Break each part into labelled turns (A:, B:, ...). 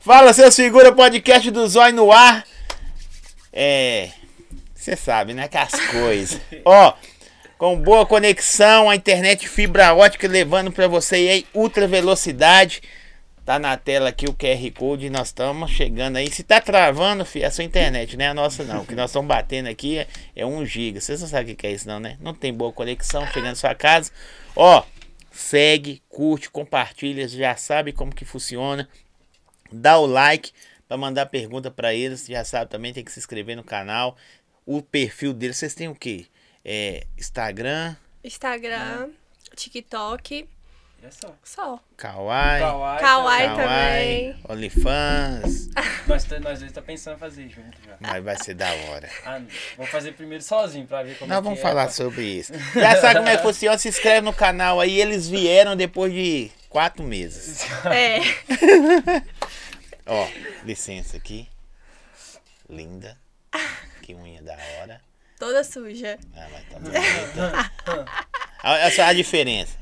A: Fala, seus figuras, podcast do Zói no ar. É. Você sabe, né? Que as coisas. Ó, com boa conexão, a internet fibra ótica levando pra você aí ultra velocidade. Tá na tela aqui o QR Code, nós estamos chegando aí. Se tá travando, fi, é a sua internet, né? A nossa não. O que nós estamos batendo aqui é, é 1 GB. Vocês não sabem o que que é isso, não, né? Não tem boa conexão chegando na sua casa. Ó, segue, curte, compartilha, já sabe como que funciona dá o like para mandar pergunta para eles. Já sabe também, tem que se inscrever no canal. O perfil deles, vocês têm o quê? É, Instagram, Né?
B: Instagram, TikTok,
C: É só.
B: só.
A: Kawaii,
C: Kawaii,
B: Kawaii.
C: tá-
A: Kawaai, OnlyFans.
C: Nós, t- nós dois tá pensando em fazer junto já.
A: Mas vai ser da hora.
C: Ah, não. vou fazer primeiro sozinho pra ver como é
A: Nós
C: que
A: vamos
C: é.
A: falar sobre isso. Já sabe como é que funciona? Se inscreve no canal aí. Eles vieram depois de quatro meses.
B: É.
A: Ó, licença aqui. Linda. Que unha da hora.
B: Toda suja.
A: Ah, mas tá bonita. Olha só a diferença.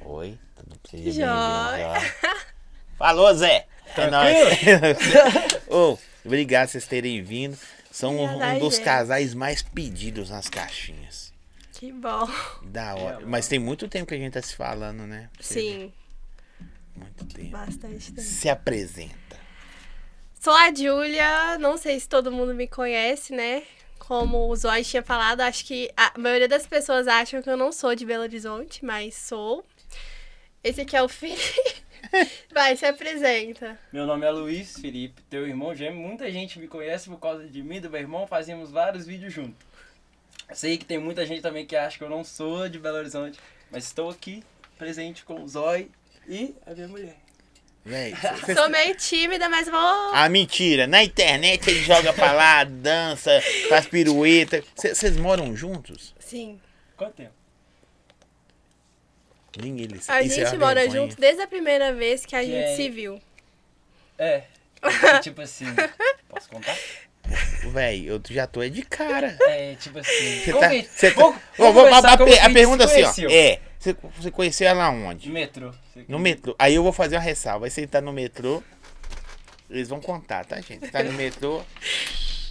A: Oi, tudo bem? Bem-vindo,
B: Joia.
A: Jó. Falou, Zé. É nóis. Ô, obrigado vocês terem vindo. São um,
B: Obrigada,
A: um dos
B: gente.
A: casais mais pedidos nas caixinhas.
B: Que bom.
A: Da
C: É,
A: hora.
C: mano.
A: Mas tem muito tempo que a gente tá se falando, né? Você vê,
B: Sim,
A: Muito tempo.
B: bastante. também.
A: Se apresenta.
B: Sou a Júlia, não sei se todo mundo me conhece, né? Como o Zói tinha falado, acho que a maioria das pessoas acham que eu não sou de Belo Horizonte, mas sou. Esse aqui é o Fih. Vai, se apresenta.
C: Meu nome é Luiz Felipe, teu irmão gêmeo. Muita gente me conhece por causa de mim, do meu irmão. Fazemos vários vídeos juntos. Sei que tem muita gente também que acha que eu não sou de Belo Horizonte, mas estou aqui presente com o Zói e a minha mulher.
A: Véi, cês-
B: Sou meio tímida, mas vou.
A: Ah, mentira. Na internet ele joga pra lá, dança, faz pirueta. Vocês moram juntos?
B: Sim.
C: Quanto tempo?
A: Nem ele.
B: A
A: isso é
B: gente
A: uma
B: mora
A: vergonha.
B: junto desde a primeira vez que a
C: Que
B: gente
C: é-
B: se viu.
C: É. Tipo assim. Posso contar?
A: Véi, eu já tô é de cara.
C: É, tipo assim.
A: Você tá.
C: conven-
A: Você tá.
C: vou-
A: Ô,
C: vou
A: vou- a,
C: conversar
A: a-
C: como
A: a
C: a gente
A: pergunta
C: se
A: assim, ó.
C: conheceu.
A: É. Você, você conheceu ela onde?
C: De metrô. Você-
A: No metrô. Aí eu vou fazer uma ressalva. Aí você tá no metrô. Eles vão contar, tá, gente? Tá no metrô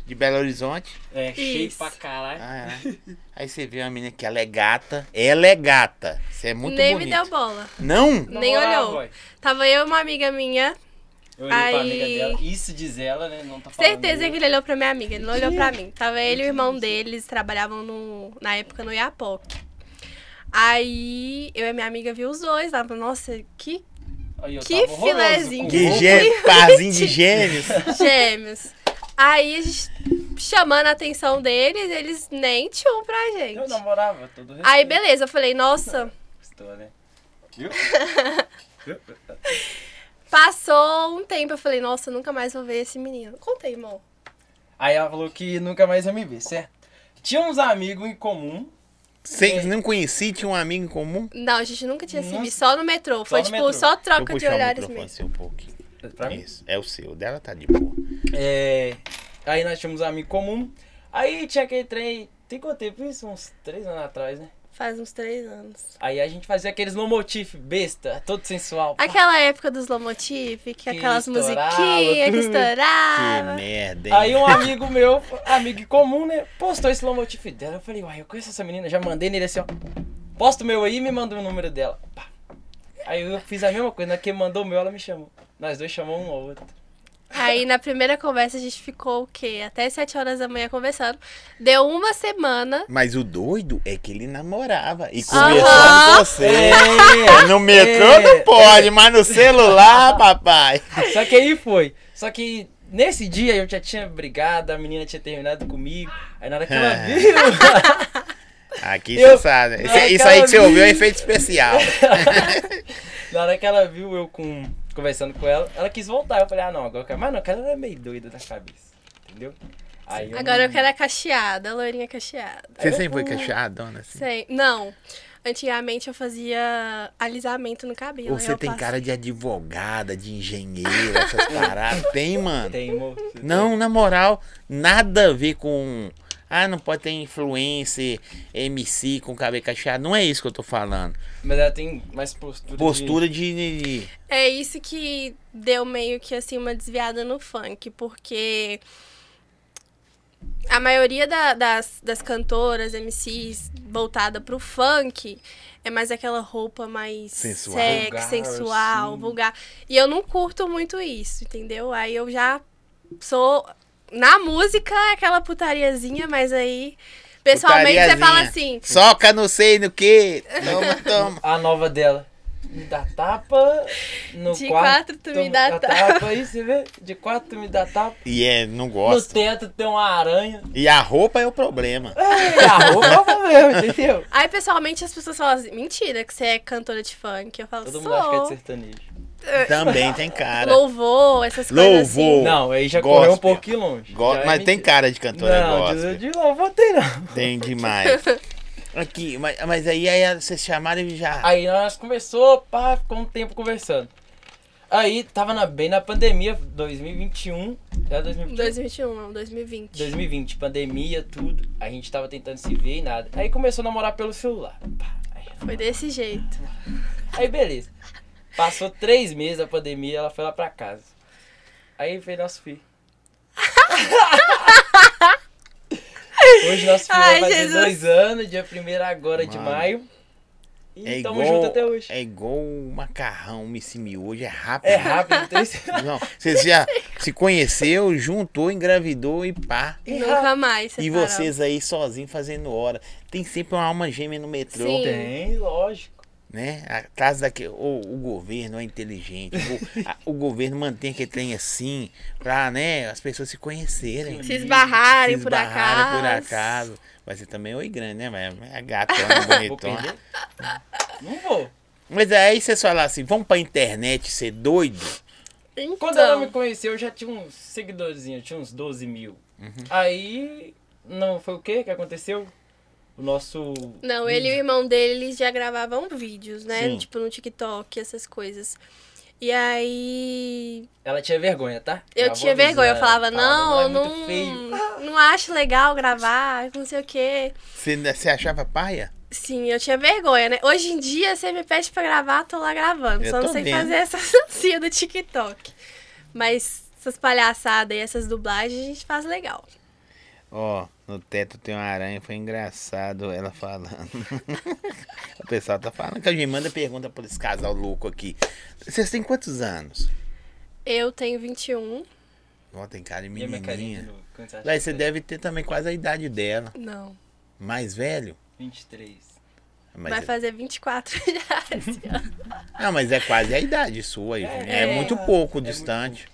A: de Belo Horizonte.
C: É, cheio
B: Isso.
C: pra caralho.
A: Ah, é. Aí você vê uma menina que ela é gata. Ela é gata. Você é muito
B: Nem
A: bonita.
B: me um deu bola.
A: Não?
B: Nem
C: Namorava,
B: olhou.
C: ué.
B: Tava eu e uma amiga minha.
C: Eu olhei pra
B: Aí-
C: amiga dela. Isso diz ela, né? Não tá falando.
B: Certeza que ele olhou pra minha amiga, ele não olhou pra mim. Tava ele e o irmão deles, trabalhavam no, na época no Iapoc. Aí eu e minha amiga viu os dois, tava, nossa, que
C: Aí eu
B: Que
C: tava horroroso,
B: filezinho.
C: com
B: Que
A: Que
C: roupa.
A: gê... parzinho de gêmeos.
B: gêmeos. Aí a gente, chamando a atenção deles, eles nem tinham pra
C: Eu
B: gente.
C: namorava, todo respeito.
B: Aí beleza, eu falei, nossa,
C: Estou, né? Viu?
B: passou um tempo, eu falei, nossa, eu nunca mais vou ver esse menino. Contei, amor.
C: Aí ela falou que nunca mais ia me ver, certo? Tinha uns amigos em comum.
A: Sem, não conheci, tinha um amigo em comum.
B: Não, a gente nunca tinha se
C: Nossa.
B: visto, só no metrô. Foi
C: no
B: tipo,
C: metrô.
B: só
A: eu
B: troca de
A: puxar o
B: olhares
A: microfone
B: mesmo.
A: seu um pouquinho.
C: Pra mim.
A: Isso, é o seu. O dela tá de boa.
C: É, aí nós tínhamos um amigo comum. Aí tinha aquele trem. Tem quanto tempo isso? Uns três anos atrás, né?
B: Faz uns três anos.
C: Aí a gente fazia aqueles no motif besta, todo sensual. pá.
B: Aquela época dos Lomotif, que, aquelas
C: estourava
B: musiquinhas que
C: tudo.
A: Que
B: estourava.
A: merda, hein?
C: Aí um amigo meu, amigo comum, né? Postou esse lomotif dela. Eu falei, uai, eu conheço essa menina, já mandei nele assim, ó. Posta o meu aí e me manda o número dela. Pá. Aí eu fiz a mesma coisa, na que mandou o meu, ela me chamou. Nós dois chamamos um ao outro.
B: Aí na primeira conversa a gente ficou o quê? Até sete horas da manhã conversando. Deu uma semana.
A: Mas o doido é que ele namorava e
B: Aham.
A: conversava com você. No metrô não
C: É.
A: pode, mas no celular, papai.
C: Só que aí foi. Só que nesse dia eu já tinha brigado, a menina tinha terminado comigo. Aí na hora que ela viu.
A: Aqui
C: Eu-
A: você sabe. né? Isso,
C: Não,
A: isso aí que você
C: cara,
A: ouviu é
C: vi.
A: efeito especial.
C: na hora que ela viu eu com, conversando com ela, ela quis voltar. Eu falei, ah não, agora eu quero. Mas não, cara, ela é meio doida da cabeça. Entendeu? Aí
B: Agora eu quero a cacheada, a loirinha cacheada.
A: Você sempre foi queixadona assim?
B: Sei. Não. Antigamente eu fazia alisamento no cabelo.
A: Ou
B: aí
A: você
B: eu
A: tem
B: passo-
A: cara de advogada, de engenheira, essas paradas? Tem, mano.
C: Tem, amor.
A: Não, na moral, nada a ver com Ah, não pode ter influencer, MC com cabelo cacheado. Não é isso que eu tô falando.
C: Mas ela tem mais postura. de-
A: Postura de.
B: É isso que deu meio que assim uma desviada no funk, porque a maioria da- das, das cantoras, MCs, voltada pro funk, é mais aquela roupa mais
A: Sensual.
B: sexy,
C: Vulgar,
B: sensual,
C: assim.
B: vulgar. E eu não curto muito isso, entendeu? Aí eu já sou. Na música, é aquela putariazinha, mas aí. Pessoalmente, você fala
A: Putariazinha.
B: assim.
A: Soca não sei no que. Toma, toma.
C: A nova dela. Me dá tapa no
B: De
C: quarto.
B: quatro tu me dá
C: tapa. Aí você vê? De quatro tu me dá tapa.
A: E é, não
C: No
A: gosto.
C: teto tem uma aranha.
A: E a roupa é o problema.
C: E a roupa é o problema, entendeu?
B: Aí, pessoalmente, as pessoas falam assim: mentira, que você é cantora de funk. Eu falo
C: Todo
B: sou.
C: mundo acha que é de sertanejo.
A: Também tem cara.
B: Louvor, essas coisas
A: Louvor.
B: assim.
C: Não, aí já
A: Gospel.
C: correu um pouquinho longe.
A: Go-
C: Já é
A: mas tem
C: mentira.
A: cara um de cantora
C: Não, é
A: gospel.
C: de, de louvor tem não.
A: Tem demais. Aqui, mas, mas aí, aí vocês chamaram e já.
C: Aí nós conversou, pá, ficou um tempo conversando. Aí tava na- bem na pandemia, 2021. Era 2021?
B: 2021, não, 2020.
C: 2020, pandemia, tudo. A gente tava tentando se ver e nada. Aí começou a namorar pelo celular. Pá, aí,
B: Foi desse jeito.
C: aí beleza. Passou três meses a pandemia, ela foi lá pra casa. Aí veio nosso filho. Hoje nosso filho
B: Ai,
C: vai fazer
B: Jesus.
C: dois anos, dia 1 agora de
A: Mano,
C: maio. E
A: é
C: tamo
A: igual,
C: junto até hoje.
A: É igual o macarrão, Missy Miojo, é rápido.
C: É rápido, tem esse-
A: Não, vocês já se conheceu, juntou, engravidou e pá.
C: É
B: Nunca mais.
A: E
B: separou.
A: vocês aí sozinhos fazendo hora. Tem sempre uma alma gêmea no metrô,
B: Sim.
C: Tem, lógico.
A: né? Atrás daquele. O, o governo é inteligente. O, a- o governo mantém aquele trem assim pra, né, as pessoas se conhecerem.
B: Se esbarrarem,
A: se
B: por
A: esbarrarem
B: acaso.
A: por acaso. Mas você também é oi grande, né? Mas é gatona,
C: Vou
A: bonitona.
C: perder? Não vou.
A: Mas aí vocês falam assim, vamos pra internet ser doido?
B: Então,
C: Quando ela me conheceu, eu já tinha uns seguidorzinhos, tinha uns 12 mil.
A: Uhum.
C: Aí, não foi o que que aconteceu? O nosso...
B: Não, ele e o irmão dele, eles já gravavam vídeos, né?
A: Hum. Sim.
B: Tipo, no TikTok, essas coisas. E aí.
C: Ela tinha vergonha, tá?
B: Eu
C: Já vou
B: tinha vergonha, eu
C: avisando.
B: falava, não,
C: é
B: eu
C: muito
B: não,
C: feio.
B: não acho legal gravar, não sei o quê.
A: Você, você achava paia?
B: Sim, eu tinha vergonha, né? Hoje em dia, você me pede pra gravar, tô lá gravando.
A: Eu
B: só
A: tô
B: não sei
A: vendo.
B: fazer essa dancinha do TikTok. Mas essas palhaçadas e essas dublagens a gente faz legal.
A: Ó, no teto tem uma aranha, foi engraçado ela falando. o pessoal tá falando que a gente manda pergunta pra esse casal louco aqui. Vocês têm quantos anos?
B: Eu tenho 21.
A: Ó, tem cara de
C: E a minha carinha de
A: menininha.
C: novo. Quando você acha
A: Véi,
C: que
A: você
C: eu
A: deve ter também quase a idade dela.
B: Não.
A: Mais velho?
C: tenho 23.
A: Mas
B: Vai
A: é-
B: fazer 24 já esse ano.
A: Não, mas é quase a idade sua. É,
B: é.
A: muito pouco
C: É muito
A: distante.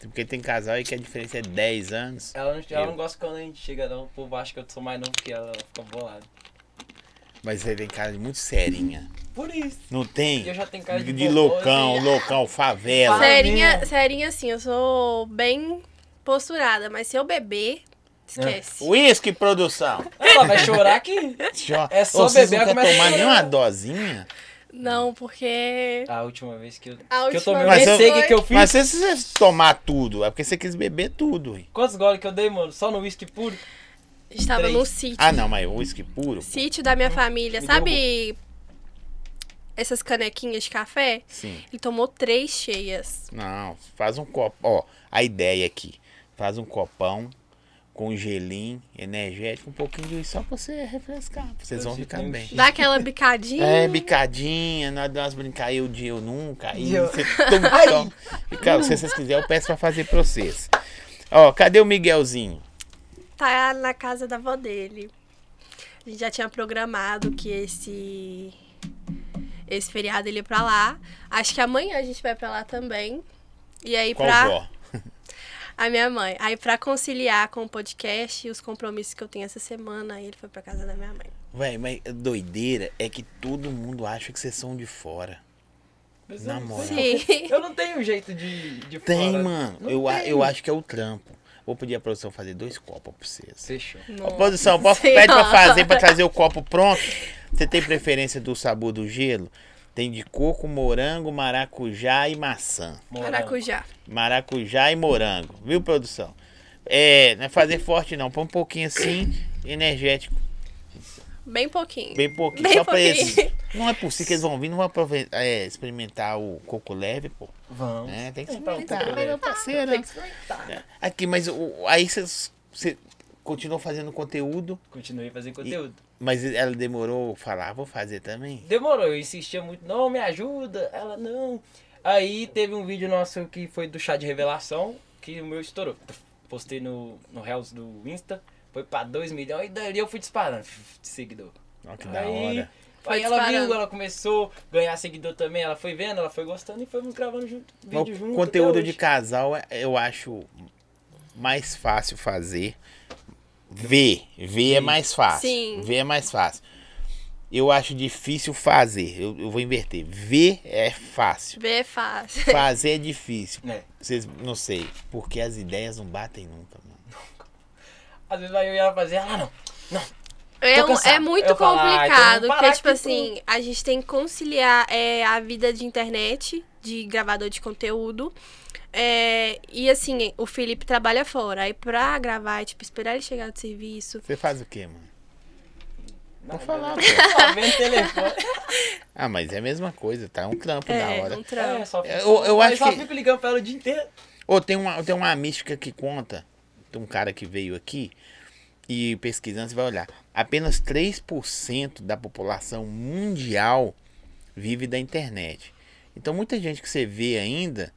A: Porque tem casal aí que a diferença é 10 anos.
C: Ela não, ela
A: Eu.
C: não gosta quando a gente chega, não. O povo acha que eu sou mais novo que ela. Ela fica bolada.
A: Mas você tem cara de muito serinha.
C: Por isso.
A: Não tem?
C: Eu já tenho cara de
A: De
C: bobó,
A: loucão,
C: assim.
A: loucão, favela.
C: Sério?
B: Serinha, serinha, assim, eu sou bem posturada, mas se eu beber,
C: É.
B: esquece.
A: Uísque, produção.
C: Ela vai chorar que...
A: Jó,
C: É só
A: ô, vocês
C: beber,
A: não quer
C: começa a
A: tomar
C: chorar.
A: nenhuma dozinha?
B: Não, porque.
C: A última vez que eu...
B: A
C: que eu
B: última
C: tomei
A: vez
C: nem sei o
B: foi-
C: que, que eu fiz.
A: Mas se você tomar tudo, é porque você quis beber tudo. Hein?
C: Quantos goles que eu dei, mano? Só no uísque puro?
B: Estava
C: Três. Ah.
B: num sítio.
A: Ah, não, mas uísque puro?
B: Sítio da minha família,
C: me
B: sabe? Essas canequinhas de café?
A: Sim.
B: Ele tomou três cheias.
A: Não, faz um copo. Ó, a ideia aqui. Faz um copão com gelinho, energético, um pouquinho de uísque só pra você refrescar. Vocês
C: Eu
A: vão
C: fico
A: ficar
C: meio
A: bem.
C: cheio.
B: Dá aquela bicadinha.
A: É, bicadinha, nós nós brincar eu de eu nunca. Aí
C: Eu-
A: você toma, toma. Fica, se vocês quiserem, eu peço pra fazer pra vocês. Ó, cadê o Miguelzinho?
B: Tá na casa da avó dele. A gente já tinha programado que esse. Esse feriado ele ia pra lá. Acho que amanhã a gente vai pra lá também. E aí,
A: Qual
B: pra.
A: vó?
B: A minha mãe. Aí, pra conciliar com o podcast e os compromissos que eu tenho essa semana, aí ele foi pra casa da minha mãe.
A: Véi, mas doideira é que todo mundo acha que vocês são de fora.
C: Mas
A: Na
C: eu não
A: moral.
C: sei.
B: Sim.
C: Eu não tenho um jeito de, de
A: Tem,
C: fora.
A: mano.
C: Não
A: Eu, a-
C: tem.
A: eu acho que é o trampo. Vou pedir a produção fazer dois copos pra vocês.
C: Fechou.
A: Ô,
B: Nossa
A: produção, pode- pede pra
B: Senhora.
A: fazer, pra trazer o copo pronto. Você tem preferência do sabor do gelo? Tem de coco, morango, maracujá e maçã.
C: Moral.
B: Maracujá.
A: Maracujá e morango, viu, produção? É, não é fazer forte não, põe um pouquinho assim, energético,
B: Bem pouquinho.
A: bem pouquinho,
B: Bem
A: só pra eles.
B: pouquinho.
A: Não é possível que eles vão vir, não vão aprove- é, experimentar o coco leve, pô.
C: Vamos.
A: É, tem que
C: Então,
A: experimentar,
C: coco
A: né,
C: leve.
A: parceira.
C: Tem que experimentar.
A: É. Aqui, mas o- aí você continuou fazendo conteúdo,
C: Continuei fazendo conteúdo.
A: mas ela demorou a falar, vou fazer também.
C: Demorou, eu insistia muito, não, me ajuda. Ela, não. Aí teve um vídeo nosso que foi do chá de revelação, que o meu estourou. Postei no, no Reels do Insta, foi pra 2 milhões e dali eu fui disparando de seguidor.
A: Olha que da
C: aí,
A: hora.
B: Foi
C: aí ela viu,
B: disparando.
C: ela começou a ganhar seguidor também, ela foi vendo, ela foi gostando e fomos gravando junto,
A: Mas
C: vídeo
A: O
C: junto.
A: conteúdo
C: até
A: de
C: hoje.
A: casal é- eu acho mais fácil fazer. Ver, ver é mais fácil.
B: Sim.
A: Ver é mais fácil. Eu acho difícil fazer. Eu, eu vou inverter. Ver é fácil.
B: Ver é fácil.
A: Fazer é difícil.
C: É.
A: Vocês não sei, porque as ideias não batem nunca, mano.
C: Às vezes aí eu ia fazer, ela "Ah, não.
B: É,
C: Tô
B: um-
C: cansado.
B: é muito
C: Eu falo, ah, então
B: complicado,
C: vamos parar
B: porque, tipo
C: aqui
B: assim, a gente tem que conciliar é, a vida de internet, de gravador de conteúdo. é, e assim, o Felipe trabalha fora. Aí pra gravar, é, tipo, esperar ele chegar do serviço.
A: Você faz o quê, mano?
C: Não,
A: falar,
C: não, não, Tá vendo o telefone.
A: Ah, mas é a mesma coisa, tá? É um trampo
B: É,
A: da hora.
B: um trampo.
C: É, só fico-
A: Eu- eu acho
C: só
A: que-
C: fico ligando pra ela o dia inteiro.
A: Ou tem uma, tem uma mística que conta, tem um cara que veio aqui e pesquisando, você vai olhar. Apenas 3% da população mundial vive da internet. Então muita gente que você vê ainda,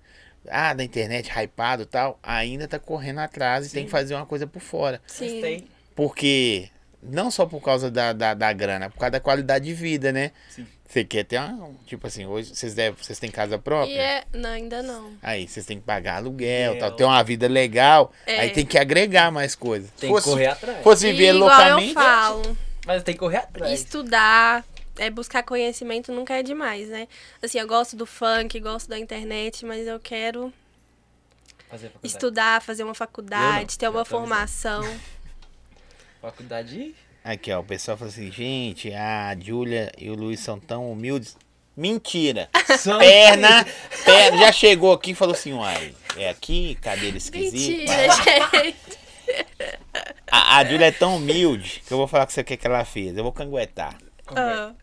A: ah, da internet, hypado e tal, ainda tá correndo atrás e tem que fazer uma coisa por fora.
C: Mas
B: Sim.
C: tem.
A: Porque, não só por causa da, da, da grana, por causa da qualidade de vida, né?
C: Sim.
A: Você quer ter uma, tipo assim, hoje vocês, devem, vocês têm casa própria?
B: E é. Não, ainda não.
A: Aí vocês têm que pagar aluguel,
C: Aluguel.
A: tal, ter uma vida legal.
B: É.
A: Aí tem que agregar mais coisas.
C: Tem que correr atrás.
A: Fosse
B: E
A: viver
B: igual
A: loucamente.
B: eu falo,
C: Mas tem que correr atrás.
B: estudar, é, buscar conhecimento nunca é demais, né? Assim, eu gosto do funk, gosto da internet, mas eu quero
C: Fazer faculdade.
B: estudar, fazer uma
A: Eu
B: faculdade, ter uma
C: tô avisando.
B: formação.
C: Faculdade.
A: Aqui, ó, o pessoal fala assim, gente, a Júlia e o Luiz são tão humildes. Mentira! Perna, perna, já chegou aqui e falou assim, uai, é aqui, cadeira esquisita.
B: Mentira, gente.
A: A, a Júlia é tão humilde que eu vou falar com você o que, que ela fez. Eu vou canguetar.
B: Ah,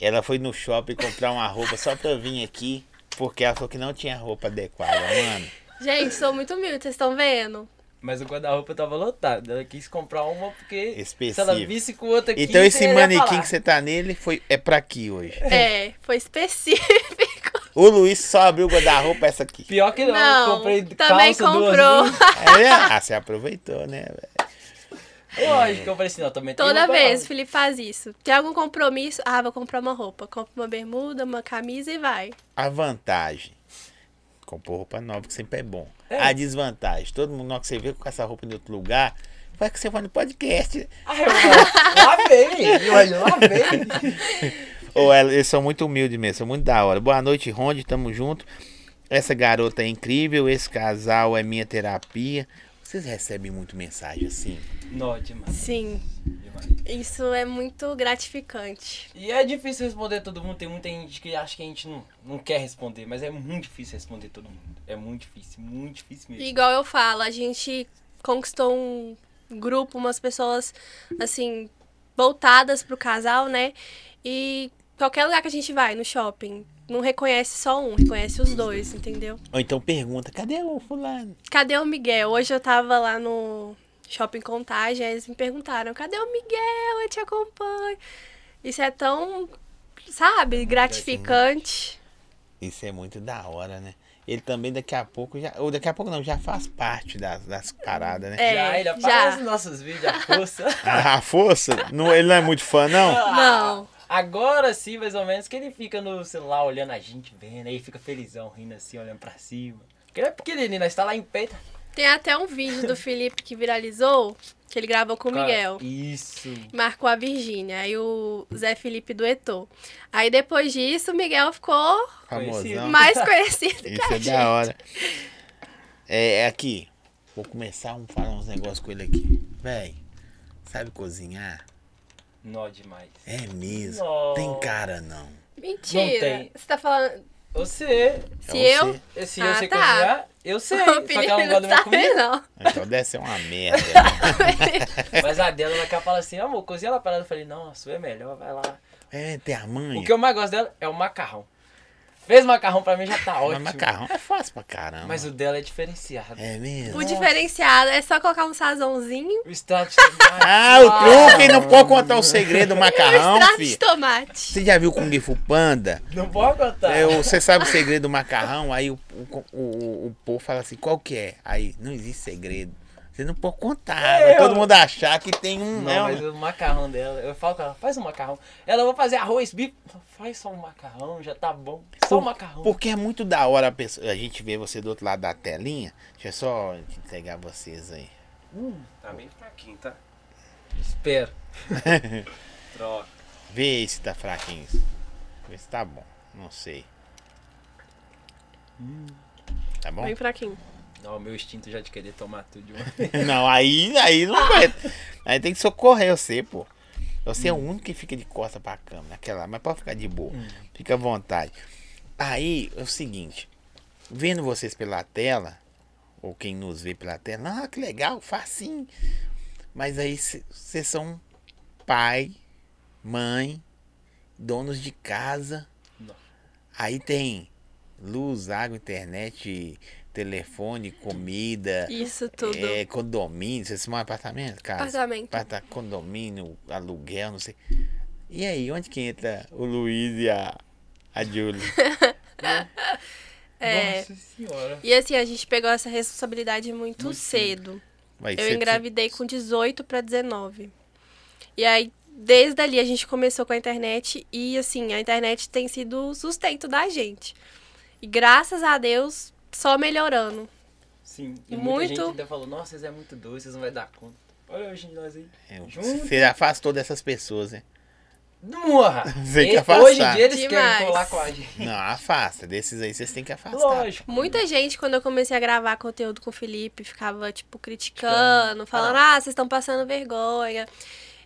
A: Ela foi no shopping comprar uma roupa só pra eu vir aqui, porque ela falou que não tinha roupa adequada, mano.
B: gente, sou muito humilde, vocês estão vendo?
C: Mas o guarda-roupa tava lotado. Ela quis comprar uma porque
A: Específico.
C: se ela visse com outra aqui,
A: Então esse
C: ela ia
A: manequim
C: falar.
A: que você tá nele foi, é pra aqui hoje.
B: É, foi específico.
A: O Luiz só abriu o guarda-roupa essa aqui.
C: Pior que não, eu
B: Não,
C: comprei
B: também
C: calça duas
B: comprou.
C: linhas.
A: Aí, ah, você aproveitou, né? velho?
C: Lógico, eu falei assim, não, também tem
B: Toda
C: outra
B: vez o
C: lá.
B: Felipe faz isso. Tem algum compromisso? Ah, vou comprar uma roupa. Compra uma bermuda, uma camisa e vai.
A: A vantagem. Compor roupa nova, que sempre é bom.
C: É.
A: A desvantagem. Todo mundo na hora que você vê com essa roupa em outro lugar, vai que você vai no podcast.
C: Ah, eu falei, lá vem, olha, lá vem.
A: Ou ela- eles são muito humildes mesmo, são muito da hora. Boa noite, Ronde, tamo junto. Essa garota é incrível, esse casal é minha terapia. Vocês recebem muito mensagem assim?
C: Nó, demais,
B: Sim,
C: demais.
B: isso é muito gratificante.
C: E é difícil responder todo mundo, tem muita gente que acha que a gente não, não quer responder, mas é muito difícil responder todo mundo. É muito difícil, muito difícil mesmo.
B: E Igual eu falo, a gente conquistou um grupo, umas pessoas, assim, voltadas pro casal, né? E qualquer lugar que a gente vai, no shopping, não reconhece só um, reconhece os dois, entendeu?
A: Ou então pergunta, cadê o fulano?
B: Cadê o Miguel? Hoje eu tava lá no Shopping Contagem, aí eles me perguntaram, cadê o Miguel? Eu te acompanho. Isso é tão, sabe, gratificante.
A: Isso é muito da hora, né? Ele também daqui a pouco já. Ou daqui a pouco não, já faz parte das, das paradas, né?
B: É,
C: já, ele
B: já.
C: aparece nos nossos vídeos, a força.
A: A, a força, não, ele não é muito fã, não?
B: Não.
C: Agora sim, mais ou menos, que ele fica no celular olhando a gente, vendo, aí fica felizão, rindo assim, olhando pra cima. Porque ele é pequenininho, nós tá lá em pé. tá-
B: Tem até um vídeo do Felipe que viralizou, que ele gravou
C: é?
B: com o Miguel.
C: Isso.
B: Marcou a Virgínia, aí o Zé Felipe duetou. Aí depois disso, o Miguel ficou
A: Famosão.
B: mais conhecido que
A: Isso
B: a
A: é
B: gente.
A: da hora. É, é aqui. Vou começar a falar uns negócios com ele aqui. Véi, sabe cozinhar?
C: Nó demais.
A: É mesmo.
C: Não.
A: Tem cara, não.
B: Mentira.
C: Não tem.
B: Você tá falando.
C: Você,
B: Se
A: É
B: eu.
A: você.
C: se
B: Ah,
C: eu sei
B: tá.
C: cozinhar, eu sei. Só
B: O
C: que ela
B: Felipe
C: não
B: não
C: gosta da minha
B: sabe,
C: comida.
B: não.
A: Então deve ser uma merda. né?
C: Mas a dela, ela fala assim, amor, cozinha lá pra ela. Eu falei, não, a sua é melhor, vai lá.
A: É, tem a mãe.
C: O que eu mais gosto dela é o macarrão. Fez macarrão pra mim já tá
A: Mas
C: ótimo.
A: macarrão é fácil pra caramba.
C: Mas o dela é diferenciado.
A: É mesmo?
B: O diferenciado é só colocar um sazãozinho
C: O é extrato de tomate.
A: Ah, o truque não pode contar o segredo do macarrão,
B: extrato de
A: filho.
B: tomate.
A: Você já viu Kung Fu Panda?
C: Não pode contar.
A: É, o- você sabe o segredo do macarrão? Aí o, o, o, o- o povo fala assim, qual que é? Aí, não existe segredo. Você não pode contar. vai
C: Eu-
A: Todo mundo achar que tem um.
C: Não,
A: né,
C: mas o macarrão dela, eu falo com ela, faz um macarrão. Ela, eu vou fazer arroz, bico. Faz só um macarrão, já tá bom. Só um macarrão.
A: Porque é muito da hora a, pessoa- a gente ver você do outro lado da telinha. Deixa eu só entregar vocês aí.
D: Tá bem fraquinho, tá?
C: Espero.
D: Troca.
A: Vê aí se tá fraquinho. Vê se tá bom. Não sei.
C: Hum.
A: Tá bom?
B: Bem fraquinho.
C: Não, meu instinto já de querer tomar tudo de uma
A: Não, aí, aí não aguenta. Aí tem que socorrer você, pô. Você é o único que fica de costa pra câmera, aquela, lá, mas pode ficar de boa. Fica à vontade. Aí é o seguinte, vendo vocês pela tela, ou quem nos vê pela tela, ah, que legal, facinho. Mas aí vocês são pai, mãe, donos de casa.
C: Nossa.
A: Aí tem luz, água, internet, telefone, comida.
B: Isso tudo.
A: É, condomínio, você mora em apartamento, casa?
B: Apartamento.
A: Aparta- condomínio, aluguel, não sei. E aí, onde que entra o Luiz e a, a Júlia?
B: É.
C: Nossa senhora.
B: E assim, a gente pegou essa responsabilidade muito,
C: Muito
B: cedo.
A: Vai
B: Eu
A: ser-
B: engravidei com 18 pra 19. E aí, desde ali, a gente começou com a internet e, assim, a internet tem sido o sustento da gente. E graças a Deus, só melhorando.
C: Sim. E
B: Muito.
C: muita gente ainda falou, nossa, vocês é muito doido, vocês não vai dar conta. Olha hoje nós aí.
A: é,
C: Junto.
A: Você afastou dessas pessoas, né?
C: Não morra!
A: Você quer
C: E- Hoje em
A: afastar.
C: dia eles
B: Demais.
C: querem colar com a gente.
A: Não, afasta. Desses aí vocês têm que afastar.
C: Lógico.
B: Muita gente, quando eu comecei a gravar conteúdo com o Felipe, ficava, tipo, criticando, falando, ah, vocês estão passando vergonha.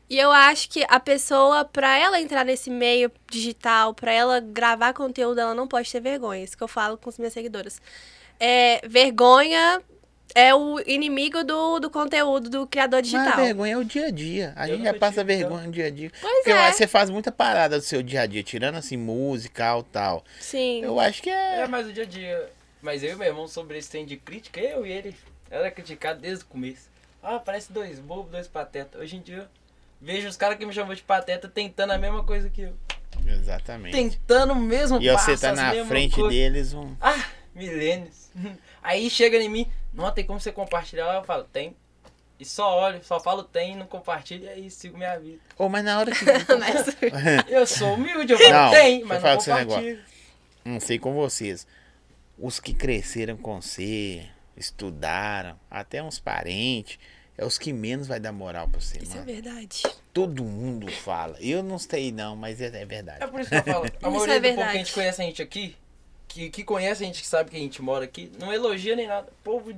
B: E eu acho que a pessoa, pra ela entrar nesse meio digital, pra ela gravar conteúdo, ela não pode ter vergonha. Isso que eu falo com as minhas seguidoras. É, vergonha é o inimigo do, do conteúdo do criador
A: Mas a
B: digital.
A: vergonha é o dia a dia. A
C: Eu
A: gente
C: nunca
A: já passa
C: tive
A: vergonha no dia a dia.
B: Pois
A: eu
B: é,
A: acho que você faz muita parada do seu dia a dia, tirando assim, musical tal.
B: sim.
A: Eu acho que é.
C: É, mas o dia a dia. Mas eu e meu irmão, sobre esse tem de crítica, eu e ele, era criticado desde o começo. Ah, parece dois bobos, dois patetas. Hoje em dia, vejo os caras que me chamam de pateta tentando a mesma coisa que eu.
A: Exatamente.
C: Tentando o mesmo
A: E você
C: passo,
A: tá
C: as
A: na
C: mesmas
A: frente
C: coisas.
A: deles, um.
C: Ah, milênios. Aí chega em mim, não tem como você compartilhar. Eu falo, tem. E só olho, só falo tem, não compartilho, e aí sigo minha vida.
A: Ô, mas na hora que.
B: Mas-
C: Eu sou humilde, eu falo,
A: Não,
C: tem,
A: deixa eu
C: mas
A: falar
C: não
A: com esse negócio.
C: compartilho.
A: Não sei com vocês. Os que cresceram com você, estudaram, até uns parentes, é os que menos vai dar moral pra você,
B: Isso é
A: mano.
B: verdade.
A: Todo mundo fala. Eu não sei não, mas é, é
C: É
A: verdade.
C: por isso que eu falo. A
B: é
C: maioria do povo
B: verdade.
C: que a gente conhece a gente aqui, que, que conhece a gente, que sabe que a gente mora aqui, não elogia nem nada. Povo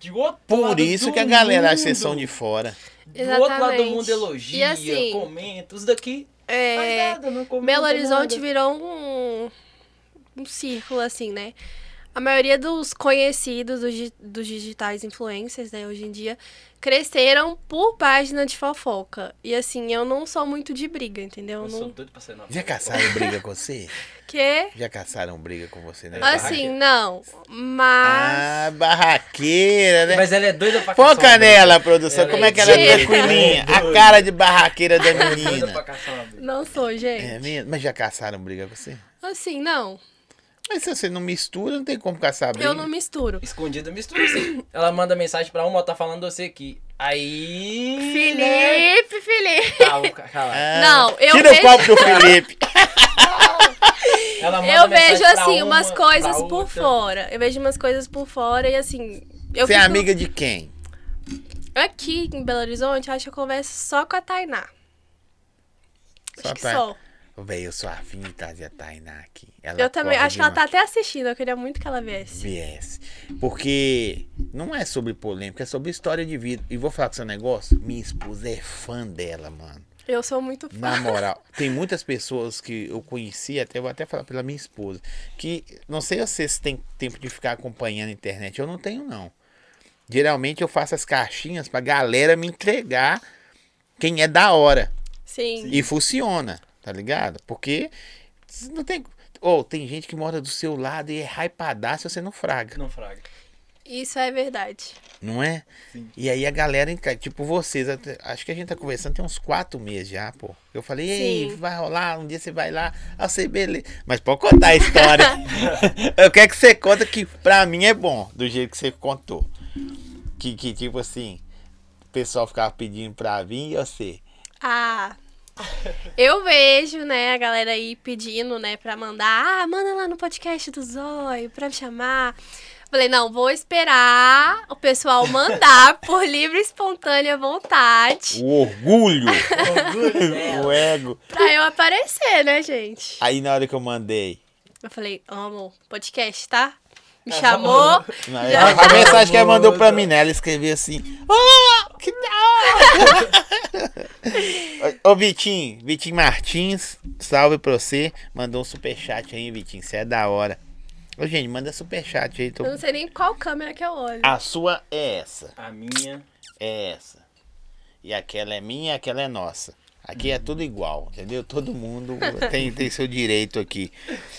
C: de outro
A: Por
C: lado
A: isso
C: do
A: que a galera acha
C: mundo,
A: vocês são de fora.
C: Do outro lado do
B: Exatamente.
C: mundo elogia,
B: E assim-
C: comenta. Os daqui, faz
B: É...
C: nada, não comenta
B: Belo Horizonte
C: nada.
B: virou um, um círculo, assim, né? A maioria dos conhecidos dos, di- dos digitais influencers, né, hoje em dia, cresceram por página de fofoca. E assim, eu não sou muito de briga, entendeu?
C: Eu sou
B: Não...
C: doido pra ser nova.
A: Já caçaram briga com você?
B: Que?
A: Já caçaram briga com você, né?
B: Assim, não. Mas.
A: Ah, barraqueira, né?
C: Mas ela é doida pra caçar.
A: Foca
C: uma briga.
A: nela, produção.
C: Ela
A: Como
C: é
A: é que ela é
B: doida.
A: tranquilinha?
C: Ela é
A: A
C: doida.
A: cara de barraqueira da
C: Ela é doida pra
A: menina.
C: caçar uma briga.
B: Não sou,
A: É
B: gente.
A: mesmo? Mas já caçaram briga com você?
B: Assim, não.
A: Mas se você não mistura, não tem como caçar briga.
B: Eu não misturo.
C: Escondida mistura assim. Ela manda mensagem pra uma, ó, tá falando você aqui. Aí. né?
B: Felipe, Felipe.
C: Cala, cala.
A: Ah,
B: Não, eu
A: Tira o
B: vejo-
A: copo do Felipe.
C: Ela manda
B: Eu
C: mensagem
B: vejo,
C: pra
B: assim,
C: uma,
B: umas
C: pra
B: coisas por
C: outra.
B: fora. Eu vejo umas coisas por fora e, assim. Eu
A: Você é
B: fico-
A: amiga de quem?
B: Aqui em Belo Horizonte, acho que eu converso só com a Tainá.
A: Só
B: acho que
A: pra-
B: só.
A: Véi, eu sou afim de trazer a Tainá aqui. Ela
B: Eu também,
A: corre
B: acho que ela tá
A: demais.
B: até assistindo, eu queria muito que ela viesse.
A: Viesse. Porque não é sobre polêmica, é sobre história de vida. E vou falar com seu negócio. Minha esposa é fã dela, mano.
B: Eu sou muito fã.
A: Na moral, tem muitas pessoas que eu conheci, até vou até falar pela minha esposa, que não sei vocês se tem tempo de ficar acompanhando a internet, eu não tenho não. Geralmente eu faço as caixinhas pra galera me entregar quem é da hora
B: Sim.
A: e funciona, tá ligado? Porque não tem, ou tem gente que mora do seu lado e é hypadar se você não fraga,
C: Não fraga.
B: Isso é verdade.
A: não é?
C: Sim.
A: E aí a galera, entra- tipo vocês, até- acho que a gente tá conversando tem uns quatro meses já, pô. Eu falei, ei,
B: Sim.
A: vai rolar, um dia você vai lá, ah, você beleza. Mas pode contar a história. Eu quero que você conta que pra mim é bom, do jeito que você contou. Que, que tipo assim, o pessoal ficava pedindo pra vir e você.
B: Ah. Eu vejo, né, a galera aí pedindo, né, pra mandar. Ah, manda lá no podcast do Zóio pra me chamar. Falei, não, vou esperar o pessoal mandar por livre e espontânea vontade
A: O orgulho,
C: Orgulho dela.
A: o ego.
B: pra eu aparecer, né, gente?
A: Aí na hora que eu mandei.
B: Eu falei, amo, podcast, tá? Me
A: É,
B: chamou.
A: na- A, a mensagem que ela mandou pra mim, né? Ela escreveu assim: Oh, que da hora! Ô Vitinho, Vitinho Martins, salve pra você. Mandou um superchat aí, Vitinho. Você é da hora. Ô, gente, manda superchat aí. tô-
B: Eu não sei nem qual câmera que eu olho.
A: A sua é essa.
C: A minha.
A: é essa. E aquela é minha, aquela é nossa. Aqui é tudo igual, entendeu? Todo mundo tem, tem seu direito aqui.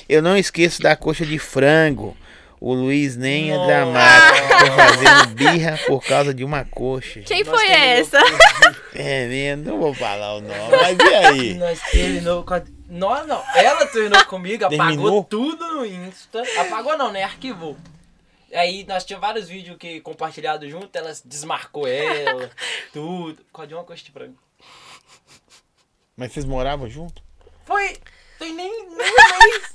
A: Eu não esqueço da coxa de frango. O Luiz nem é
C: Nossa.
A: dramático. Tô fazendo birra por causa de uma coxa.
B: Quem
C: Nós
B: foi
C: terminou
B: essa?
A: É mesmo, não vou falar o nome, mas e aí?
C: Nós terminou com a... Não, não. Ela terminou comigo, apagou
A: Terminou?
C: tudo no Insta. Apagou não, né? Arquivou. Aí nós tínhamos vários vídeos que compartilhados junto, ela desmarcou ela, tudo. Por causa de uma coisa de frango.
A: Mas vocês moravam junto?
C: Foi. Tem nem, nem um mês.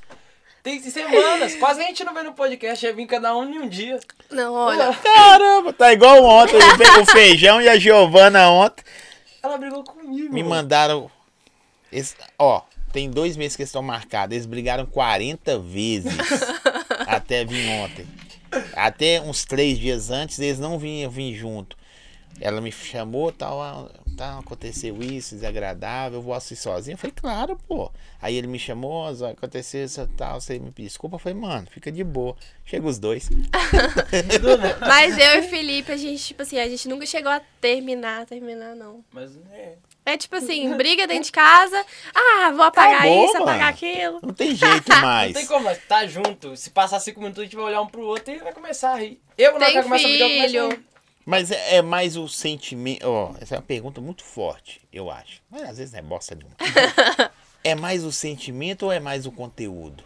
C: Tem semanas. Quase a gente não vê no podcast. É vir cada um em um dia.
B: Não, olha.
A: Caramba, tá igual ontem. O Feijão e a Giovana ontem
C: Ela brigou comigo.
A: me mandaram. esse- ó, tem dois meses que eles estão marcados. Eles brigaram 40 vezes até vir ontem. Até uns três dias antes, eles não vinham vir junto. Ela me chamou, tal, ah, tal, aconteceu isso, desagradável, eu vou assistir sozinho. Eu falei, claro, pô. Aí ele me chamou, ó, Zóio, aconteceu isso, tal, você me pediu desculpa. Eu falei, mano, fica de boa. Chega os dois.
B: Mas eu e Felipe, a gente, tipo assim, a gente nunca chegou a terminar, terminar, não.
C: Mas é.
B: É tipo assim, briga dentro de casa, ah, vou apagar
A: Acabou,
B: isso,
A: Tá mano.
B: apagar aquilo.
A: Não tem jeito
C: Não tem
A: mais.
C: como, nós tá junto. Se passar cinco minutos, a gente vai olhar um pro outro e vai começar a rir. Eu não
B: Tem
C: quero começar a brigar, eu começo a
B: filho.
C: rir.
A: Mas é, é mais o sentimento. Ó, essa é uma pergunta muito forte, eu acho. Mas às vezes não é bosta nenhuma. é mais o sentimento ou é mais o conteúdo?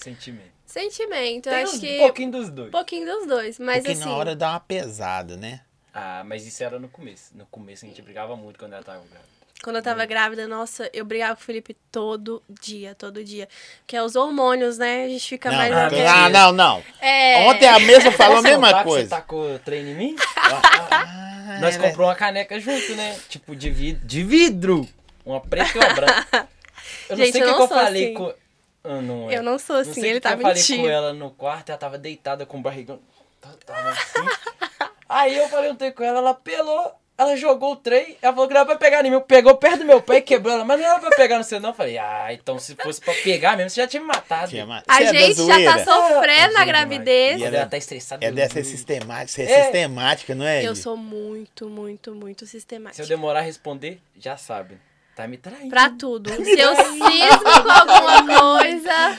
C: Sentimento.
B: Sentimento, eu
C: Tem
B: acho
C: uns-
B: que.
C: um pouquinho dos dois.
B: um pouquinho dos dois, mas
A: Porque
B: assim.
A: na hora dá uma pesada, né?
C: Ah, mas isso era no começo. No começo a gente brigava muito quando ela tava grávida.
B: Quando eu tava grávida, nossa, eu brigava com o Felipe todo dia, todo dia. Porque é os hormônios, né? A gente fica
A: Não,
B: mais.
A: não,
C: Ah,
A: tem-
B: naquele-
A: ah,
C: beleza.
A: não, não.
B: É.
A: Ontem a mesa falou a
C: Posso contar
A: mesma
C: que Você
A: coisa.
C: tacou treino em mim?
B: É,
A: Ah,
C: Nós
B: né?
A: ela-
C: comprou uma caneca junto, né? Tipo, de, vid de vidro. Uma preta e uma branca. Eu não
B: Gente,
C: sei
B: eu
C: o que,
B: não
C: que eu
B: sou
C: falei
B: assim.
C: com. Ah, não, é.
B: Eu não sou
C: Não
B: assim,
C: sei o
B: ele
C: que
B: tá
C: que eu falei com
B: mentindo.
C: ela no quarto, ela tava deitada com o barrigão. tá- Tava assim. Aí eu falei um tempo com ela, ela pelou, ela jogou o trem, ela falou que não era pra pegar em mim. Pegou perto do meu pé e quebrou ela, mas não era pra pegar no seu não. Eu falei, ah, então se fosse pra pegar mesmo, você já tinha me matado.
A: Tinha ma-
B: A
A: Você é da
B: gente já tá
A: zoeira? Ah, é
B: sofrendo na
C: Demais.
B: gravidez.
A: E
C: Quando
A: ela-
C: ela tá estressada.
A: É
C: eu-
A: dessa é sistemática, você é,
C: É.
A: sistemática, não é?
B: Eu
A: Gi?
B: sou muito, muito, muito sistemática.
C: Se eu demorar a responder, já sabe. Tá me traindo.
B: Pra tudo. Se eu cismo com alguma coisa.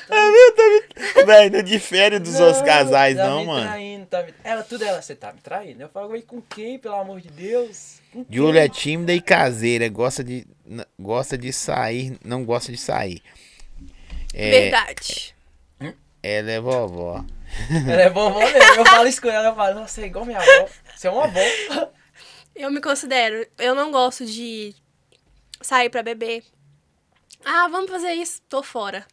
A: Véi, não difere dos outros casais,
C: tá
A: não,
C: me
A: mano.
C: Traindo, tá me... Ela, tudo ela, você tá me traindo? Eu falo, "Mas com quem, pelo amor de Deus? Com quem?"
A: Júlia é tímida e caseira, gosta de, n- gosta de sair, não gosta de sair. É,
B: Verdade.
A: ela é vovó.
C: Ela é vovó mesmo. Eu falo isso com ela, eu falo, nossa, é igual minha avó. Você é uma avó.
B: Eu me considero. Eu não gosto de sair pra beber. Ah, vamos fazer isso. Tô fora.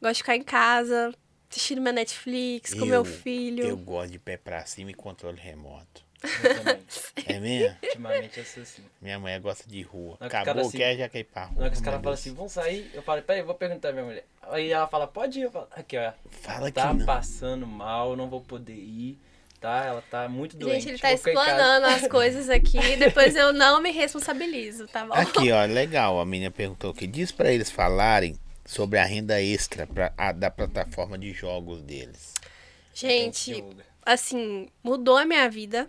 B: Gosto de ficar em casa, assistindo minha Netflix, com meu
A: Eu-
B: filho.
A: Eu gosto de pé pra cima e controle remoto.
C: Eu também.
A: É mesmo?
C: Ultimamente eu sou assim.
A: Minha mulher gosta de rua.
C: Não, que os
A: Acabou
C: caras
A: o
C: se-
A: que é, já quer ir pra rua.
C: Na hora que os
A: meu
C: caras falam
A: Deus.
C: assim, vamos sair, eu falo, peraí, vou perguntar à minha mulher. Aí ela fala, pode ir, eu falo, aqui ó,
A: Fala que
C: tá
A: não.
C: passando mal, não vou poder ir. tá? Ela tá muito doente.
B: Gente, ele tá
C: Vou ficar em casa.
B: explanando as coisas aqui. Depois eu não me responsabilizo, tá bom?
A: Aqui, ó, legal. A menina perguntou aqui. Diz pra eles falarem sobre a renda extra pra, a- da plataforma de jogos deles.
B: Gente,
C: Yoga.
B: assim, mudou a minha vida.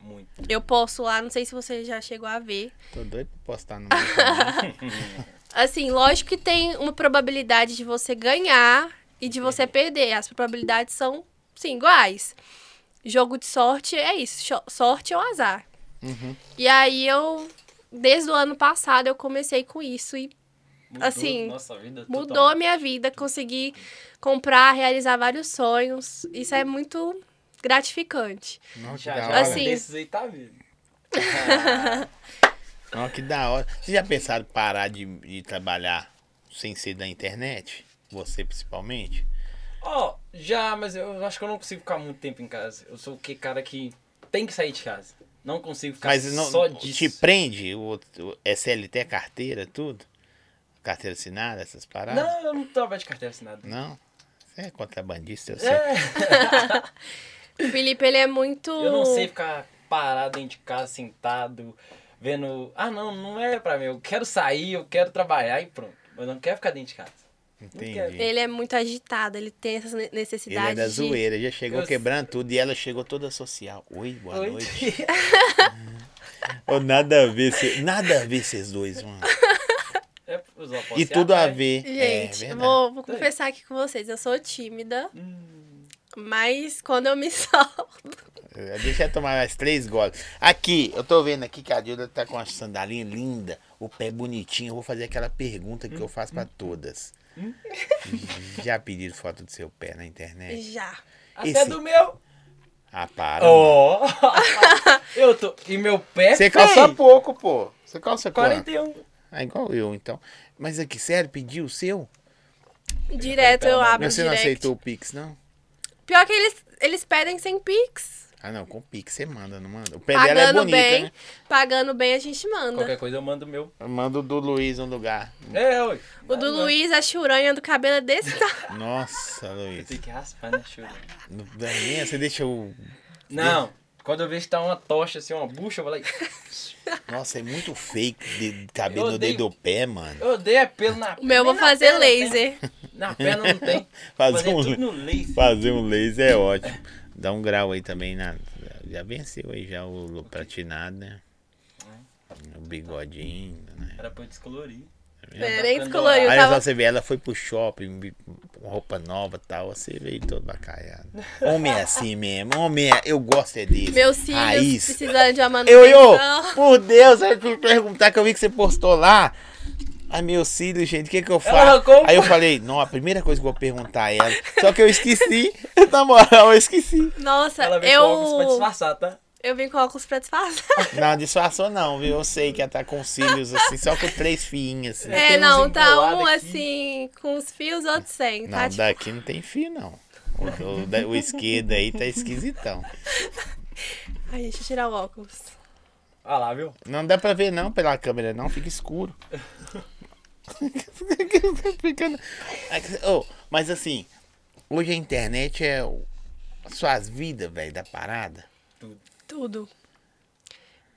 C: Muito.
B: Eu posto lá, não sei se você já chegou a ver.
A: Tô doido pra postar no meu canal.
B: Assim, lógico que tem uma probabilidade de você ganhar e de
C: Uhum.
B: você perder. As probabilidades são, sim, iguais. Jogo de sorte é isso, cho- sorte ou azar.
C: Uhum.
B: E aí eu, desde o ano passado, eu comecei com isso e
C: Mudou
B: Assim,
C: nossa vida
B: mudou a
C: totalmente.
B: minha vida. Consegui comprar, realizar vários sonhos. Isso é muito gratificante.
A: Nossa, que
C: Já,
A: da
C: já,
A: hora.
B: Assim.
C: desses aí tá vivo.
A: Nossa, que da hora. Vocês já pensaram em parar de, de trabalhar sem ser da internet? Você principalmente?
C: Ó, Oh, já, mas eu acho que eu não consigo ficar muito tempo em casa. Eu sou o que cara que tem que sair de casa. Não consigo ficar
A: Mas não, tipo,
C: só
A: te
C: disso.
A: prende o, o SLT, carteira, tudo? Carteira assinada, essas paradas?
C: Não, eu não trabalho de carteira assinada.
A: Não? Você é contrabandista, eu sei.
C: É.
B: O Felipe, ele é muito.
C: Eu não sei ficar parado dentro de casa, sentado, vendo. Ah, não, não é pra mim. Eu quero sair, eu quero trabalhar e pronto. Eu não quero ficar dentro de casa.
A: Entendi.
B: Ele é muito agitado, ele tem essas ne-
A: Ele é
B: necessidades.
A: da
B: de-
A: zoeira, já chegou
C: Eu-
A: quebrando tudo e ela chegou toda social. Oi, boa
C: Oi.
A: noite. Ô, nada a ver, cê- nada a ver esses dois, mano.
C: É, os opostos
A: E
C: se
A: tudo a
C: atraem.
A: ver.
B: Gente,
A: é verdade.
B: vou, vou confessar aqui com vocês, eu sou tímida,
A: Hum.
B: mas quando eu me solto.
A: Deixa eu tomar mais três goles. Aqui, eu tô vendo aqui que a Dilda tá com uma sandalinha linda, o pé bonitinho. Eu vou fazer aquela pergunta que eu faço pra todas. Já pediram foto do seu pé na internet?
B: Já.
C: Até
A: Esse-
C: do meu.
A: Ah, para. mano.
C: Ó. eu tô. E meu pé.
A: Você
C: é feio.
A: calça pouco, pô. Você calça quanto?
C: 41.
A: Ah, igual eu, então. Mas aqui, sério, pediu o seu?
B: Direto eu abro
A: Mas você não
B: direct.
A: aceitou o Pix, não?
B: Pior que eles, eles pedem sem Pix.
A: Ah, não, com o Pix você manda, não manda? O pé dela é
B: Pagando
A: bonito,
B: Ah, bem,
A: né?
B: pagando bem a gente manda.
C: Qualquer coisa eu mando o meu.
A: Manda o do Luiz no lugar.
C: É, oi.
B: O do Luiz, a churanha do cabelo é desse tamanho.
A: Nossa,
C: Eu
A: Luiz.
C: tenho que raspar né, na chura.
A: Não dá nem, Você deixa o.
C: Não. Quando eu vejo que tá uma tocha assim, uma bucha, eu vou lá. e-
A: Nossa, é muito fake de cabelo
C: Eu
A: no
C: odeio.
A: dedo do pé, mano.
C: Eu odeio é pelo na
B: O meu eu vou
C: nem na
B: fazer
C: perna tem.
B: laser.
C: Na perna não tem.
A: Fazer
C: Fazer
A: um
C: tudo
A: la-
C: no laser.
A: Fazer um laser é ótimo. Dá um grau aí também na. Já venceu aí já o platinado, né? O bigodinho, né?
C: Era pra eu descolorir.
B: É, nem
C: Tá
B: descoloriu.
A: Aí
B: Eu tava...
A: você vê, ela foi pro shopping, vi- com roupa nova e tal, você veio todo bacalhado. Homem é assim mesmo, homem é, eu gosto é desse.
B: Meus cílios
A: Raiz.
B: precisando de uma manutenção.
A: Eu, eu,
B: Então.
A: por Deus, eu fui perguntar que eu vi que você postou lá. Ai, meu cílio, gente, o que que eu faço?
C: arrancou o
A: Aí eu falei, não, a primeira coisa que eu vou perguntar a ela. Só que eu esqueci, na moral, eu esqueci.
B: Nossa,
C: Ela veio com óculos pra
B: eu...
C: disfarçar, tá?
B: eu vim com óculos pra disfarçar.
A: Não, disfarçou não, viu? Eu sei que ela tá com cílios assim, só com três fiinhas. Assim.
B: É,
C: tem uns
B: não, tá
C: enrolados
B: um
C: aqui.
B: assim, com os fios, outro sem, tá?
A: Não,
B: Tipo,
A: daqui não tem fio, não. O, o, da- o esquerdo aí tá esquisitão.
B: Ai, deixa eu tirar o óculos.
C: Olha lá, viu?
A: Não dá pra ver não pela câmera não, fica escuro. Ficando- Ô, mas assim, hoje a internet é o- suas vidas, velho, da parada.
B: Tudo.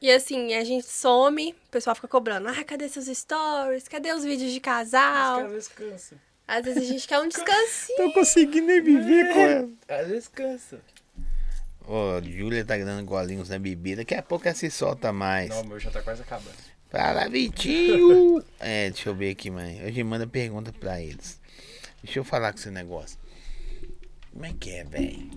B: E assim, a gente some, o pessoal fica cobrando. Ah, cadê seus stories? Cadê os vídeos de
C: Às
B: casal?
C: vezes cansa.
B: Às vezes a gente quer um descansinho.
A: Tô conseguindo nem viver com ela.
C: Às vezes cansa.
A: É. Ô, Júlia tá dando golinhos na bebida, daqui a pouco ela se solta mais.
C: Não, o meu já tá quase acabando.
A: Fala, Vitinho! é, deixa eu ver aqui, mãe. Hoje manda pergunta pra eles. Deixa eu falar com esse negócio. Como é que é, velho?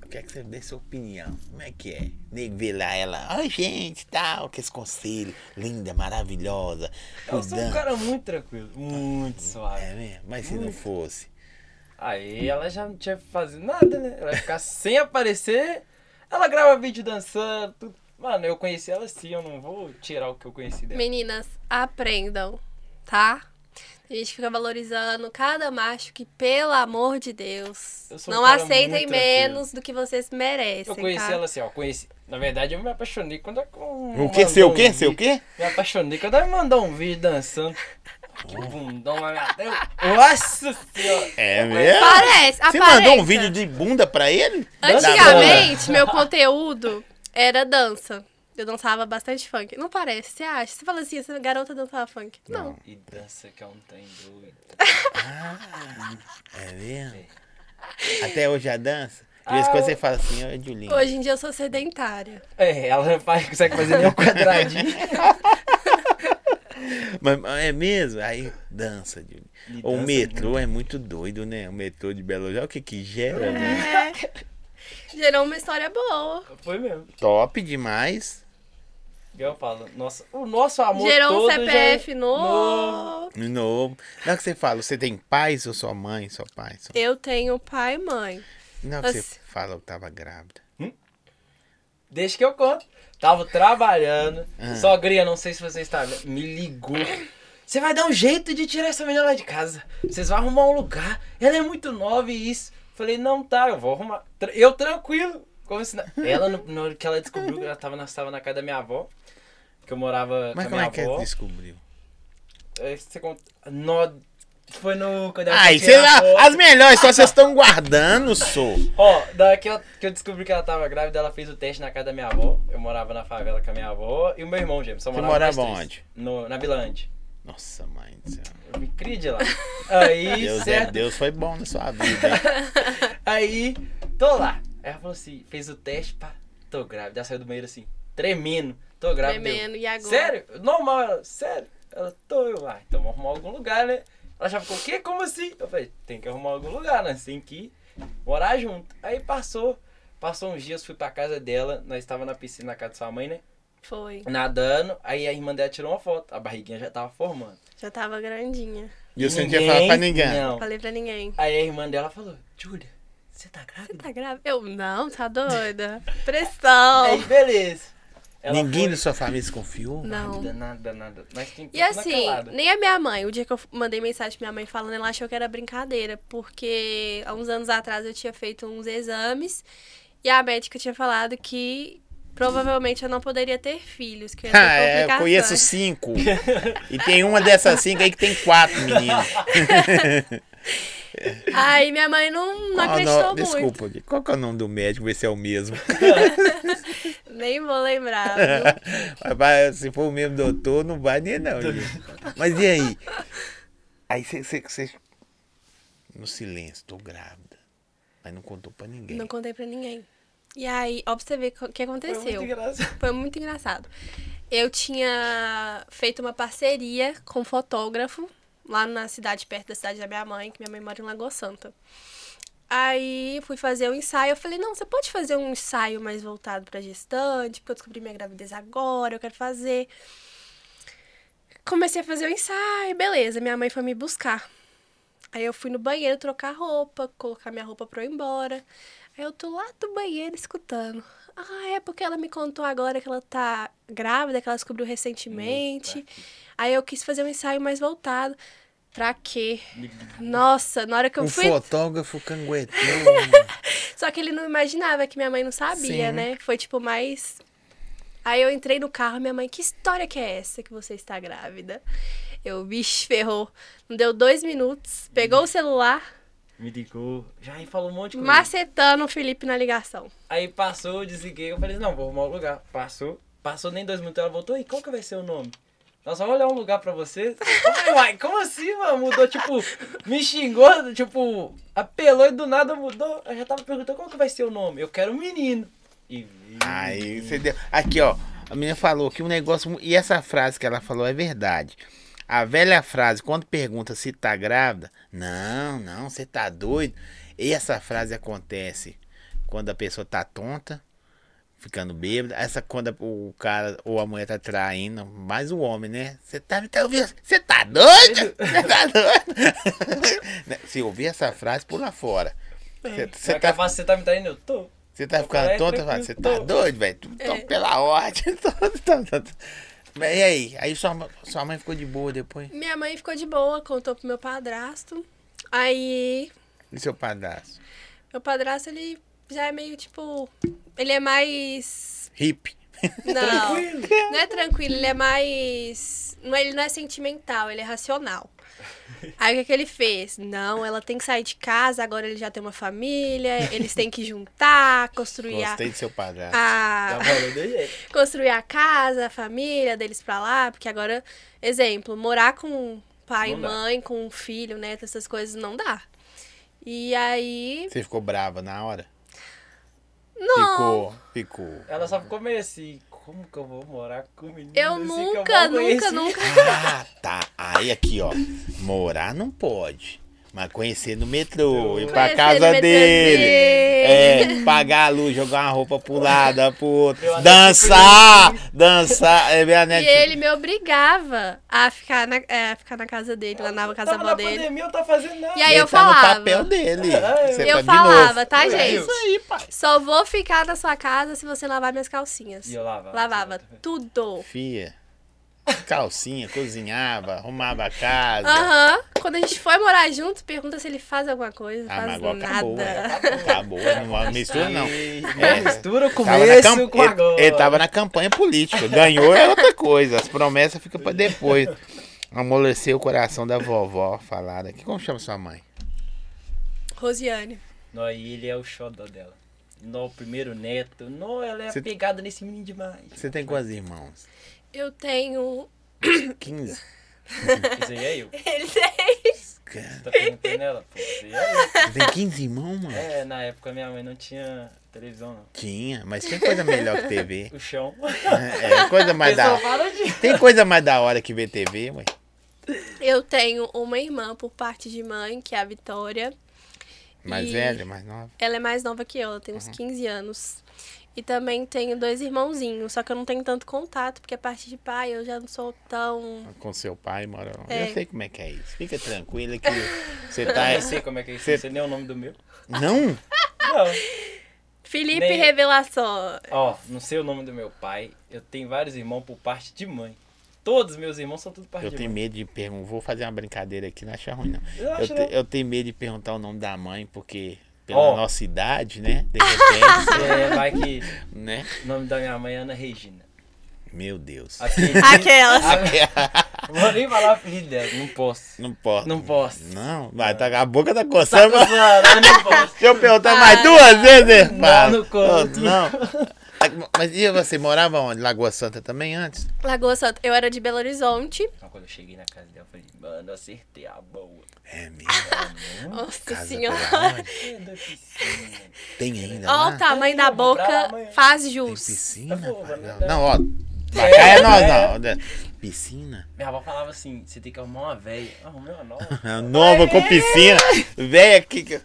A: Eu quero que você dê sua opinião. Como é que é? Nem vê lá ela. Ai, gente, tal, que esse conselho. Linda, maravilhosa.
C: Eu sou um
A: cuidando."
C: cara muito tranquilo. Muito
A: É
C: suave.
A: mesmo? Mas se não fosse.
C: Aí ela já não tinha que fazer nada, né? Ela ia ficar sem aparecer. Ela grava vídeo dançando, tudo. Mano, eu conheci ela sim, eu não vou tirar o que eu conheci dela.
B: Meninas, aprendam, tá? A gente que fica valorizando cada macho que, pelo amor de Deus,
C: Eu sou um
B: não
C: cara
B: aceitem
C: muito
B: menos do que vocês merecem,
C: Eu conheci
B: tá?
C: ela assim, ó. Conheci... Na verdade, eu me apaixonei quando ela.
A: O que? Seu o quê? Seu o quê?
C: Me apaixonei quando ela me mandou um vídeo um dançando. Que bundão largadão. Nossa senhora.
A: É mesmo?
B: Parece,
A: Você
B: aparenta.
A: mandou um vídeo de bunda pra ele?
B: Antigamente, meu conteúdo era dança. Eu dançava bastante funk. Não parece, você acha? Você fala assim, essa garota dançava funk. Não.
C: E dança que é um trem doido.
A: É mesmo? Até hoje a dança? De
C: Ah,
A: vez em quando você fala assim, ô Julinho.
B: Hoje em dia eu sou sedentária.
C: É, ela não faz, consegue fazer nem um quadradinho.
A: Mas mas é mesmo? Aí dança, Julinho.
C: E
A: O
C: dança
A: metrô é muito doido, né? O metrô de Belo Horizonte, o que que gera, né?
B: É. Gerou uma história boa.
C: Foi mesmo.
A: Top demais.
C: Eu falo, nossa, o nosso amor
B: Gerou um
C: todo já é-
B: CPF novo.
A: Novo. Não é que você fala, você tem pais ou sua mãe, só pai? Só...
B: Eu tenho pai e mãe.
A: Não é que você
B: Assim.
A: fala, eu tava grávida.
C: Deixa que eu conto. Tava trabalhando.
A: Ah.
C: Sogrinha, não sei se você está vendo, me ligou. Você vai dar um jeito de tirar essa menina lá de casa. Vocês vão arrumar um lugar. Ela é muito nova e isso. Falei, não tá, eu vou arrumar. Tra- Eu tranquilo. Como se na- Ela, no- na hora que ela descobriu que ela tava na, tava na casa da minha avó, que eu morava
A: Mas
C: com a
A: como
C: minha
A: é que
C: avó.
A: ela descobriu?
C: É, Você conta. nó- Foi no. Quando ela foi
A: Aí,
C: tirar
A: sei lá,
C: foto.
A: as melhores só vocês estão guardando, sou.
C: Ó, daí que eu, que eu descobri que ela tava grávida, ela fez o teste na casa da minha avó. Eu morava na favela com a minha avó e o meu irmão, James. Só
A: Você
C: morava nós
A: morava
C: três.
A: onde?
C: No, na Vilande.
A: Nossa, mãe do céu.
C: Eu me criei de lá. Aí,
A: Deus, é,
C: certo.
A: Deus foi bom na sua vida, hein?
C: Aí, tô lá. Aí ela falou assim, fez o teste, pá, tô grávida. Ela saiu do banheiro assim, tremendo. Tô grávida. Eu,
B: Tremendo, e agora?
C: Sério? Normal, ela, sério? Ela, tô eu, ah, então vamos arrumar algum lugar, né? Ela já ficou, o quê? Como assim? Eu falei, tem que arrumar algum lugar, nós tem que morar junto. Aí passou, passou uns dias, fui pra casa dela, nós estava na piscina na casa de sua mãe, né?
B: Foi.
C: Nadando, aí a irmã dela tirou uma foto, a barriguinha já tava formando.
B: Já tava grandinha.
A: E você não tinha falado pra ninguém.
C: Não.
B: Falei pra ninguém.
C: Aí a irmã dela falou, Júlia, você tá
B: Você
C: grávida?
B: tá grávida? Eu, não, tá doida. Pressão.
C: Aí, beleza. Ela
A: Ninguém da
C: foi,
A: sua família se confiou?
B: Não.
C: Nada, nada, nada. Mas
A: Tá
C: quem tá
B: E assim, nem a minha mãe. O dia que eu mandei mensagem pra minha mãe falando, ela achou que era brincadeira. Porque há uns anos atrás eu tinha feito uns exames e a médica tinha falado que provavelmente eu não poderia ter filhos, que eu ia ter
A: Ah, é, eu conheço
B: complicações.
A: cinco. e tem uma dessas cinco aí que tem quatro meninos.
B: Aí minha mãe não, não
A: Qual o
B: acreditou
A: nome-
B: muito.
A: Ah, Desculpa, Di, qual que é o nome do médico? Ver se é o mesmo.
B: Nem vou lembrar. viu?
A: Mas vai- se for o mesmo doutor, não vai nem não. Di. Mas e aí? Aí você. No silêncio, tô grávida. Mas não contou pra ninguém.
B: não contei pra ninguém. E aí, ó, pra você ver o que
C: Foi
B: aconteceu.
C: muito engraçado.
B: Foi muito engraçado. Eu tinha feito uma parceria com um fotógrafo lá na cidade, perto da cidade da minha mãe, que minha mãe mora em Lagoa Santa. Aí fui fazer um ensaio. Eu falei: não, você pode fazer um ensaio mais voltado pra gestante, porque eu descobri minha gravidez agora, eu quero fazer. Comecei a fazer o ensaio, beleza. Minha mãe foi me buscar. Aí eu fui no banheiro trocar roupa, colocar minha roupa pra eu ir embora. Aí eu tô lá do banheiro escutando. Ah, é porque ela me contou agora que ela tá grávida, que ela descobriu recentemente.
C: Tá
B: Aí eu quis fazer um ensaio mais voltado. Pra quê? Nossa, na hora que eu
A: Um
B: fui.
A: fotógrafo canguetão.
B: Só que ele não imaginava que minha mãe não sabia,
A: Sim.
B: né? Foi tipo mais. Aí eu entrei no carro, minha mãe, que história que é essa que você está grávida? Eu, bicho, ferrou. Não deu dois minutos, pegou o celular,
C: Me ligou. Já aí falou um monte de coisa.
B: macetando o Felipe na ligação.
C: Aí passou, eu desliguei. Eu falei, não, vou arrumar um lugar. Passou. Passou nem dois minutos. Ela voltou. E qual que vai ser o nome? Nós vamos olhar um lugar pra você. Ai, uai, como assim, mano? Mudou, tipo, me xingou, tipo, apelou e do nada mudou. Eu já tava perguntando qual que vai ser o nome. Eu quero um menino. E Ah,
A: Aí você deu. Aqui, ó. A menina falou que um negócio. mu- E essa frase que ela falou é verdade. A velha frase, quando pergunta se tá grávida, não, não, você tá doido. E essa frase acontece quando a pessoa tá tonta, ficando bêbada. Essa quando a- o cara ou a mulher tá traindo, mais o homem, né? Você tá me tá ouvindo? Você tá doido? Você tá doido? Né? se ouvir essa frase, pula fora. Você-
C: Você
A: Você
C: tá...
A: tá
C: você tá me traindo? Eu tô.
A: você tá
B: É,
C: falei,
A: ficando tonta,
C: tranquilo,
A: mano. Você tá
C: tô.
A: doido, velho. Tu- Então, pela ordem. Tô, tô, tô, tô. Mas e aí? Aí sua, ma- sua mãe ficou de boa depois?
B: Minha mãe ficou de boa, contou pro meu padrasto. Aí
A: E seu padrasto?
B: Meu padrasto, ele já é meio tipo. Ele é mais.
A: Hip.
B: Não. Não é tranquilo, ele é mais. Não, ele não é sentimental, ele é racional. Aí o que, que ele fez? Não, ela tem que sair de casa, agora ele já tem uma família, eles têm que juntar, construir a,
A: Gostei do seu padrasto.
B: Ah.
C: Tá
B: a,
C: falando aí, gente.
B: construir a casa, a família deles pra lá, porque agora, exemplo, morar com pai e
C: Não dá.
B: mãe, com um filho, neto, essas coisas não dá. E aí.
A: Você ficou brava na hora?
B: Não.
A: Ficou, ficou.
C: Ela só ficou meio assim, como que eu vou morar com um menino
B: Eu
C: assim que eu
B: nunca,
C: mal
B: nunca,
C: conheci?"
B: nunca.
A: Ah, tá. Aí aqui, ó. Morar não pode. Mas conhecer no metrô, ir pra
B: Conhecer no
A: casa
B: metrô,
A: dele.
B: sim.
A: É, pagar a luz, jogar uma roupa pro lado, da pro outro.
C: Eu até
A: Dançar, dançar. É, ver a
B: E
A: Netflix.
B: ele me obrigava a ficar na, é, a ficar na casa dele, lá na casa da avó
C: Tava na
B: dele.
C: pandemia, eu não tava fazendo nada.
B: E aí É, eu
A: Ele tá
B: falava.
A: no papel dele. Você
C: É, eu
A: tá
B: Eu
A: de
B: falava,
A: novo.
B: tá,
C: É
B: gente?
C: isso
A: aí, pai.
B: Só vou ficar na sua casa se você lavar minhas calcinhas.
C: E eu tá lavava.
B: Lavava tudo.
A: Fia. Calcinha, cozinhava, arrumava a casa.
B: Aham. Quando a gente foi morar junto, pergunta se ele faz alguma coisa.
A: Ah, mas
B: faz
A: agora acabou. né?
B: nada.
A: Acabou, não mistura não.
C: E-
A: É.
C: Mistura o
A: Tava
C: começo
A: na cam-
C: com agora.
A: ele, ele tava na campanha política. Ganhou é outra coisa. As promessas ficam pra depois. Amoleceu o coração da vovó, falaram aqui. Como chama sua mãe?
B: Rosiane.
C: Nó, e ele é o xodó dela. Nó, o primeiro neto. Nó, ela é
A: Cê-
C: apegada nesse menino demais.
A: Você tem quantos irmãos?
B: Eu tenho.
A: 15?
C: Isso aí é eu. Você
B: Ele tem.
A: Cara,
C: tá perguntando ela? Pô, isso aí é eu.
A: Você tem 15 irmãos, mano?
C: É, na época minha mãe não tinha televisão, não.
A: Tinha, mas tem coisa melhor que TV.
C: O chão.
A: É, coisa mais da
C: Pessoal fala de...
A: Tem coisa mais da hora que ver TV, mãe?
B: Eu tenho uma irmã por parte de mãe, que é a Vitória.
A: Mais
B: E-
A: velha, mais nova.
B: Ela é mais nova que eu, ela tem uns
A: Uhum.
B: 15 anos. E também tenho dois irmãozinhos, só que eu não tenho tanto contato, porque a parte de pai eu já não sou tão.
A: Com seu pai, mora. lá.
B: É.
A: Eu sei como é que é isso. Fica tranquila que você tá.
C: Ah, eu sei como é que é isso.
A: Cê-
C: Você nem o nome do meu.
A: Não?
C: Não.
B: Felipe
C: Nem-
B: Revelação.
C: Ó, não sei o nome do meu pai. Eu tenho vários irmãos por parte de mãe. Todos meus irmãos são tudo parte
A: Eu
C: de
A: tenho
C: mãe.
A: medo de perguntar. Vou fazer uma brincadeira aqui, não acha ruim, não.
C: Eu
A: Eu,
C: acho,
A: te-
C: não.
A: eu tenho medo de perguntar o nome da mãe, porque pela
C: Ó.
A: nossa idade, né? De repente,
C: É, vai que
A: né?
C: o nome da minha mãe é Ana Regina. Assim,
A: Meu Deus.
C: Apelido...
B: Aquelas.
C: Vou nem falar o apelido dela, não posso.
A: Não posso.
C: Não posso.
A: Não, vai, tá, a boca tá
C: Tá
A: coçando. mas-
C: gozando, eu não posso.
A: Deixa eu perguntar
B: Para.
A: mais duas vezes,
C: Não,
A: Fábio.
C: não conto.
A: Não. Mas e você morava onde? Lagoa Santa também antes?
B: Lagoa Santa. Eu era de Belo Horizonte.
C: Então, quando eu cheguei na casa dela, eu falei, mano, eu acertei a boa.
A: É mesmo.
B: Nossa
A: Casa pela
B: senhora.
A: onde?
C: É da piscina.
A: Tem ainda lá?
B: Olha o tamanho da
C: Eu vou pra lá
B: boca.
C: amanhã.
B: Faz
A: Tem
B: jus.
A: piscina?
C: Tá bom,
A: pai?
C: vai
A: Não,
C: dar.
A: não, ó. Pra cá é nós, não. Piscina?
C: Minha avó falava assim, você tem que arrumar uma velha. Eu Arrumei uma nova.
A: É Nova com piscina. Véia que. que-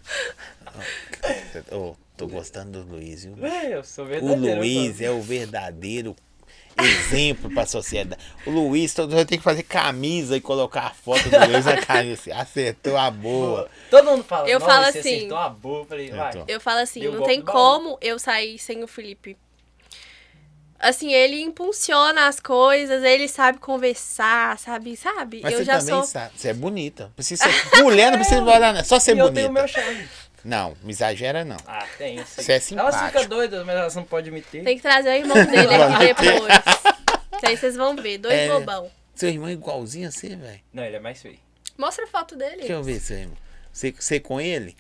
A: Ô, tô gostando do Luiz, viu?
C: Véi, eu sou
A: O
C: verdadeiro. né,
A: Luiz é o verdadeiro exemplo pra sociedade. O Luiz, todo mundo tem que fazer camisa e colocar a foto do Luiz na camisa. Acertou a boa.
C: Todo mundo fala,
B: Eu
C: "Nossa,
B: falo
C: você
B: assim-
C: acertou a boa. Eu falei, vai.
A: Acertou.
B: Eu falo assim,
C: Deu
B: não
C: golpe
B: tem
C: no baú.
B: como eu sair sem o Felipe. Assim, ele impulsiona as coisas, ele sabe conversar, sabe, sabe?
A: Mas
B: eu
A: você
B: já
A: também
B: sou.
A: sabe. Você é bonita. Precisa ser... Mulher não precisa olhar, não. É só ser
C: E eu tenho
A: bonita.
C: o meu charme.
A: Não, me exagera, não.
C: Ah, tem, eu sei.
A: Você é
C: Elas
A: simpático.
C: ficam doidas, mas elas não podem me ter.
B: Tem que trazer o irmão dele aqui depois. Que aí vocês vão ver, dois
A: É.
B: bobão.
A: Seu irmão é igualzinho a você, velho.
C: Não, ele é mais feio.
B: Mostra a foto dele.
A: Deixa eu ver seu irmão. Você, você é com ele?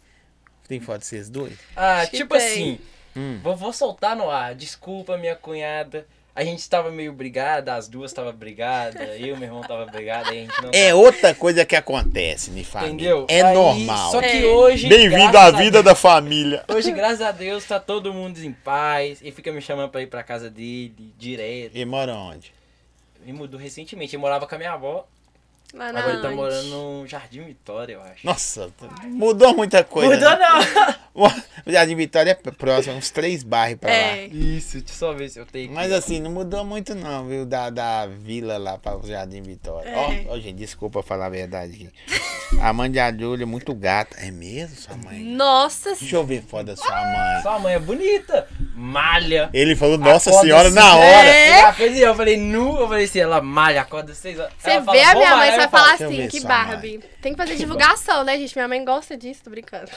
A: Tem foto de vocês dois?
C: Ah,
B: Acho que
C: tipo
B: tem.
C: assim,
A: Hum.
C: vou, vou soltar no ar. Desculpa, minha cunhada. A gente tava meio brigada, as duas tava brigada, eu e meu irmão tava brigada, aí a gente não
A: É outra coisa que acontece, me família.
C: Entendeu?
A: É
C: Aí,
A: normal.
C: Só que
B: É.
C: hoje.
A: Bem-vindo à
C: graças a
A: vida da família.
C: Deus- Hoje, graças a Deus, tá todo mundo em paz. Ele fica me chamando pra ir pra casa dele, direto.
A: E mora onde?
C: Me mudou recentemente. Eu morava com a minha avó.
B: Lá na
C: Agora ele tá
B: Ant.
C: morando no Jardim Vitória, eu acho.
A: Nossa, mudou muita coisa.
C: Mudou
A: né?
C: não!
A: O Jardim Vitória é próximo, uns três bairros pra
B: É.
C: Isso, deixa eu só ver se eu tenho.
A: lá. Mas assim, não mudou muito não, viu? Da, da vila lá para o Jardim Vitória. Ó,
B: É.
A: ó, gente, desculpa falar a verdade aqui. A mãe de Adúlio é muito gata. É mesmo, sua mãe?
B: Nossa
A: Deixa eu ver foto da sua mãe.
C: Sua mãe é bonita, malha.
A: Ele falou, nossa
C: acorda
A: senhora,
C: às
A: na
C: seis-
A: hora.
B: É.
C: Ela fez e eu falei, nu. Eu falei assim, ela malha, acorda às seis horas.
B: Você
C: Ela fala,
B: vê a
C: "Vou
B: minha mãe,
C: malhar",
B: você vai
C: eu falo,
B: falar
A: Deixa eu
B: assim,
A: ver
B: que
A: sua
B: Barbie. Tem que fazer divulgação, né, gente? Minha mãe gosta disso, tô brincando.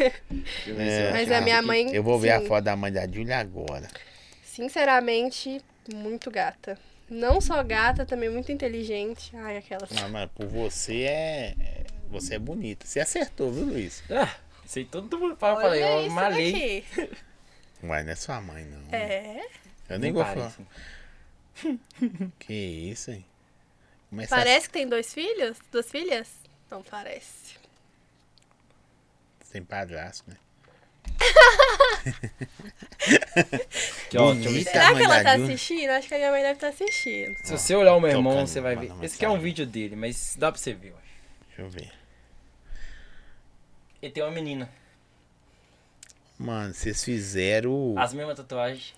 A: É,
B: Mas a minha mãe,
C: é
A: Eu vou ver a
B: sim.
A: foto da mãe da Júlia agora.
B: sinceramente, muito gata. Não só gata, também muito inteligente. Ai, aquelas.
A: Não, mas por você é. é- Você é bonita. Você acertou, viu, Luiz?
C: Ah, sei todo mundo fala, falei,
B: Olha
C: eu
B: isso
C: malhei.
B: daqui.
A: Uai, não é sua mãe, não.
B: É.
A: Eu nem vou falar.
C: parece.
A: Que isso, hein? Começa
B: Parece que tem dois filhos? Duas filhas? Não parece.
A: a... sem padrasto, né?
C: Que ótimo.
A: Bonita.
B: Será
A: mãe
B: que ela
A: da
B: tá
A: Ju.
B: assistindo? Acho que a minha mãe deve estar assistindo.
C: Se você olhar o meu
A: Tocando,
C: irmão, você vai ver.
A: manda
C: Esse aqui é um
A: mensagem.
C: vídeo dele, mas dá pra você ver, eu acho.
A: Deixa eu ver.
C: Ele tem uma menina,
A: Mano, vocês fizeram.
C: as mesmas tatuagens.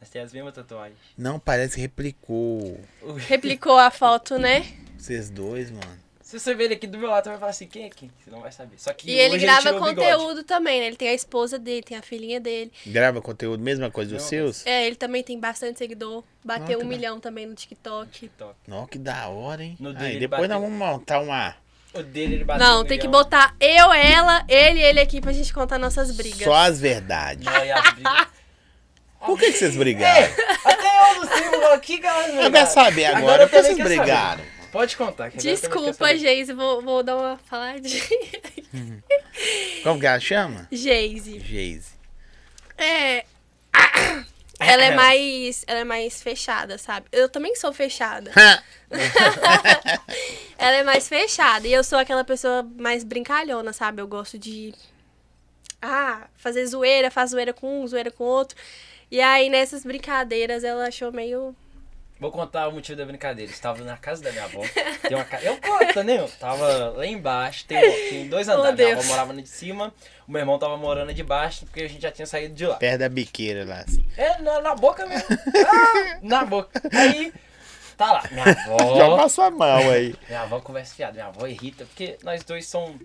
C: Nós temos as mesmas tatuagens.
A: Não, parece que replicou.
C: O-
B: Replicou a foto, né?
A: Vocês dois, mano.
C: Se você ver ele aqui do meu lado, você vai falar assim, quem é quem? Você não vai saber. Só que
B: E ele
C: hoje
B: grava
C: tirou o bigode.
B: conteúdo também, né? Ele tem a esposa dele, tem a filhinha dele.
A: Grava conteúdo, mesma coisa dos
C: Não,
A: seus?
B: É, ele também tem bastante seguidor. Bateu
A: Ah, que
B: um
A: bom.
B: milhão também no TikTok.
C: TikTok.
A: Não, que da hora, hein?
C: No dele
A: Aí
C: ele
A: depois nós
C: bateu.
A: vamos montar uma.
C: O dele, ele bateu
B: Não,
C: no
B: tem que
C: milhão.
B: botar eu, ela, ele e ele aqui pra gente contar nossas brigas.
A: Só as verdades.
C: Não, e as brigas.
A: Por que, que vocês brigaram?
C: Até eu não sei, mano, aqui, galera.
A: eu quero saber
C: É, Agora
A: agora.
C: eu
A: Por que
C: também
A: vocês
C: quero
A: brigaram?
C: Pode contar. que agora eu também quero
B: Desculpa,
C: saber.
B: Geise, vou, vou dar uma faladinha.
A: Como que ela chama?
B: Geise.
A: Geise.
B: É. Ela é mais. Ela é mais fechada, sabe? Eu também sou fechada.
A: Hã?
B: Ela é mais fechada. E eu sou aquela pessoa mais brincalhona, sabe? Eu gosto de. Ah, fazer zoeira, faz zoeira com um, zoeira com outro. E aí, nessas brincadeiras, ela achou meio.
C: Vou contar o motivo da brincadeira. Estava na casa da minha avó. Tem uma ca... Eu conto, né? Eu tava lá embaixo, tem, um, tem dois andares. minha
B: Oh, Deus.
C: avó morava na de cima, o meu irmão tava morando de baixo, porque a gente já tinha saído de lá.
A: Perto da biqueira lá. assim.
C: É, na, na boca mesmo. Ah, na boca. Aí, tá lá, minha
A: Joga
C: avó.
A: a sua mão aí.
C: Minha avó conversa fiada, minha avó irrita, porque nós dois somos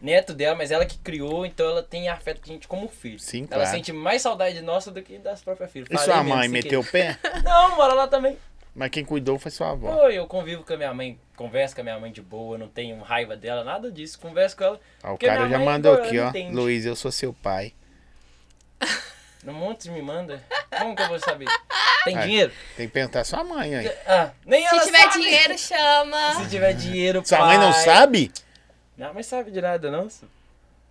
C: neto dela, mas ela que criou, então ela tem afeto com a gente como filho.
A: Sim,
C: ela
A: claro.
C: sente mais saudade nossa do que das próprias filhas.
A: E
C: Falei
A: sua
C: mesmo,
A: mãe
C: sem
A: meteu o pé?
C: querer. Não, mora lá também.
A: Mas quem cuidou foi sua avó.
C: Pô, eu convivo com a minha mãe, converso com a minha mãe de boa, não tenho raiva dela, nada disso. Converso com ela.
A: Ó, Ah, o
C: porque
A: cara
C: minha
A: já
C: mãe
A: mandou
C: agora
A: aqui, ó.
C: entende.
A: Luiz, eu sou seu pai.
C: No monte me manda. Como que eu vou saber? Tem
A: É.
C: dinheiro?
A: Tem que perguntar à sua mãe aí.
C: Ah, nem ela
B: Se tiver
C: sabe.
B: dinheiro, chama.
C: Se tiver dinheiro,
A: Sua
C: pai.
A: mãe não sabe?
C: Minha mãe sabe de nada, não. senhor.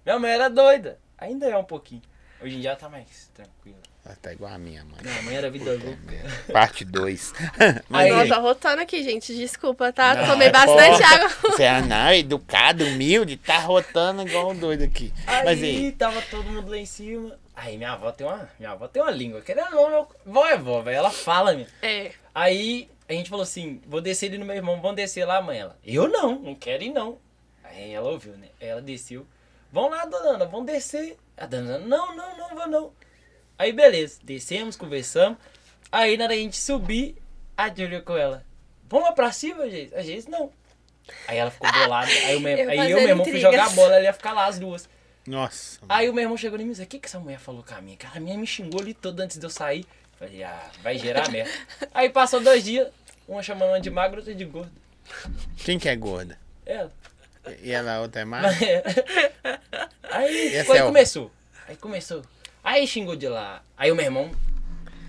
C: Minha mãe era doida. Ainda é um pouquinho. Hoje em dia ela tá mais tranquila.
A: Ela tá igual a minha mãe.
C: Minha mãe era vida
A: Puta
C: louca.
A: merda. Parte 2.
C: Aí-
B: Nós tô arrotando aqui, gente. Desculpa, tá?
C: Não,
B: Tomei
A: é
B: bastante
A: porra.
B: água.
A: Você é não, educado, humilde, tá rotando igual um doido aqui. Mas
C: aí,
A: aí,
C: tava todo mundo lá em cima. Aí minha avó tem uma, minha avó tem uma língua. Querendo ou não, meu, vó é vó, velho. Ela fala, minha.
B: É.
C: Aí a gente falou assim: vou descer ali no meu irmão, vão descer lá amanhã. Ela, eu não, não quero ir não. Aí ela ouviu, né? Aí Ela desceu. Vão lá, dona Ana, vão descer. A dona Ana, não, não, não vou não. Aí beleza, descemos, conversamos. Aí na hora da gente subir, a Júlia com ela. Vamos lá pra cima, gente? A gente não. Aí ela ficou bolada. Aí, o
B: Ah,
C: meu-
B: Eu
C: aí eu e
B: fazendo
C: meu irmão fui
B: intrigas.
C: jogar a bola, ela ia ficar lá as duas.
A: nossa.
C: Aí o meu irmão chegou em mim e disse, o que, que essa mulher falou com a minha? Cara, a minha me xingou ali toda antes de eu sair. Falei, ah, vai gerar merda. Aí passou dois dias, uma chamando ela de magra, outra de gorda.
A: Quem que é gorda?
C: Ela.
A: E ela a outra é mais?
C: Aí
A: Essa
C: foi,
A: é o-
C: começou. Aí começou. Aí xingou de lá. Aí o meu irmão...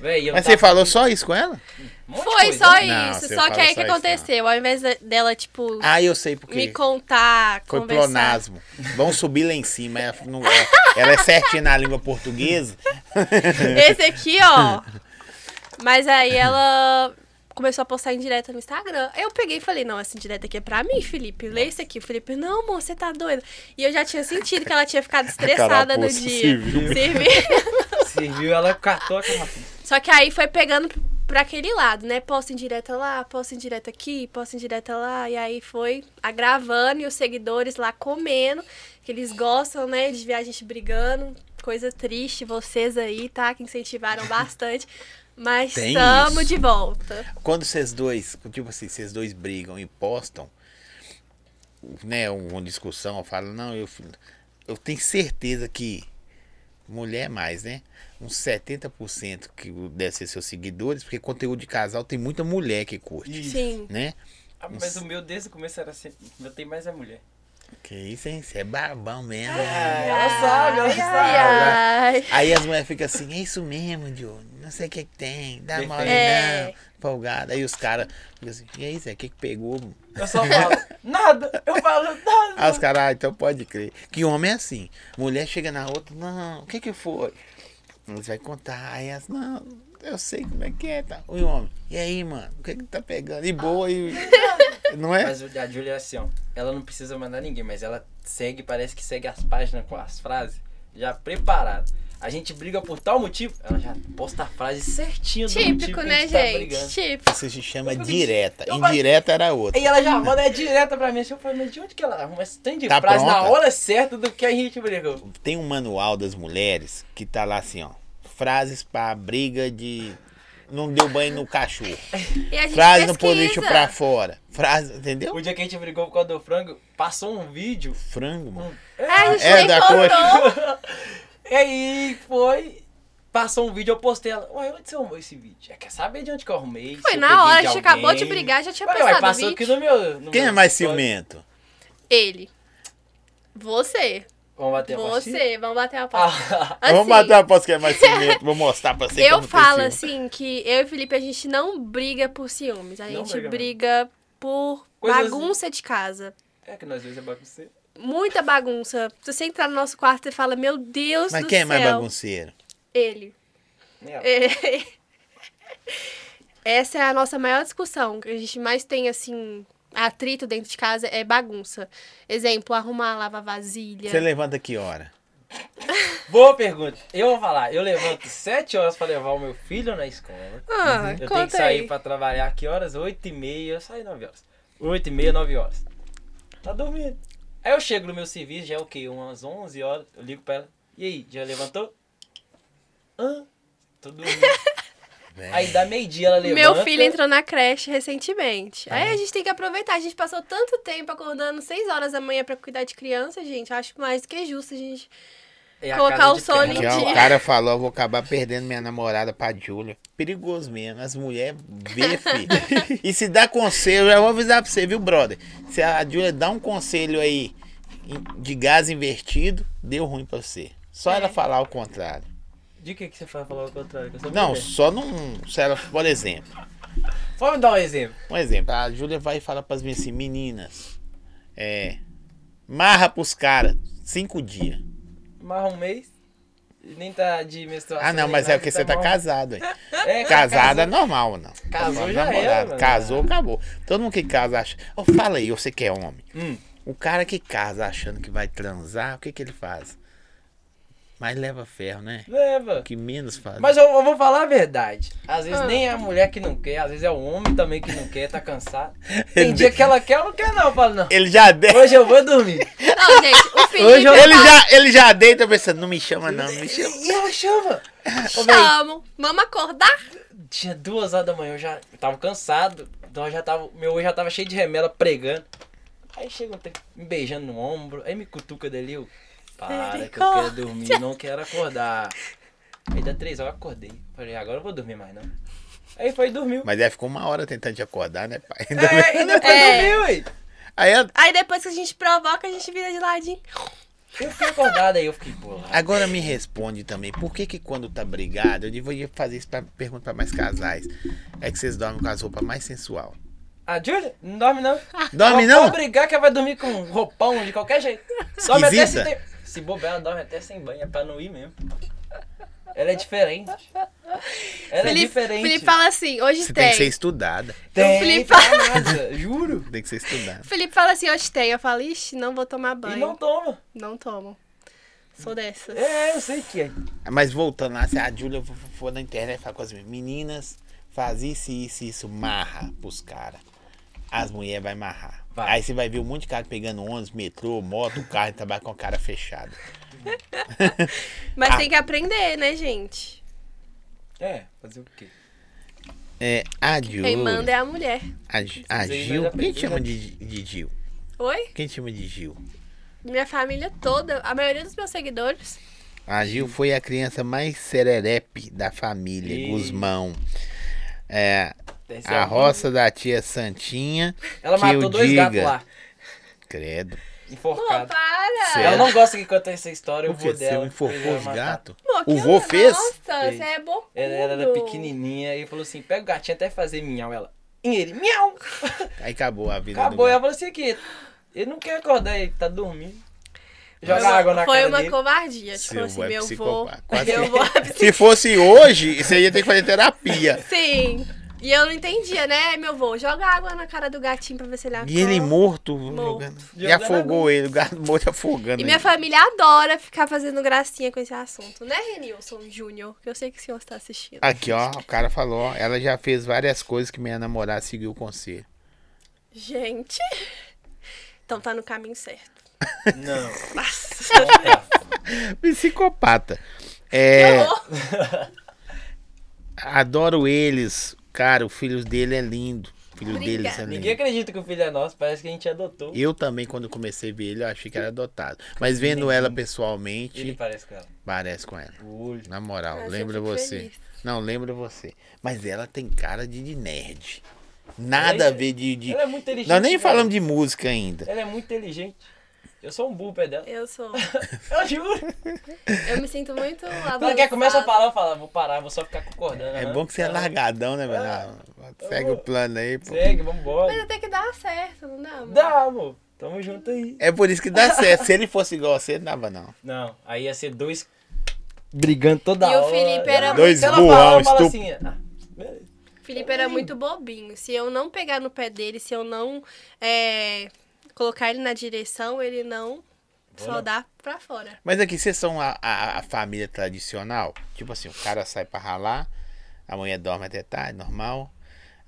C: Véi, eu
A: Mas
C: tava
A: você falou só isso com ela?
C: um monte de
B: Foi
C: coisa,
B: só
C: né?
A: Não,
B: isso.
A: você
B: só
A: fala
B: que aí
A: só
B: que
A: isso, né?
B: aconteceu. Ao invés de- dela, tipo,
A: Ah, eu sei
B: me
A: porque.
B: contar,
A: Foi
B: conversar.
A: plonasmo. Vão subir lá em cima. Ela, não- ela- ela é certinha na língua portuguesa.
B: Esse aqui, ó. Mas aí ela começou a postar indireta no Instagram. Aí eu peguei e falei, não, essa indireta aqui é pra mim, Felipe. Lê isso aqui. O Felipe, não, amor, você tá doida. E eu já tinha sentido que ela tinha ficado estressada no
A: Carapuça
B: dia.
A: serviu.
B: Serviu.
C: Serviu, ela catou a carapuça.
B: Só que aí foi pegando pra aquele lado, né? Posta indireta lá, posta indireta aqui, posta indireta lá. E aí foi agravando e os seguidores lá comendo. Que eles gostam, né? De ver a gente brigando. Coisa triste, vocês aí, tá? Que incentivaram bastante. Mas
A: Tem
B: estamos
A: isso.
B: de volta.
A: Quando vocês dois, tipo assim, vocês dois brigam e postam, né, uma discussão, eu falo, não, eu, eu tenho certeza que mulher é mais, né? Uns 70% que deve ser seus seguidores, porque conteúdo de casal tem muita mulher que curte,
B: Sim.
A: né?
C: Ah, mas o meu desde o começo era sempre... Meu tem mais a mulher.
A: Que isso, hein? Você é barbão mesmo.
B: É
C: Ah, ela sabe, ela sabe.
B: Ai, ai.
A: Aí as mulheres ficam assim, é isso mesmo, Diogo. não sei o que, que tem, dá mole
B: É.
A: não, folgado. Aí os caras, ficam assim, e aí, Zé, o que que pegou? mano?"
C: Eu só falo, nada, eu falo, nada.
A: Aí os caras, ah, então pode crer. Que homem é assim, mulher chega na outra, não, o que que foi? Eles vai contar, aí elas, não, eu sei como é que é, tá. E o homem, e aí, mano, o que que tá pegando? E boa, e... Não é?
C: Mas a Julia é assim, ó. Ela não precisa mandar ninguém, mas ela segue, parece que segue as páginas com as frases já preparadas. A gente briga por tal motivo, ela já posta a frase certinho do motivo
B: Típico,
C: que Tipo, a
B: né,
C: gente tá
B: gente?
C: brigando.
B: Típico.
A: Isso se chama
C: falei,
A: direta.
C: eu falei-
A: Indireta era outra.
C: E ela já manda é direta pra mim. assim, Eu falei, mas de onde que ela arruma esse tanto de
A: Tá
C: frase na
A: pronta?
C: hora certa do que a gente brigou?
A: Tem um manual das mulheres que tá lá assim, ó. Frases pra briga de. Não deu banho no cachorro.
B: E a gente
A: Frase não pôr lixo
B: pesquisa.
A: pra fora. Frase, entendeu?
C: O dia que a gente brigou por causa do frango, passou um vídeo.
A: Frango, mano.
B: É, a gente
A: É,
B: nem
A: da
B: contou.
C: E aí foi. Passou um vídeo, eu postei ela. Ué, onde você arrumou esse vídeo? É, Quer saber de onde que eu arrumei? se
B: Foi
C: eu
B: na
C: peguei
B: hora, a gente acabou de
C: alguém?"
B: brigar, já tinha
C: Ué, ué,
B: passado o
C: passou
B: vídeo.
C: aqui no meu. no
A: Quem é
C: meu
A: mais
C: story.
A: ciumento?
B: Ele. Você.
C: Vamos bater a partida?
B: Você. Vamos bater uma palma.
C: Ah,
A: Eu Vamos
B: Assim,
A: matar a posse que é mais ciumento. Vou mostrar pra você. que
B: Eu
A: não tenho
B: falo
A: ciúme.
B: assim que eu e o Felipe, a gente não briga por ciúmes. A
C: Não
B: gente
C: briga, não.
B: briga por
C: Coisas-
B: bagunça de casa.
C: é que nós dois é bagunceiro.
B: Muita bagunça. Se você entrar no nosso quarto e fala, meu Deus
A: Mas
B: do
A: quem é
B: céu.
A: mais bagunceiro?
B: Ele.
C: né?
B: É. Essa é a nossa maior discussão. que A gente mais tem, assim, atrito dentro de casa é bagunça. Exemplo, arrumar, lavar vasilha.
A: Você levanta que hora?
C: Boa pergunta. Eu vou falar. Eu levanto 7 horas pra levar o meu filho na escola.
B: Ah,
C: Eu tenho que
B: conta
C: sair
B: aí.
C: pra trabalhar que horas? 8 e meia. Eu saio 9 horas. 8 e meia, 9 horas. Tá dormindo. Aí eu chego no meu serviço, já é o quê? Umas 11 horas. Eu ligo pra ela. E aí, já levantou? Hã? Tô dormindo.
A: Véi.
C: Aí dá meio-dia ela levanta.
B: Meu filho entrou na creche recentemente. Aí a gente tem que aproveitar. A gente passou tanto tempo acordando 6 horas da manhã pra cuidar de criança, gente. Acho mais do que justo a gente.
C: É a
B: colocar
C: casa
B: o
C: de
B: sono
C: ferro.
A: Aqui, ó, é o cara falou, eu vou acabar perdendo minha namorada pra Júlia. Perigoso mesmo, as mulheres vê, filho. e se dá conselho, eu já vou avisar pra você, viu, brother? Se a Júlia dá um conselho aí em- de gás invertido, deu ruim pra você. Só ela falar o contrário.
C: De que, que você fala falar o contrário? que eu sou
A: É. Não,
C: mulher.
A: só não. Se ela, por exemplo,
C: Vamos dar um exemplo.
A: um exemplo, a Júlia vai falar pras minhas assim, meninas, é. Marra pros caras, cinco dias.
C: Marra um mês. Nem tá de menstruação.
A: Ah, não,
C: nem
A: mas é
C: nada,
A: porque
C: tá
A: você tá
C: marrom.
A: casado, hein?
C: É,
A: Casada é normal, não.
C: Casou
A: Falando
C: já
A: namorado.
C: era, né? mano.
A: Casou, acabou. Todo mundo que casa acha. Ô, fala aí, você que é homem.
C: Hum.
A: O cara que casa achando que vai transar, o que que ele faz? Mas leva ferro, né?
C: Leva.
A: O que menos faz.
C: Mas eu, eu vou falar a verdade. Às vezes
B: Ah.
C: nem é a mulher que não quer, às vezes é o homem também que não quer, tá cansado. Tem
A: Ele-
C: dia que ela quer ou não quer, não. Eu falo, não.
A: Ele já deita.
C: Hoje eu vou dormir.
B: Não, gente, o Felipe.
C: Hoje eu-
A: Ele já, ele já deita pensando, não me chama, não, não me chama.
C: E ela chama. Ô, véi,
B: Chamo. Vamos acordar?
C: Tinha duas horas da manhã, eu já tava cansado. Então eu já tava. Meu olho já tava cheio de remela pregando. Aí chega um tempo me beijando no ombro, aí me cutuca dele, eu. Para que eu quero dormir, não quero acordar. Aí dá três horas eu acordei. Falei, agora eu vou dormir mais não. Aí foi e dormiu.
A: Mas aí ficou uma hora tentando te acordar, né, pai?
C: É, e depois
B: É.
C: dormiu, ué.
A: Aí ela-
B: Aí depois que a gente provoca, a gente vira de ladinho.
C: Eu fiquei acordado aí, eu fiquei bolado.
A: Agora me responde também, por que que quando tá brigado, eu devia fazer isso pra perguntar pra mais casais, é que vocês dormem com as roupas mais sensual.
C: A Júlia, não dorme não.
A: Dorme
C: Ela
A: não?
C: Pode brigar que ela vai dormir com um roupão de qualquer jeito. Dorme até sem
A: Esquisita.
C: tempo. Se bobear, ela dorme até sem banho, é pra não ir mesmo. Ela é diferente. Ela é
B: Felipe,
C: diferente.
B: Felipe fala assim: hoje
A: Você tem
B: tem.
A: que ser estudada.
C: Tem,
B: O Felipe
C: pra nada, juro.
A: Tem que ser estudada.
B: O Felipe fala assim: hoje tem. Eu falo, ixi, não vou tomar banho.
C: E não toma.
B: Não tomo. Sou dessas.
C: É, eu sei que é.
A: Mas voltando lá, se a Júlia for- for na internet e falar com as meninas, meninas, faz isso, isso, isso, marra pros caras. As mulheres vai marrar.
C: Vai.
A: Aí você vai ver um monte de cara pegando ônibus, metrô, moto, carro e trabalha com a cara fechada.
B: Mas
A: Ah.
B: tem que aprender, né, gente?
C: É, fazer o quê?
A: É, a Júlia.
B: Quem manda é a mulher.
A: A, Gi- a
C: Vocês
A: Gil.
C: já
A: Quem
C: aprenderam.
A: te chama de, de Gil?
B: Oi?
A: Quem te chama de Gil?
B: Minha família toda, a maioria dos meus seguidores.
A: A Gil foi a criança mais sererepe da família,
C: Ih.
A: Guzmão. É,
C: Deve ser
A: a
C: algum-
A: roça da tia Santinha.
C: Ela
A: que eu
C: matou dois gatos
A: diga.
C: lá.
A: Credo.
B: Pô,
C: enforcado.
B: para!
A: Sério?
C: Ela não gosta que conta essa história, o
A: Por quê?
C: vô
A: Você é um
C: dela. é fez
A: enforcou
C: ela
A: os
C: matar.
A: gatos?
B: Pô, que
A: O vô fez?
B: Nossa,
C: Fez.
B: você é bocudo.
C: Ela, ela era pequenininha e falou assim, pega o gatinho até fazer miau. Ela, e ele, miau!
A: Aí acabou a vida
C: Acabou.
A: do
C: Ela
A: gato.
C: falou assim, aqui, ele não quer acordar, ele tá dormindo. Joga
B: Foi uma-
C: água na
B: Foi
C: cara
B: uma
C: dele.
B: covardia. Tipo
A: Seu
B: assim,
A: vô é
B: meu vô.
A: psicopata. Quase
B: Meu vô é psi-
A: Se fosse hoje, você ia ter que fazer terapia.
B: Sim. E eu não entendia, né? Meu vô, joga água na cara do gatinho pra ver se ele acorda.
A: E ele morto, jogando. E
C: Jogando
A: afogou ele, o gato morto afogando.
B: E minha
A: ele.
B: família adora ficar fazendo gracinha com esse assunto, né, Renilson Júnior? Que eu sei que o senhor está assistindo.
A: Aqui, ó, o cara falou, ó, ela já fez várias coisas que minha namorada seguiu o conselho.
B: Gente. Então tá no caminho certo.
C: Não.
A: Psicopata. É,
B: Que horror.
A: adoro eles. Cara, o filho dele é lindo. O filho
B: Obrigada.
A: deles é lindo.
C: Ninguém acredita que o filho é nosso, parece que a gente adotou.
A: Eu também, quando comecei a ver ele, eu achei que era adotado. Mas vendo ela
C: Ele
A: pessoalmente,
C: parece com ela.
A: parece com ela.
C: O olho.
A: Na moral,
C: Ah,
B: Mas eu
A: lembra
B: fico
A: você.
B: feliz.
A: Não, lembra você. Mas ela tem cara de, de nerd. Nada a ver de. de...
C: Ela é muito inteligente.
A: Nós nem
C: velho.
A: falamos de música ainda.
C: Ela é muito inteligente. Eu sou um burro pé dela.
B: Eu sou.
C: Eu juro.
B: Eu me sinto muito avançada.
C: Ela quer começa a falar, eu falo, "Ah, vou parar, vou só ficar concordando.
A: É
C: aham.
A: bom que você é largadão, né, velho? Ah, Segue o plano aí, pô.
C: Segue, vambora.
B: Mas até que dá certo, não dá? amor?
C: Dá, amor. Tamo junto aí.
A: É por isso que dá certo. Se ele fosse igual a você, não dava, não.
C: Não, aí ia ser dois brigando toda
B: E o
C: hora.
B: Felipe era
A: Dois
C: Se ela
A: burrão,
C: falar, eu falo
A: estup-
C: assim, ah, beleza.
B: Felipe era muito bobinho. Se eu não pegar no pé dele, se eu não é, colocar ele na direção, ele não só
C: não.
B: dá pra fora.
A: Mas aqui, vocês são a, a- a família tradicional? Tipo assim, o cara sai pra ralar, a mulher dorme até tarde, normal.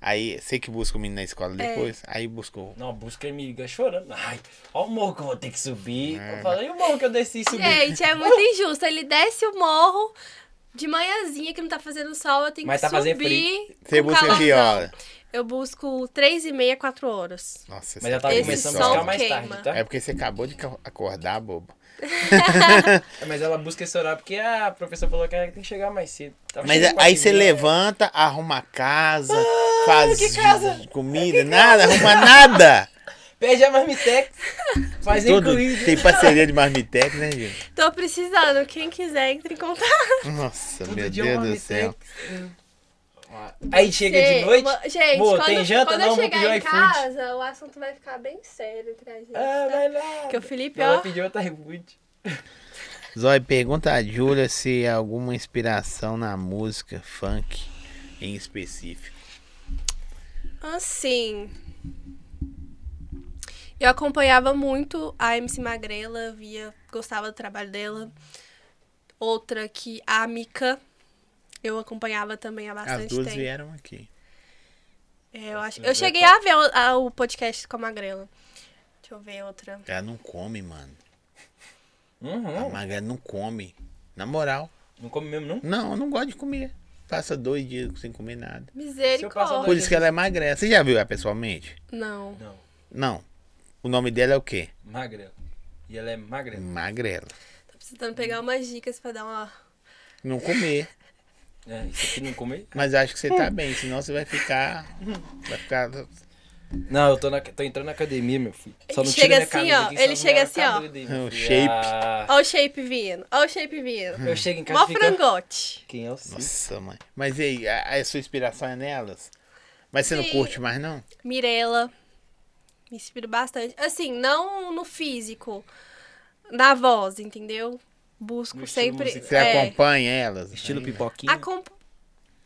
A: Aí, você que busca o menino na escola
C: É.
A: depois, aí buscou.
C: Não, busca me liga chorando. Ai, ó o morro que eu vou ter que subir.
A: É.
C: Eu falo, e o morro que eu desci e subi?
B: Gente, é muito injusto. Ele desce o morro de manhãzinha que não tá fazendo sol, eu tenho
C: Mas
B: que
C: tá fazendo
B: subir.
A: Você
B: com
A: busca aqui, ó.
B: calorzão. Eu busco três e meia, quatro horas.
A: Nossa,
C: Mas já tava
A: esse é
B: Esse
C: começando a
B: sol
C: buscar
A: sono.
C: mais
B: queima.
C: tarde, tá?
A: É porque você acabou de ca- acordar, bobo. É.
C: Mas ela busca esse horário porque ah, a professora falou que ela tem que chegar mais cedo. Tava
A: Mas
C: chegando
A: aí
C: quatro e
A: você
C: meia.
A: levanta, arruma a casa, faz
C: Ah, que casa?
A: comida, nada, arruma nada.
C: Perde a marmitex. Faz
A: Todo,
C: incluído.
A: tem parceria de marmitex, né, gente?
B: Tô precisando. Quem quiser, entre em contato.
A: Nossa,
C: Todo
A: meu
C: dia um
A: Deus
C: uma
A: do céu.
C: Hum. Aí chega de
B: Você-
C: noite.
B: uma- Gente,
C: Mô,
B: quando,
C: tem janta
B: quando
C: não?
B: eu
C: Vou
B: chegar
C: pedir um
B: em
C: iFood.
B: casa, o assunto vai ficar bem sério entre a gente.
C: Ah, vai lá.
B: Porque o Felipe,
C: Ela
B: ó,
C: pediu outra iFood.
A: Zói, pergunta a Júlia se há alguma inspiração na música funk em específico.
B: Assim. Eu acompanhava muito a MC Magrela, via, gostava do trabalho dela. Outra que a Mika, eu acompanhava também há
A: As
B: bastante
A: duas
B: tempo.
A: vieram aqui.
B: É, eu acho,
C: duas
B: eu
C: vieram
B: cheguei a ver o, a- o podcast com a Magrela. Deixa eu ver outra.
A: Ela não come, mano. A
C: Uhum.
A: magra não come. Na moral.
C: Não come mesmo, não?
A: Não, eu não gosto de comer. Passa dois dias sem comer nada.
B: Misericórdia.
A: Por isso que ela é magrela. Você já viu ela pessoalmente?
B: Não.
C: Não.
A: Não. O nome dela é o quê?
C: Magrela. E ela é
A: Hum.
C: magrela.
A: Magrela.
B: Tô precisando pegar umas dicas pra dar uma.
A: Não comer.
C: É, isso aqui não come?
A: Mas acho que você tá bem, senão você vai ficar. hum, Vai ficar.
C: Não, eu tô, na, tô entrando na academia, meu filho. Só não
B: Ele
C: tira
B: chega
C: minha
B: assim,
C: camisa
B: ó,
C: aqui,
B: ele
C: senão
B: chega
C: minha
B: assim, ó.
C: camisa dele.
A: É O shape.
C: Ah,
B: Ó, o shape vindo. Ó, o shape vindo.
C: eu chego em casa
B: Hum. Mó
C: e fico...
B: frangote.
C: Quem é o Cid?
A: Nossa, mãe. Mas e aí, a, a sua inspiração é nelas? Mas você não
B: Sim.
A: curte mais, não?
B: Mirella. Me inspiro bastante. Assim, não no físico. Na voz, entendeu? Busco
C: No estilo
B: sempre. é,
C: musical.
A: Você acompanha elas?
C: Estilo
A: Aí,
C: pipoquinha.
B: acom-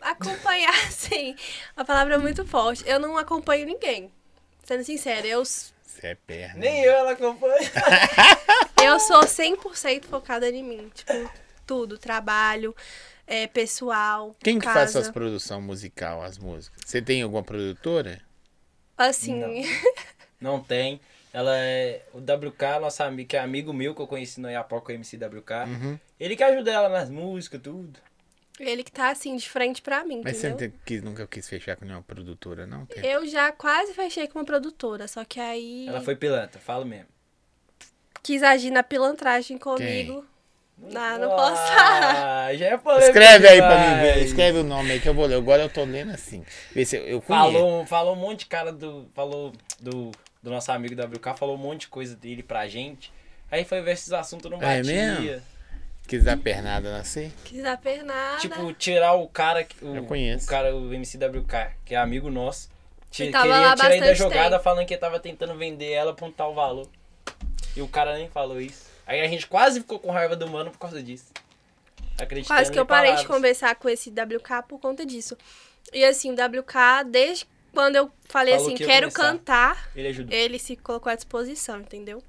B: Acompanhar, sim. A palavra é muito forte. Eu não acompanho ninguém. Sendo sincera, eu, s-
A: Você é perna.
C: Nem eu, ela acompanha.
B: eu sou 100% focada em mim. Tipo, tudo. Trabalho, é, pessoal.
A: Quem que faz
B: casa.
A: suas produções musical, as músicas? Você tem alguma produtora?
B: Assim,
C: Não tem. Ela é o WK, nossa amiga, que é amigo meu que eu conheci no Iapoca, o MC WK.
A: Uhum.
C: Ele que ajuda ela nas músicas, tudo.
B: ele que tá assim, de frente pra mim.
A: Mas você
B: entendeu?
A: não tem- quis- nunca quis fechar com nenhuma produtora, não? Tem?
B: Eu já quase fechei com uma produtora, só que aí
C: Ela foi pilantra, falo mesmo.
B: quis agir na pilantragem comigo. Não, não posso falar.
C: Ah, já é polêmica
A: Escreve aí pra mim
C: demais.
A: ver. Escreve o nome aí que eu vou ler. Agora eu tô lendo assim. Vê se eu, eu conheço.
C: um Falou, falou um monte de cara do. Falou do do nosso amigo da WK, falou um monte de coisa dele pra gente. Aí foi ver se esses assuntos não
A: É
C: batia.
A: mesmo? Quis dar pernada na C?
B: Quis né? dar pernada.
C: Tipo, tirar o cara. que- O,
A: Eu conheço.
C: O cara, o MCWK, que é amigo nosso. Ti-
B: Que tava
C: queria
B: lá
C: tirar ele da
B: bastante
C: jogada
B: tempo.
C: falando que ele tava tentando vender ela pra um tal valor. E o cara nem falou isso. Aí a gente quase ficou com raiva do mano por causa disso. Acreditando
B: Quase que
C: em
B: eu parei de
C: palavras.
B: conversar com esse WK por conta disso. E assim, o WK, desde quando eu falei
C: Falou
B: assim,
C: que ia
B: quero
C: começar.
B: cantar,
C: Ele ajudou.
B: ele se colocou à disposição, entendeu?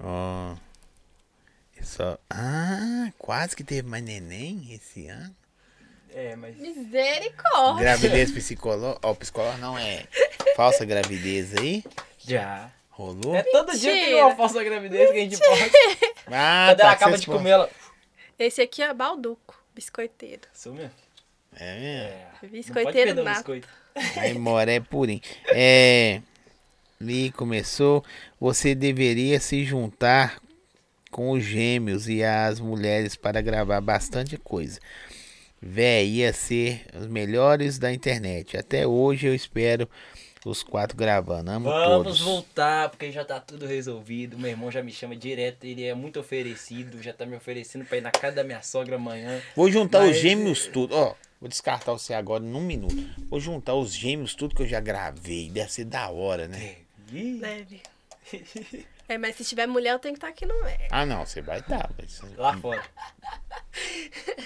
A: Ó. Eu Só... Ah, quase que teve mais neném esse ano.
C: É, mas.
B: Misericórdia!
A: Gravidez psicológica. Ó, psicológica não é. Falsa gravidez aí.
C: Já.
A: Rolou.
C: É todo dia tem
B: Mentira.
C: uma falsa gravidez que a gente posta.
A: Ah,
C: Quando ela
A: tá,
C: acaba
A: vocês
C: de
A: pô-
C: comer, ela.
B: Esse aqui é balduco, biscoiteiro.
C: Isso mesmo.
A: É mesmo?
C: É. Não pode
B: Biscoiteiro
C: perder um
B: nato.
C: biscoito.
A: Aí, moré purim. É. E começou. Você deveria se juntar com os gêmeos e as mulheres para gravar bastante coisa. Véi, ia ser os melhores da internet. Até hoje eu espero os quatro gravando. Amo
C: Vamos
A: todos.
C: voltar, porque já tá tudo resolvido. Meu irmão já me chama direto, ele é muito oferecido, já tá me oferecendo pra ir na casa da minha sogra amanhã.
A: Vou juntar os
C: Mas-
A: gêmeos tudo. Ó, vou descartar você agora num minuto. Vou juntar os gêmeos tudo que eu já gravei. Deve ser da hora,
C: É.
A: né?
C: Ih,
B: Leve. É, mas se tiver mulher, eu tenho que estar aqui no meio.
A: Ah, não, você vai estar. Mas...
C: Lá fora.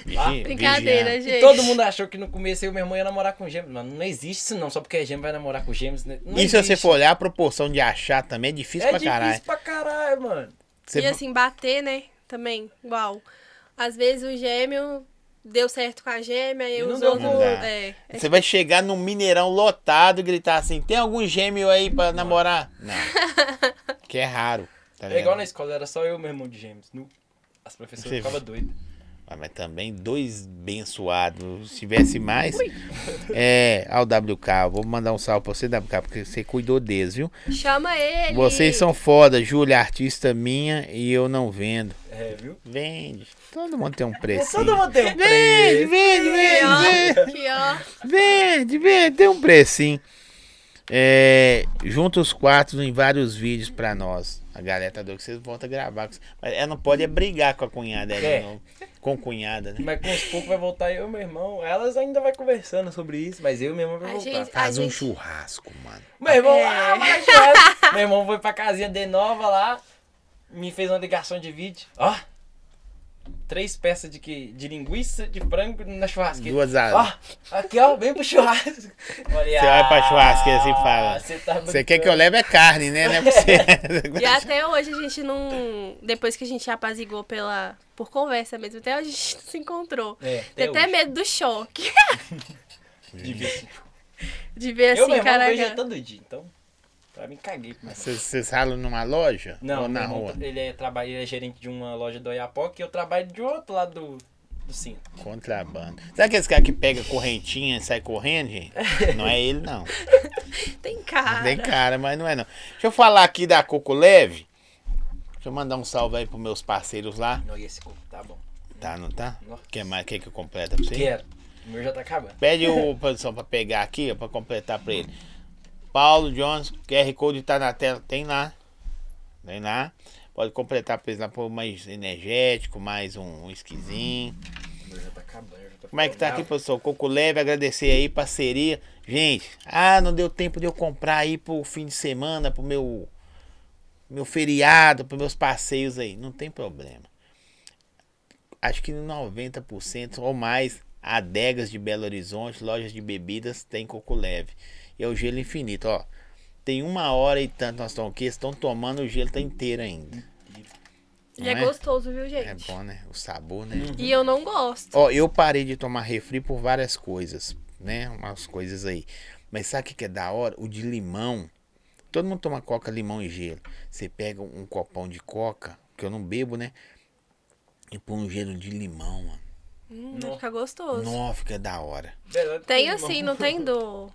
A: Vigi-
B: Brincadeira,
C: é.
A: vigiar.
B: gente.
C: Todo mundo achou que no começo eu e minha irmã ia namorar com gêmeos, mas não existe isso não, só porque é gêmeo vai namorar com gêmeos. Né? Não
A: E se você
C: existe.
A: for olhar a proporção de achar também, é
C: É
A: difícil pra
C: difícil
A: caralho.
C: pra caralho, mano.
A: Você...
B: E assim, bater, né? Também, igual. Às vezes o gêmeo deu certo com a gêmea e
C: E não
B: os
C: deu
B: outros.
A: com- Não dá.
B: É, é
A: você vai chegar num Mineirão lotado e gritar assim: tem algum gêmeo aí pra namorar? Não. que é raro. Tá
C: É igual
A: ligado?
C: na escola, era só eu e meu irmão de gêmeos. Nu. As professoras
A: Você-
C: ficavam doidas.
A: Ah, Mas também dois abençoados. Se tivesse mais. É, ao WK, vou mandar um salve pra você, WK, porque você cuidou deles, viu?
B: Chama ele.
A: Vocês são foda, Júlia, artista minha e eu não vendo.
C: É, viu?
A: Vende. Todo mundo tem um preço.
C: É Todo mundo tem um
A: Vende,
C: preço.
A: vende,
B: Aqui,
A: vende, vende.
B: ó. Aqui, ó.
A: Vende, vende, tem um precinho. É, junta os quatro em vários vídeos pra nós. A galera tá doida que vocês voltam a gravar. com- Mas ela não pode é brigar com a cunhada dela,
C: É.
A: não. Com cunhada, né?
C: Mas com os poucos vai voltar eu e meu irmão. Elas ainda vai conversando sobre isso, mas eu e meu irmão vai
B: A
C: voltar.
B: gente-
A: Faz
B: A
A: um
B: gente-
A: churrasco, mano.
C: Meu irmão,
B: É.
C: ah, vai chorar. meu irmão foi pra casinha de nova lá, me fez uma ligação de vídeo. Ó, três peças de, que, de linguiça de frango na churrasqueira.
A: Duas asas.
C: Ó, aqui ó, vem pro churrasco. Você
A: Você vai pra churrasqueira assim e fala,
C: Você tá
A: Você quer
C: brincando."
A: que eu leve a carne, né? Não é pra você.
B: E até hoje a gente não. Depois que a gente apazigou pela. Por conversa mesmo, até hoje a gente não se encontrou.
C: É,
B: Tem até
C: até
B: medo do choque.
C: hoje. Difícil.
B: De ver
C: assim. Eu, meu
B: assim,
C: irmão, vejo ele
B: caraca.
C: todo dia, então. Pra mim, caguei com isso.
A: Vocês vocês ralam numa loja?
C: Não,
A: Ou na
C: meu irmão,
A: rua?
C: Ele, é, trabalha, ele é gerente de uma loja do Oiapoque e eu trabalho de outro lado do, do cinto.
A: Contrabando. Sabe aqueles caras que pega correntinha e sai correndo, gente? Não é ele, não.
B: Tem cara.
A: Tem cara, mas não é não. Deixa eu falar aqui da Coco Leve. Deixa eu mandar um salve aí pros meus parceiros lá.
C: Não, e esse coco tá bom.
A: Tá, não tá?
C: Nossa. é?
A: Quer mais? Quer que eu completa pra você?
C: Quero. O meu já tá acabando.
A: Pede o produção pra pegar aqui, ó, pra completar pra ele. Paulo Jones, QR Code tá na tela. Tem lá. Tem lá. Pode completar pra eles lá, pôr mais energético, mais um whiskyzinho.
C: O meu já tá acabando. eu Já tô
A: Como é que tá aqui,
C: ficando
A: professor? Coco Leve, agradecer aí, parceria. Gente, ah, não deu tempo de eu comprar aí pro fim de semana, pro meu, meu feriado, pros meus passeios aí. Não tem problema. Acho que 90% ou mais adegas de Belo Horizonte, lojas de bebidas, tem Coco Leve. E é o gelo infinito, ó. Tem uma hora e tanto nós estamos aqui, estão tomando o gelo tá inteiro ainda.
B: E é
A: Não é?
B: gostoso, viu,
A: É
B: gente? Uhum.
A: bom, né? O sabor, né?
B: E eu não gosto.
A: Ó, eu parei de tomar refri por várias coisas, né? Umas coisas aí. Mas sabe o que que é da hora? O de limão. Todo mundo toma coca, limão e gelo. Você pega um copão de coca, que eu não bebo, né? E põe um gelo de limão, mano.
B: Hum,
C: Não.
B: vai ficar gostoso.
A: Nossa, fica da hora.
C: Beleza,
B: Tem
C: tudo
B: assim,
C: bom.
B: não tem do.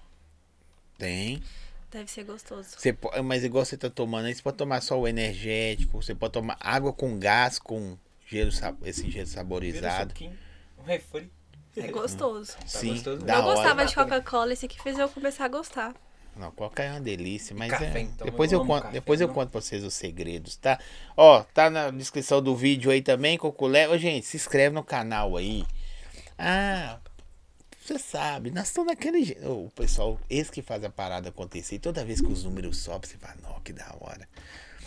A: Tem.
B: Deve ser gostoso.
A: Você po- mas igual você tá tomando aí, você pode tomar só o energético, você pode tomar água com gás, com gelo, sa- esse gelo
C: Vira um
A: saborizado. Tá
C: suquinho, um refri.
B: É gostoso.
A: Sim,
C: Hum. gostoso mesmo.
A: da
B: não
A: hora.
B: gostava de
C: Bacana.
B: Coca-Cola, esse aqui fez eu começar a gostar.
A: Não, coca é uma delícia, mas
C: Café,
A: é-
C: então,
A: depois
C: eu
A: eu,
C: amo
A: conto,
C: café,
A: depois eu
C: não?
A: conto pra vocês os segredos, tá? Ó, tá na descrição do vídeo aí também, Coculé. Ô, gente, se inscreve no canal aí. Ah, você sabe, nós estamos naquele jeito. Ô, O pessoal, esse que faz a parada acontecer, toda vez que os números sobem, você fala, não, que da hora.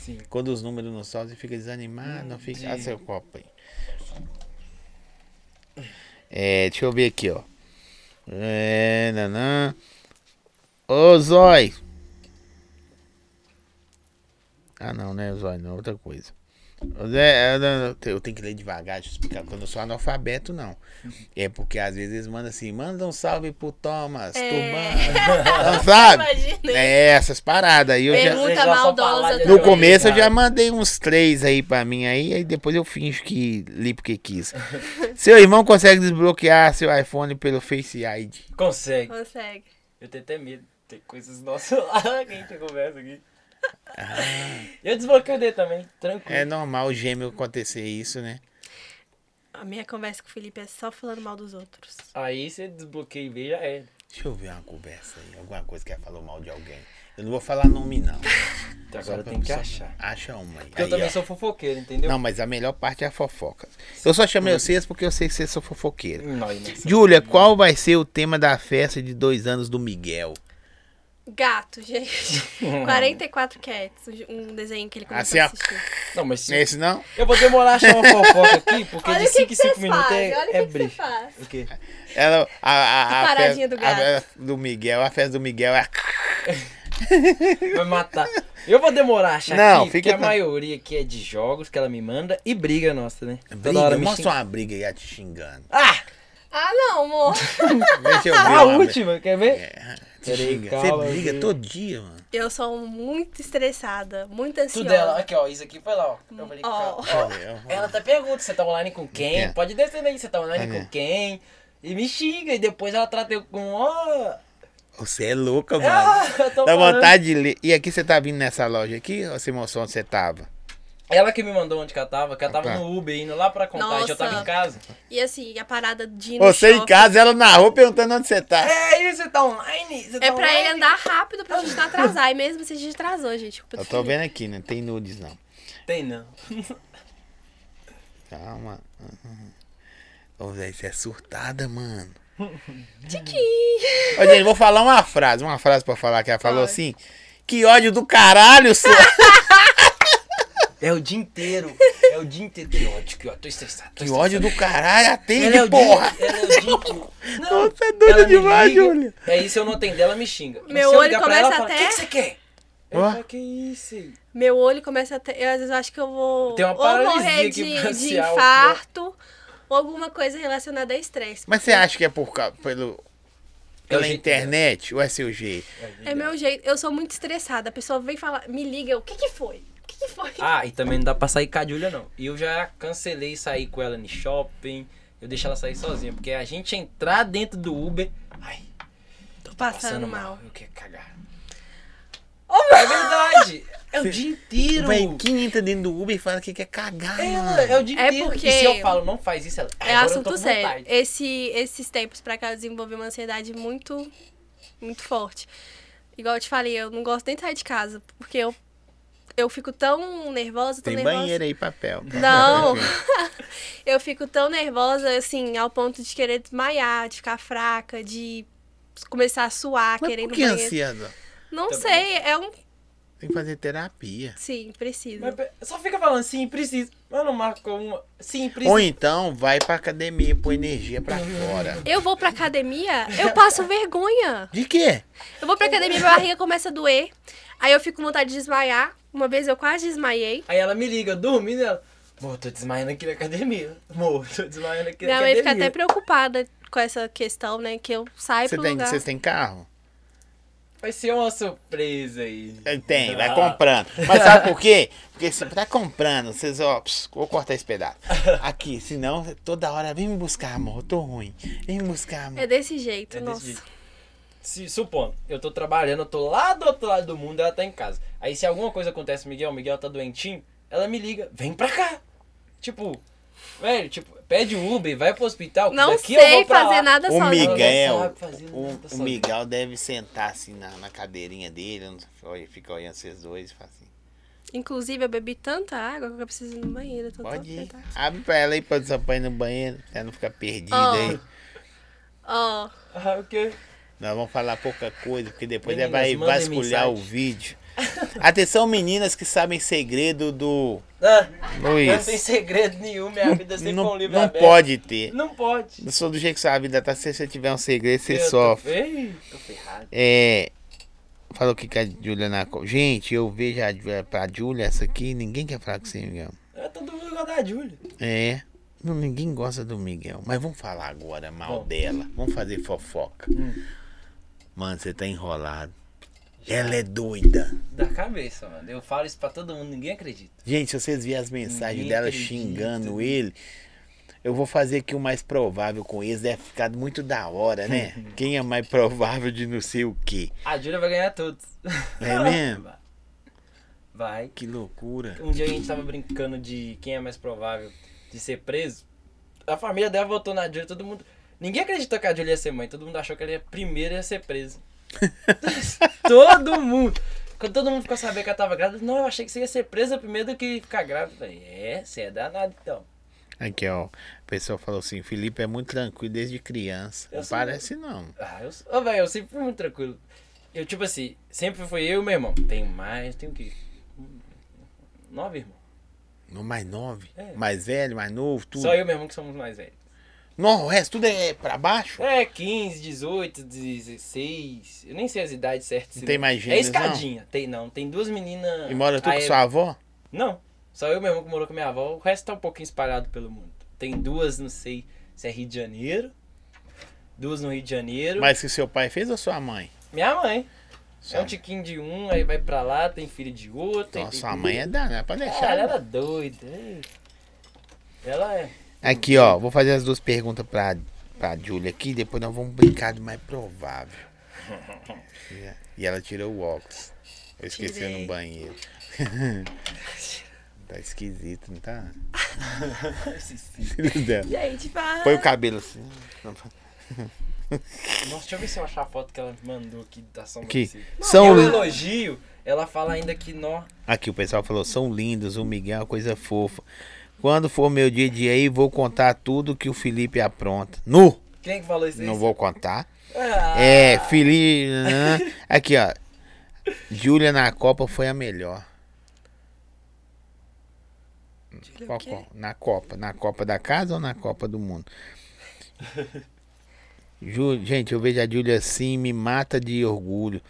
C: Sim.
A: Quando os números não sobem, você fica desanimado,
B: Hum,
A: não fica. Ah,
C: Entendi.
A: seu copo aí. É, deixa eu ver aqui, ó. É, nanã. Ô, Zói! Ah, não, né, Zói? Não, outra coisa. Ô, Zé, é, não, não, Eu tenho que ler devagar, deixa eu explicar. Quando eu sou analfabeto, não.
B: Uhum.
A: É porque às vezes eles mandam assim: manda um salve pro Thomas,
B: É.
A: Tuban. Não sabe?
B: Imagina.
A: É, essas paradas. Aí eu já.
B: Pergunta
C: Vocês já só
B: maldosa
C: falaram
B: do
C: de
A: No
B: Eu
A: começo eu já
C: verdade.
A: mandei uns três aí pra mim aí, aí depois eu finjo que li porque quis. seu irmão consegue desbloquear seu iPhone pelo Face ID.
C: Consegue.
B: Consegue.
C: Eu tenho até medo. Tem coisas do nosso lá que a gente conversa aqui. Eu desbloqueio dele também, tranquilo.
A: Ah. É normal o gêmeo acontecer isso, né?
B: A minha conversa com o Felipe é só falando mal dos outros.
C: Aí você desbloqueia e vê, já é.
A: Deixa eu ver uma conversa aí, alguma coisa que ela falou mal de alguém. Eu não vou falar nome não.
C: Então
A: Só
C: agora
A: pra-
C: tem que
A: só-
C: achar.
A: Acha uma aí.
C: Porque eu
A: Aí,
C: também
A: ó.
C: sou fofoqueiro, entendeu?
A: Não, mas a melhor parte é a fofoca. Eu só chamei vocês porque eu sei que vocês são fofoqueiros.
C: Não, aí não é sei.
A: Júlia, qual vai ser o tema da festa de dois anos do Miguel?
B: Gato, gente. 44 cats. Um desenho que ele
A: Assim,
B: começou
A: ó.
B: a assistir.
C: Não, mas se-
A: Nesse não?
C: eu vou demorar a achar uma fofoca aqui, porque
B: Né? Olha
C: de
B: o que
C: 5
B: que
C: em
B: você
C: 5
B: faz.
C: minutos
B: Olha o
C: é, é
B: que que você
C: briga.
B: faz.
C: O quê?
A: Ela, a, a, a,
B: Que
A: festa-
B: paradinha do
A: a
B: gato.
A: festa do Miguel, a festa do Miguel é.
C: Vai matar. Eu vou demorar a achar
A: Não,
C: aqui,
A: fica
C: porque a
A: tra-
C: maioria aqui é de jogos que ela me manda e briga nossa, né?
A: Briga, mostra uma briga aí, ela te xingando.
C: Ah!
B: Ah, não, amor.
A: Deixa eu ver.
C: A
A: uma-
C: última, quer ver?
A: É, te
C: Peraí,
A: xinga.
C: calma,
A: Você briga
C: gente.
A: todo dia, mano.
B: Eu sou muito estressada, muito ansiosa.
C: Tudo dela, aqui ó, isso aqui foi lá, ó. Eu falei,
B: Ó.
C: cara, ó, Ela até pergunta, você tá online com quem?
A: É.
C: Pode descer daí, você tá online
A: É.
C: com quem? E me xinga, e depois ela trata eu com, ó...
A: Você é louca, mano.
C: ah, eu tô
A: Dá
C: falando.
A: vontade de ler. E aqui você tá vindo nessa loja aqui? Ou você mostrou onde você tava?
C: Ela que me mandou onde que ela tava, que ela tava
A: Tá.
C: no Uber, indo lá pra contagem, eu
B: Nossa.
C: tava em casa.
B: E assim, a parada de ir no
A: Você em
B: shopping-
A: casa, ela na rua perguntando onde você tá.
C: É isso, você tá online? Você tá
B: É pra ele
C: online?
B: andar rápido pra gente não atrasar. E mesmo se a gente atrasou, gente. culpa do
A: Eu tô
B: Felipe.
A: vendo aqui, não tem nudes não.
C: Tem não.
A: Calma. Uhum. Ô, velho, você é surtada, mano.
B: Tiquinho.
A: Ô, gente, vou falar uma frase, uma frase pra falar que ela falou
B: Fala.
A: assim. Que ódio do caralho, seu.
C: É o dia inteiro. É o dia inteiro. Que ódio, que ódio. Tô estressado. Tô
A: Que
C: estressado.
A: ódio do caralho, atende,
C: Ela é o
A: porra!
C: dia. Ela é o dia inteiro. Não,
A: Nossa, é doida
C: ela me
A: demais,
C: liga,
A: Júlia.
C: E aí, se eu não atender, ela me xinga. Mas
B: Meu
C: se eu
B: olho
C: ligar pra
B: começa
C: ela, ela
B: até-
C: fala, O que que você quer? Eu
A: Ó.
C: falo, que isso? aí?"
B: Meu olho começa a ter. Eu, às vezes eu acho que eu vou
C: Tem uma
B: ou
C: paralisia
B: morrer
C: aqui
B: de, de
C: facial,
B: infarto ou alguma coisa relacionada a estresse.
A: Mas você acha que é por causa pelo
C: É o
A: pela
C: jeito
A: internet ou é seu jeito?
C: né?
B: É meu jeito. Eu sou muito estressada. A pessoa vem falar, me liga, eu, o que que foi? O que que foi?
C: Ah, e também não dá pra sair com a Julia, não. E eu já cancelei sair com ela no shopping. Eu deixo ela sair sozinha, porque a gente entrar dentro do Uber. Ai, tô
B: Passando mal.
C: Eu quero cagar. é verdade! É o dia inteiro!
A: Véi, quem entra dentro do Uber e fala que quer cagar, mano?
C: Ela, é o dia
B: É
C: inteiro.
B: porque-
C: E se eu falo, não faz isso, ela.
B: É
C: "Agora eu tô
B: assunto
C: com
B: sério.
C: vontade."
B: Esse, esses tempos pra cá eu desenvolvi uma ansiedade muito, muito forte. Igual eu te falei, eu não gosto nem de sair de casa, porque eu, eu fico tão nervosa, tão
A: Tem
B: nervosa.
A: banheiro aí, papel.
B: Não! eu fico tão nervosa, assim, ao ponto de querer desmaiar, de ficar fraca, de começar a suar,
A: Mas
B: querendo
A: por que
B: banheiro.
A: ansiedade?
B: Não
C: Também.
B: sei, é um.
A: Tem que fazer terapia.
B: Sim, preciso.
C: Mas pe- só fica falando, sim, preciso. Mas não marca uma. Sim, preciso.
A: Ou então vai pra academia, põe energia pra fora.
B: Eu vou pra academia, eu passo vergonha.
A: De quê?
B: Eu vou pra academia, minha barriga começa a doer. Aí eu fico com vontade de desmaiar. Uma vez eu quase desmaiei.
C: Aí ela me liga, eu dormindo, ela. Amor, tô desmaiando aqui na academia. Amor, tô desmaiando aqui
B: Minha
C: na
B: mãe
C: academia.
B: fica até preocupada com essa questão, né? Que eu saio
A: Você
B: pro
A: tem,
B: lugar.
A: vocês têm carro?
C: Vai ser uma surpresa aí.
A: Tem, vai
C: Ah.
A: comprando. Mas sabe por quê? Porque se tá comprando, vocês, ó, ps, vou cortar esse pedaço. Aqui, senão toda hora vem me buscar, amor, eu tô ruim. Vem me buscar, amor.
B: É desse jeito,
C: É desse
B: nossa.
C: jeito. Se, supondo, eu tô trabalhando, eu tô lá do outro lado do mundo, ela tá em casa. Aí se alguma coisa acontece, Miguel, Miguel tá doentinho, ela me liga, vem pra cá. Tipo, velho, tipo, Pede um Uber, vai pro hospital. que
B: Não
C: daqui eu
B: sei
C: vou pra
B: fazer
C: lá.
B: nada
A: O
B: sozinho.
C: miga.
A: Miguel,
C: sabe fazer
A: o,
C: nada
A: o
C: sozinho.
A: Miguel deve sentar assim na, na cadeirinha dele, não sei, olha, fica olhando vocês dois e fala assim,
B: Inclusive, eu bebi tanta água que eu preciso ir no banheiro. eu Tô tá?
A: pode
B: tão
A: ir,
B: afetada.
A: abre pra ela aí pra desapanhar no banheiro, pra ela não ficar perdida
B: Ó.
A: aí.
B: Ó,
C: Ah, o quê?
A: Nós vamos falar pouca coisa, porque depois
C: Meninas,
A: ela vai
C: mandem
A: vasculhar o
C: mensagem.
A: vídeo. Atenção, meninas que sabem segredo do
C: Ah, não tem
A: Luiz.
C: segredo nenhum, minha vida sempre foi um
A: Não,
C: livro
A: não
C: aberto.
A: pode ter.
C: Não pode.
A: Eu sou do jeito que sua vida tá. Se você tiver um segredo, você
C: Eu tô-
A: sofre.
C: Ei, tô ferrado.
A: É. Falou que com a Júlia na. co- Gente, eu vejo a Júlia pra Júlia essa aqui. Ninguém quer falar com você, Miguel.
C: Ah, Todo mundo gosta da Júlia.
A: É. Não, ninguém gosta do Miguel. Mas vamos falar agora mal
C: Bom. Hum.
A: dela. Vamos fazer fofoca. Mano, você tá enrolado. Ela é doida.
C: Da cabeça, mano. Eu falo isso pra todo mundo, ninguém acredita.
A: Gente, se vocês virem as mensagens
C: Ninguém
A: dela
C: acredita.
A: xingando ele, eu vou fazer aqui o mais provável com eles. Deve ficar muito da hora, né? Quem é mais provável de não sei o quê?
C: A Júlia vai ganhar todos.
A: É mesmo?
C: Vai.
A: Que loucura.
C: Um dia a gente tava brincando de quem é mais provável de ser preso. A família dela votou na Júlia, todo mundo. Ninguém acreditou que a Júlia ia ser mãe, todo mundo achou que ela ia primeiro ia ser presa. todo mundo! Quando todo mundo ficou sabendo que ela tava grávida, não, eu achei que você ia ser presa primeiro do que ficar grávida. Eu falei, é, você é danado então.
A: Aqui, ó. O pessoal falou assim: Felipe é muito tranquilo desde criança.
C: Eu
A: Não
C: sou-
A: parece, não.
C: Ah, eu, sou- Ô, velho, eu sempre fui muito tranquilo. Eu, tipo assim, sempre foi eu e meu irmão. Tenho mais, tenho o quê? Nove irmãos.
A: No mais nove.
C: É.
A: Mais velho, mais novo, tudo.
C: Só eu e meu irmão que somos mais velhos.
A: Não, o resto tudo é pra baixo?
C: É, 15, 18, 16. Eu nem sei as idades certas.
A: Não tem mais
C: É
A: gêmeos, não?
C: escadinha. Tem não. Tem duas meninas.
A: E mora tu
C: aí-
A: com sua avó?
C: Não. Só eu mesmo que morou com minha avó. O resto tá um pouquinho espalhado pelo mundo. Tem duas, não sei se é Rio de Janeiro. Duas no Rio de Janeiro.
A: Mas que seu pai fez ou sua mãe?
C: Minha mãe. É
A: Sua-
C: um tiquinho de um, aí vai pra lá, tem filho de outro.
A: Então,
C: aí tem
A: sua
C: filho-
A: mãe é danada, pode
C: Cara,
A: deixar.
C: ela era doida. hein? Ela é.
A: Aqui, ó, vou fazer as duas perguntas pra, pra Júlia aqui, depois nós vamos brincar do mais provável. E ela tirou o óculos. Eu esqueci
B: Tirei.
A: no banheiro. tá esquisito, não tá? Filho dela.
B: gente, para.
A: Põe o cabelo assim.
C: Nossa, deixa eu ver se eu achar a foto que ela me mandou aqui da São
A: Aqui.
C: Francisco.
A: São,
C: Eu
A: li-
C: elogio, ela fala ainda que nó.
A: aqui o pessoal falou, são lindos, o Miguel é uma coisa fofa. Quando for meu dia de aí, vou contar tudo que o Felipe apronta. Nu!
C: Quem é que falou isso? aí?
A: Não vou contar.
C: Ah,
A: É, Felipe. né? Aqui, ó. Júlia na Copa foi a melhor.
B: Júlia,
A: Qual
B: o quê?
A: Copa? Na Copa. Na Copa da casa ou na Copa do Mundo? Jú- Gente, eu vejo a Júlia assim, me mata de orgulho.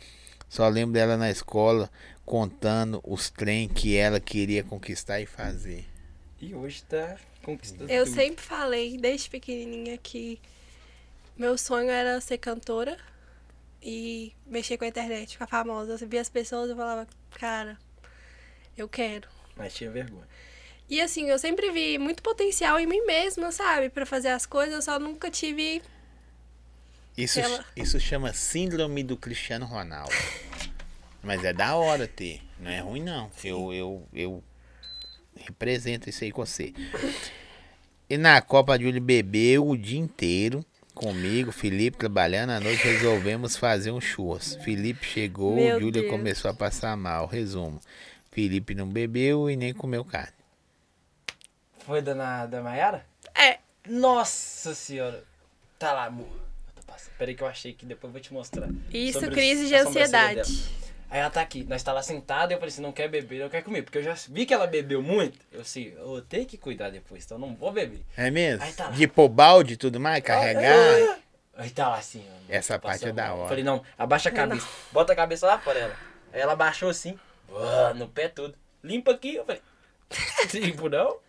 A: Só lembro dela na escola contando os trem que ela queria conquistar e fazer.
C: E hoje tá conquistando
B: Eu
C: tudo.
B: sempre falei, desde pequenininha, que meu sonho era ser cantora e mexer com a internet, ficar famosa. Eu via as pessoas e eu falava, cara, eu quero.
C: Mas tinha vergonha.
B: E assim, eu sempre vi muito potencial em mim mesma, sabe? Pra fazer as coisas, eu só nunca tive.
A: Isso,
B: Ela-
A: isso chama síndrome do Cristiano Ronaldo. Mas é da hora ter. Não é ruim, não. Eu, eu, eu represento isso aí com você. E na Copa, a Júlia bebeu o dia inteiro comigo, Felipe trabalhando. À noite resolvemos fazer um churras. Felipe chegou,
B: Meu
A: Júlia
B: Deus.
A: começou a passar mal. Resumo: Felipe não bebeu e nem comeu carne.
C: Foi da, na, da Mayara?
B: É,
C: Nossa senhora. Tá lá, amor. Eu tô passando. Peraí que eu achei que depois eu vou te mostrar.
B: isso,
C: Sobre os-
B: crise de
C: a sobrancelha
B: ansiedade.
C: dela. Aí ela tá aqui, nós tá lá sentada, eu falei assim, não quer beber, não quer comer, porque eu já vi que ela bebeu muito. Eu sei, eu vou ter que cuidar depois, então eu não vou beber.
A: É mesmo? Ah,
C: Aí tá lá.
A: De pôr balde e tudo mais, carregar.
C: Aí tá lá assim, ó.
A: Essa parte
C: Passou
A: é da
C: mal.
A: hora.
C: Falei, não, abaixa a cabeça. Bota a cabeça lá fora ela. Aí ela abaixou assim, uá, no pé todo. Limpa aqui, eu falei. Limpo não?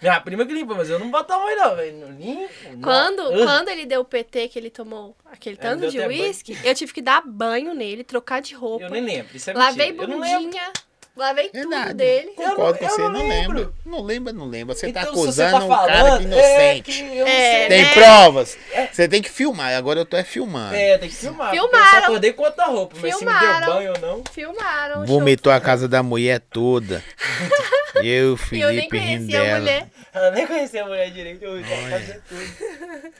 C: Minha prima que limpa, mas eu não boto a mão aí não, velho. Não limpo. não.
B: Quando,
C: Ah,
B: quando ele deu o PT, que ele tomou aquele
C: Aí ele
B: tanto de
C: É, deu até banho.
B: uísque, eu tive que dar banho nele, trocar de roupa.
C: Eu nem lembro, isso é
B: Lavei
C: mentira. Eu não lembro.
B: bundinha, lavei
A: Verdade.
B: tudo dele.
A: Concordo
C: Eu
A: com
C: não-
A: você,
C: eu
A: não,
C: não
A: lembra.
C: lembro.
A: Não lembra, não lembra. Você tá
C: Então, se
A: acusando
C: tá
A: um cara
C: falando,
A: que
C: é
A: inocente.
C: que eu não
B: É,
C: sei.
A: Tem
B: né?
A: provas. Você tem que filmar. Agora eu tô é filmando.
C: É, tem que filmar. porque Eu
B: Filmaram.
C: só acordei com outra roupa, mas se me deu
B: Filmaram.
C: banho ou não.
B: Filmaram. show.
A: Vomitou a casa da mulher toda. eu e o
B: E eu nem
A: Felipe rindo
B: conhecia a
A: dela.
B: mulher.
C: Ela nem conhecia a mulher direito. Eu quero fazer tudo.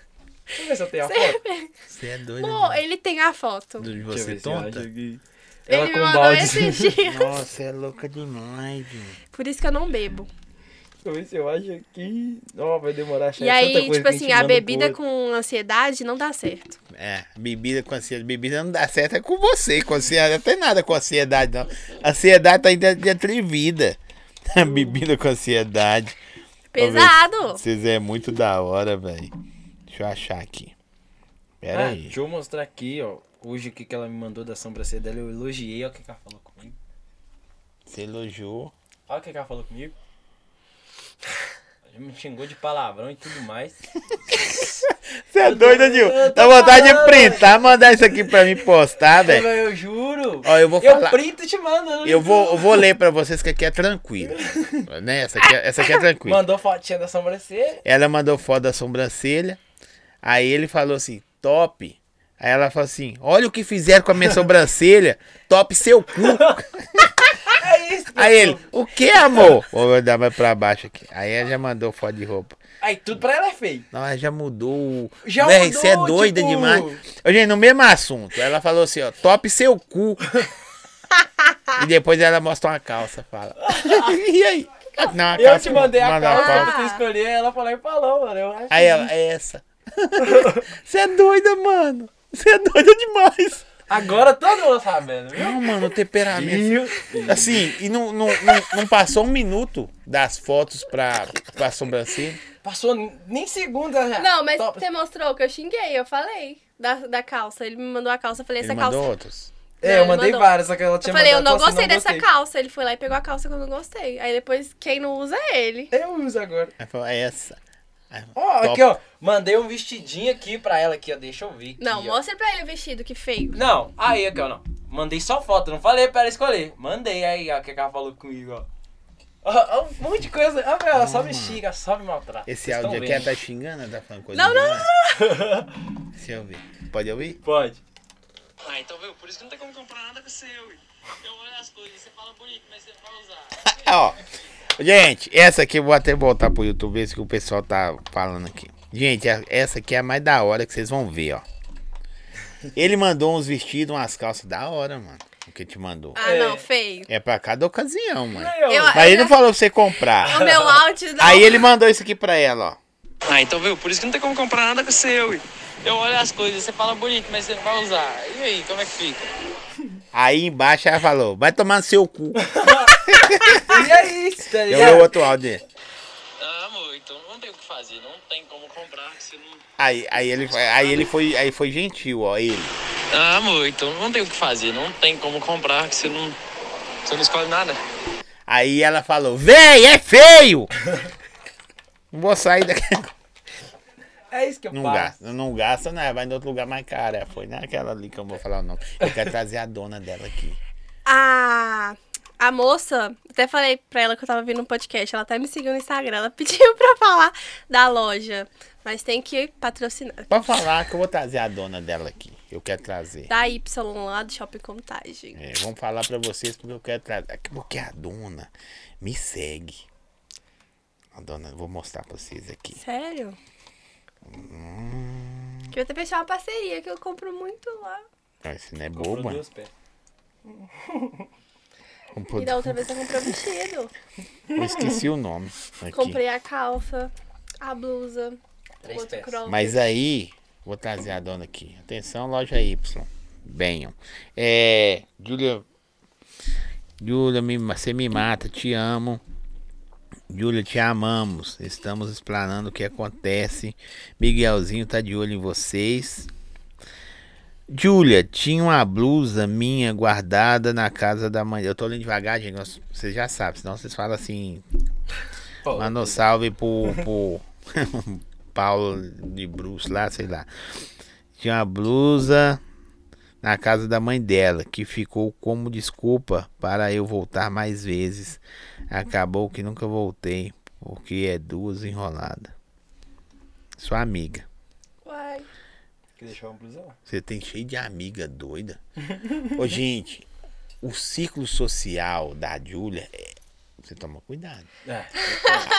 C: Deixa eu ver se eu tenho a foto.
A: Você é doido.
B: Pô, ele tem a foto.
A: de
C: Deixa eu
A: você
C: ver se eu
A: tonta?
C: acho aqui.
B: Ele me mandou esses dias.
A: Nossa, você é louca demais, gente.
B: Por isso que eu não bebo.
C: Deixa eu ver se eu acho aqui. Ó, vai demorar a achar
B: e
C: É, tanta
B: aí,
C: coisa
B: tipo
C: que gente
B: assim, a
C: manda pro
B: bebida
C: outro.
B: com ansiedade não dá certo.
A: É, bebida com ansiedade. Bebida não dá certo é com você, com ansiedade. Não tem nada com ansiedade, não. Ansiedade tá ainda de atrevida. Bebida com ansiedade.
B: Pesado!
A: Vocês é muito da hora, velho. Deixa eu achar aqui. Pera
C: Ah,
A: aí.
C: deixa eu mostrar aqui, ó. Hoje o que, que ela me mandou da sobrancelha dela, eu elogiei, ó, o que, que ela falou comigo.
A: Você elogiou.
C: Olha o que, que ela falou comigo. Ela Me xingou de palavrão e tudo mais.
A: Você é doida, Dil?
C: eu tô
A: Dá vontade de
C: falando.
A: printar, mandar isso aqui pra mim postar, velho.
C: Eu, eu juro.
A: Ó, eu vou falar.
C: Eu printo e te mando. não
A: Eu
C: ligo.
A: vou, eu vou ler pra vocês que aqui é tranquila. né? Essa aqui, é- essa aqui é tranquila.
C: Mandou fotinha da sobrancelha.
A: Ela mandou foto da sobrancelha. Aí ele falou assim, top. Aí ela falou assim, olha o que fizeram com a minha sobrancelha. Top seu cu.
C: É isso.
A: Aí ele,
C: pessoal.
A: o que, amor? Vou mandar mais pra baixo aqui. Aí ela já mandou foto de roupa.
C: Aí tudo pra ela é feio.
A: Não, ela já mudou.
C: Já
A: Véi,
C: mudou,
A: Você é doida
C: tipo-
A: demais. Ô, Gente, no mesmo assunto, ela falou assim, ó, top seu cu. e depois ela mostra uma calça, fala. e aí? Não, a
C: Eu te mandei a
A: manda uma
C: calça
A: calça.
C: pra tu escolher, ela falou e falou, mano. Eu acho
A: Aí ela, é essa. Você é doida, mano. Você é doida demais.
C: Agora todo mundo sabendo, viu?
A: Não, mano, o temperamento.
C: Viu?
A: Assim, e não, não, não, não passou um minuto das fotos pra, pra sobrancelha.
C: Passou nem segunda já.
B: Não, mas
C: Top.
B: você mostrou que eu xinguei, eu falei da, da calça. Ele me mandou a calça, eu falei,
A: Ele
B: essa
A: mandou
B: calça.
A: outros.
C: É,
B: Não,
C: eu
B: ele
C: mandei
B: mandou.
C: várias, só que ela
B: Eu
C: tinha
B: falei, eu
C: mandado,
B: não
C: ela falou
B: gostei
C: assim,
B: dessa
C: gostei.
B: calça. Ele foi lá e pegou a calça que eu não gostei. Aí depois, quem não usa é ele.
C: Eu uso agora.
A: Aí falou, é essa. Aí,
C: Ó,
A: top.
C: aqui, ó. Mandei um vestidinho aqui pra ela aqui, ó. Deixa eu ver. aqui,
B: Não,
C: ó.
B: mostra pra ele o vestido, que feio.
C: Não, aí, aqui, ó, não. Mandei só foto, não falei pra ela escolher. Mandei aí, ó, o que que ela falou comigo, ó. Ó, ó, um monte de coisa. Ah, velho, ela só me xinga, só me maltrata.
A: Hum. Esse
C: Vocês tão
A: áudio aqui ela
C: vendo.
A: tá xingando, ela tá falando coisa.
B: Não, não,
A: demais. Deixa eu ver. Pode ouvir?
C: Pode.
E: Ah, então viu? Por isso que não tem como comprar nada com o seu. ui. Eu olho as coisas, você fala bonito, mas você não vai usar.
A: É, Ó, gente, essa aqui eu vou até voltar pro YouTube, ver se que o pessoal tá falando aqui. Gente, a- essa aqui é a mais da hora que vocês vão ver, ó. Ele mandou uns vestidos, umas calças da hora, mano. O que te mandou.
B: Ah,
C: É.
B: não, feio.
A: É pra cada ocasião, mano.
C: Aí, ó.
B: Eu-
A: Mas ele não falou pra você comprar.
B: O meu áudio não.
A: Aí ele mandou isso aqui pra ela, ó.
E: Ah, então viu? Por isso que não tem como comprar nada com o seu. ui. Eu olho as coisas, você fala bonito, mas você não vai usar. E aí, como é que fica?
A: Aí embaixo ela falou, vai tomar no seu cu.
C: E é isso, tá
A: Eu vi
C: ligado?
A: o outro áudio dele.
E: Ah, amor, então não tem o que fazer, não tem como comprar se não.
A: Aí, aí, ele, foi- aí ele foi, aí foi gentil, ó, ele.
E: Ah, amor, então não tem o que fazer, não tem como comprar se não. Você não escolhe nada.
A: Aí ela falou, véi, é feio! não vou sair daqui.
C: É isso que eu
A: Não
C: falo.
A: gasta, não gasta, né? Vai em outro lugar mais caro. É, Foi naquela ali que eu vou falar o nome. Eu quero trazer a dona dela aqui.
B: A, a moça, até falei pra ela que eu tava vindo um podcast, ela até me seguiu no Instagram, ela pediu pra falar da loja, mas tem que patrocinar.
A: Pode falar que eu vou trazer a dona dela aqui. Eu quero trazer.
B: Da Y lá do Shopping Contagem.
A: É, vamos falar pra vocês porque eu quero trazer. É que Porque a dona me segue. A dona, eu vou mostrar pra vocês
C: É.
A: aqui.
B: Sério? Que eu até fechar uma parceria que eu compro muito lá.
A: Isso não é
C: Comprou
A: boba.
C: duas peças.
A: Comprou-
B: E da outra vez eu comprei o vestido.
A: Eu esqueci o nome. Aqui.
B: Comprei a calça, a blusa,
C: Três
B: outro
C: peças.
B: cropped.
A: Mas aí, vou trazer a dona aqui. Atenção, loja Y. Benham. É. Júlia. Júlia, me- você me mata, te amo. Júlia, te amamos. Estamos explanando o que acontece. Miguelzinho tá de olho em vocês. Júlia, tinha uma blusa minha guardada na casa da mãe. Eu tô lendo devagar, gente. nós- Vocês já sabem, senão vocês falam assim.
C: Pô,
A: Manda um salve pro, pro Paulo de Bruce lá, sei lá. Tinha uma blusa na casa da mãe dela, que ficou como desculpa para eu voltar mais vezes. Acabou que nunca voltei, porque é duas enroladas. Sua amiga.
B: Uai.
C: que deixou uma blusa lá.
A: Você tem cheio de amiga doida. Ô, gente, o ciclo social da Júlia é- Você toma cuidado.
C: É,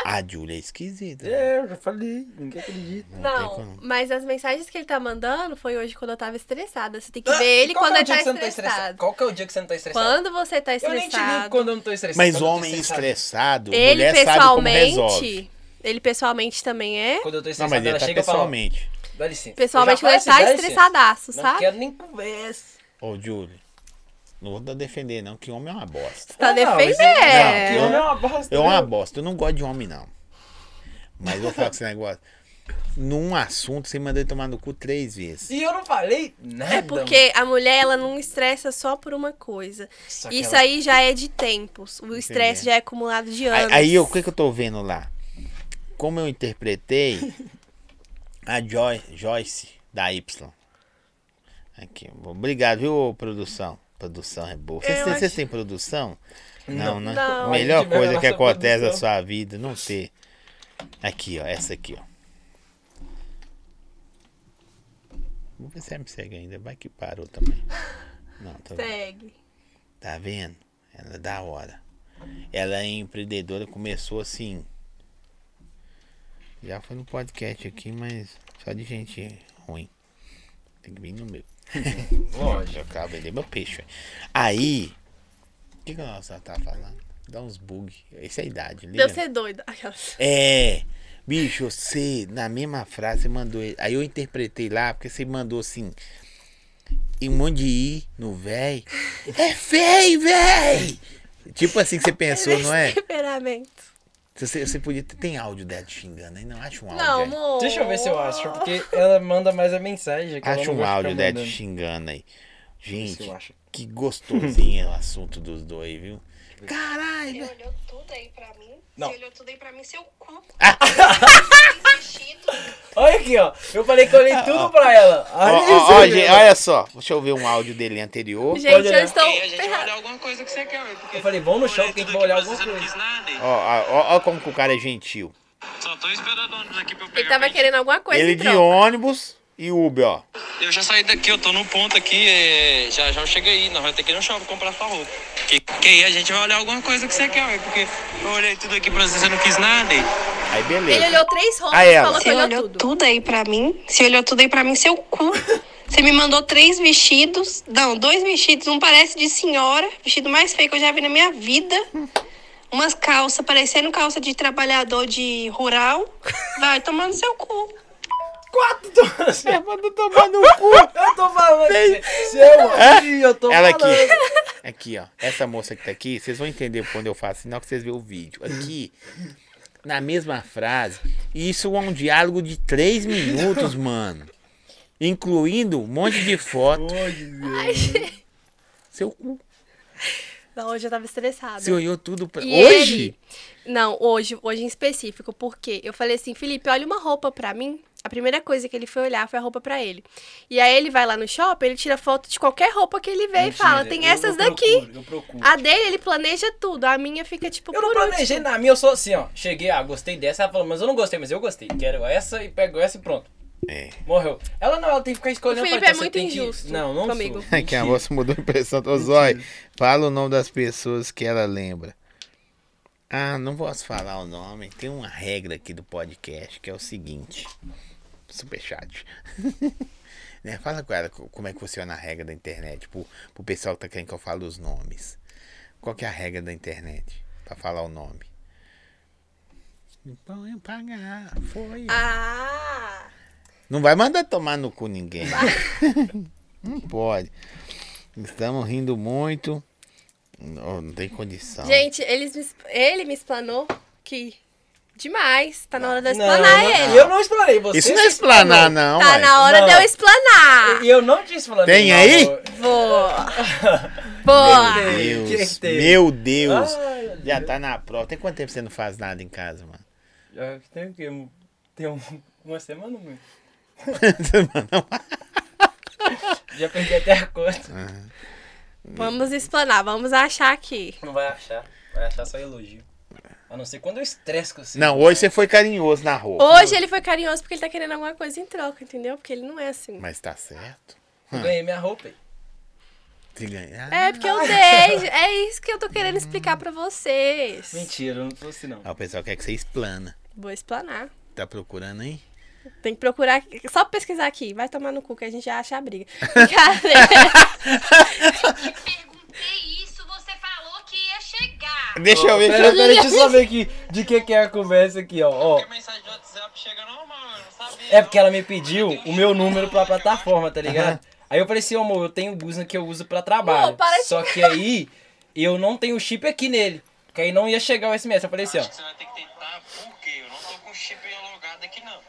A: A Júlia é esquisita. né?
C: eu já falei, ninguém acredita.
A: tem
B: Não,
A: como.
B: mas as mensagens que ele tá mandando foi hoje quando eu tava estressada. Você tem
C: Ah,
B: que ver ele
C: é
B: quando ele tá estressado.
C: Qual que é o dia que você não tá estressado?
B: Quando você tá
C: Eu nem te ligo
B: estressado,
C: quando eu não tô estressado.
A: Mas
C: Quando eu tô
A: homem
C: estressado-
A: estressado,
B: ele
A: mulher sabe como resolve.
B: pessoalmente, ele pessoalmente também é.
C: Quando eu tô
A: Não,
C: estressado,
A: mas ele
C: ela
A: tá
C: chega e fala, ó,
A: pessoalmente.
C: dá licença.
B: Pessoalmente,
C: Eu
B: quando ele
C: já faço,
B: tá
C: dá licença.
B: estressadaço,
C: Não
B: sabe?
C: quero nem conversa.
A: Ô, Júlio, não vou defender não, que homem é uma bosta.
B: Tá
C: Não, não,
B: defendendo.
A: mas
C: Que
A: É.
C: homem é uma bosta.
A: Eu é uma
C: né?
A: bosta, eu não gosto de homem não. Mas eu vou falar com esse negócio. Num assunto, você mandou ele tomar no cu três vezes.
C: E eu não falei nada.
B: É porque a mulher, ela não estressa só por uma coisa.
C: Só que
B: Isso
C: ela-
B: aí já é de tempos. O estresse
A: Entendi.
B: já é acumulado de
A: Aí,
B: anos.
A: aí eu- o que, que eu tô vendo lá? Como eu interpretei a Joy- Joyce da Y. Aqui, obrigado, viu, ô, produção? Produção é boa. Vocês
B: Eu
A: têm- vocês
B: acho-
A: têm produção? Não, né?
B: Não.
C: A
A: Melhor
C: gente vê
A: coisa
C: a
A: que
C: nossa
A: acontece na
C: produção.
A: sua vida, não ter. Aqui, ó, essa aqui, ó. Vou ver se ela me segue ainda. Vai que parou também. Não, tá bom.
B: Segue.
A: Tá vendo? Ela é da hora. Ela é empreendedora, começou assim. Já foi no podcast aqui, mas só de gente ruim. Tem que vir no meu.
C: Lógico.
A: Eu acabo vender meu peixe. velho. Aí. O que, que a nossa tá falando? Dá uns bug. Essa é a idade, liga.
B: Deu ser Então, doida. Aquelas.
A: É. Bicho, você, na mesma frase, você mandou. ele- Aí eu interpretei lá, porque você mandou assim. E um monte de i no véi. É feio, véi! Tipo assim que você pensou, não é?
B: Temperamento.
A: Você, você podia. ter- Tem áudio dela te xingando, hein? Não, acha um áudio.
B: Não,
A: aí.
B: amor.
C: Deixa eu ver se eu acho, porque ela manda mais a mensagem. Que
A: Acha
C: ela não
A: um
C: gosta de
A: áudio
C: ficar
A: dela te
C: mandando.
A: xingando aí.
C: Isso
A: Gente,
C: eu acho.
A: que gostosinho é o assunto dos dois, viu? Caralho!
F: Você olhou tudo aí pra mim?
C: Não.
F: Você olhou tudo aí pra mim, seu cu.
A: Ah.
F: Bem vestido.
C: Olha aqui, ó. Eu falei que eu olhei tudo pra ela.
A: Ó,
C: Olha
A: ó,
C: isso,
A: ó,
C: meu.
A: gente, olha só, deixa eu ver um áudio dele anterior.
B: Gente,
C: olhar.
B: eu estou
E: E a gente vai
B: ferrada.
E: olhar alguma coisa que você quer, ué, porque
C: Eu falei, vamos no shopping que a gente vai olhar alguma
E: Você não quis
C: coisa.
E: nada, hein?
A: Ó, ó, ó, ó como que o cara é gentil.
E: Só tô esperando o ônibus aqui pra eu pegar.
B: Ele tá tava
E: pra gente-
B: querendo alguma coisa, então.
A: Ele
B: em
A: de
B: troca.
A: ônibus e Uber, ó.
E: Eu já saí daqui, eu tô no ponto aqui, é, já já eu cheguei aí, nós vamos ter que ir no shopping comprar sua roupa. Que, que aí a gente vai olhar alguma coisa que você quer, ué, porque eu olhei tudo aqui pra você, você não quis nada, hein?
A: Aí beleza.
B: Ele olhou três roupas
A: Aí
B: e
A: ela.
B: falou que
F: Você
B: olhou
F: olhou
B: tudo.
F: tudo aí pra mim? Você olhou tudo aí pra mim, seu cu. Você me mandou três vestidos. Não, dois vestidos. Um parece de senhora, vestido mais feio que eu já vi na minha vida. Umas calças parecendo calça de trabalhador de rural. Vai tomar no seu cu.
C: Quatro tomas.
A: É, manda tomar no cu. É?
C: Eu tô falando. Seu aqui, eu tô
A: Ela aqui.
C: falando.
A: Aqui, ó. Essa moça que tá aqui, vocês vão entender quando eu faço, senão que vocês vê o vídeo. Aqui, na mesma frase, isso é um diálogo de três minutos, mano. Incluindo um monte de foto. Seu cu.
B: Não, hoje eu tava estressada.
A: Você olhou tudo pra...
B: E
A: Hoje?
B: ele- Não, hoje, hoje em específico, porque eu falei assim, Felipe, olha uma roupa pra mim. A primeira coisa que ele foi olhar foi a roupa pra ele. E aí ele vai lá no shopping, ele tira foto de qualquer roupa que ele vê e fala, tem
C: Eu- eu
B: essas
C: procuro,
B: daqui. Ah,
C: Eu procuro.
B: A dele, ele planeja tudo. A minha fica, tipo,
C: Eu não
B: por
C: planejei
B: último.
C: na minha, eu sou assim, ó. Cheguei, ah, gostei dessa. Ela falou, mas eu não gostei, mas eu gostei. Quero essa e pego essa e pronto.
A: É.
C: Morreu. Ela não, ela tem que ficar
B: O
C: escolhendo.
B: Felipe é
C: eu falei, você
B: muito
C: tem que-
B: injusto
C: Não, não
B: comigo.
C: sou.
A: Aqui, a moça mudou a impressão. Ô, Zói, fala o nome das pessoas que ela lembra. Ah, não posso falar o nome. Tem uma regra aqui do podcast que é o seguinte. Superchat. né? Fala com ela co- como é que funciona a regra da internet. Pro, pro pessoal que tá querendo que eu fale os nomes. Qual que é a regra da internet? Pra falar o nome. Então é pagar. Foi.
B: Ah!
A: Não vai mandar tomar no cu ninguém. não pode. Estamos rindo muito. Não, não tem condição.
B: Ah. Gente, eles me- ele me explanou que demais. Tá na hora de eu
C: Não,
B: explanar
C: eu não-
B: ele.
C: Eu não explanei você.
A: Isso não é
C: se explanou.
A: explanar, não.
B: Tá
A: uai.
B: na hora de eu
C: Não.
B: explanar.
C: E eu não te explanei.
A: Tem
C: não,
A: aí?
C: amor.
B: Boa! Boa!
A: Meu Deus.
C: Que que
A: Meu Deus.
C: Ai, meu
A: Já
C: Deus.
A: tá na prova. Tem quanto tempo você não faz nada em casa, mano?
C: Já Tem o quê? Um- Tem um- uma semana, mano. Já perdi até a conta.
B: Vamos explanar, vamos achar aqui.
A: É.
C: Não vai achar. Vai achar só elogio. A não ser quando eu estresso com você.
A: Não, hoje você foi carinhoso na rua.
B: Hoje ele foi carinhoso porque ele tá querendo alguma coisa em troca, entendeu? Porque ele não é assim.
A: Mas tá certo.
C: Eu ganhei minha roupa.
A: Você ganha. Ah,
B: É porque eu dei. É isso que eu tô querendo explicar pra vocês.
C: Mentira, eu não trouxe não.
A: ah, o pessoal quer que você explana.
B: Vou explanar.
A: Tá procurando, hein?
B: Tem que procurar. Só pesquisar aqui. Vai tomar no cu que a gente já acha a briga. Brincadeira.
F: Perguntei isso, você falou que ia chegar.
A: Deixa eu ver.
C: Pera, pera, deixa eu saber aqui de que que é a conversa aqui, ó. ó.
E: Porque mensagem do WhatsApp chega normal, eu não sabia.
C: É porque ela me pediu o meu número pra plataforma, tá ligado? Aí eu falei assim, amor, eu tenho o Guzna que eu uso pra trabalho.
B: Amor, para de
C: Só que aí eu não tenho o chip aqui nele. Que aí não ia chegar o SMS. Eu falei assim, ó.
E: Acho que você vai ter que tentar, porque eu não tô com o chip alugado aqui não. Eu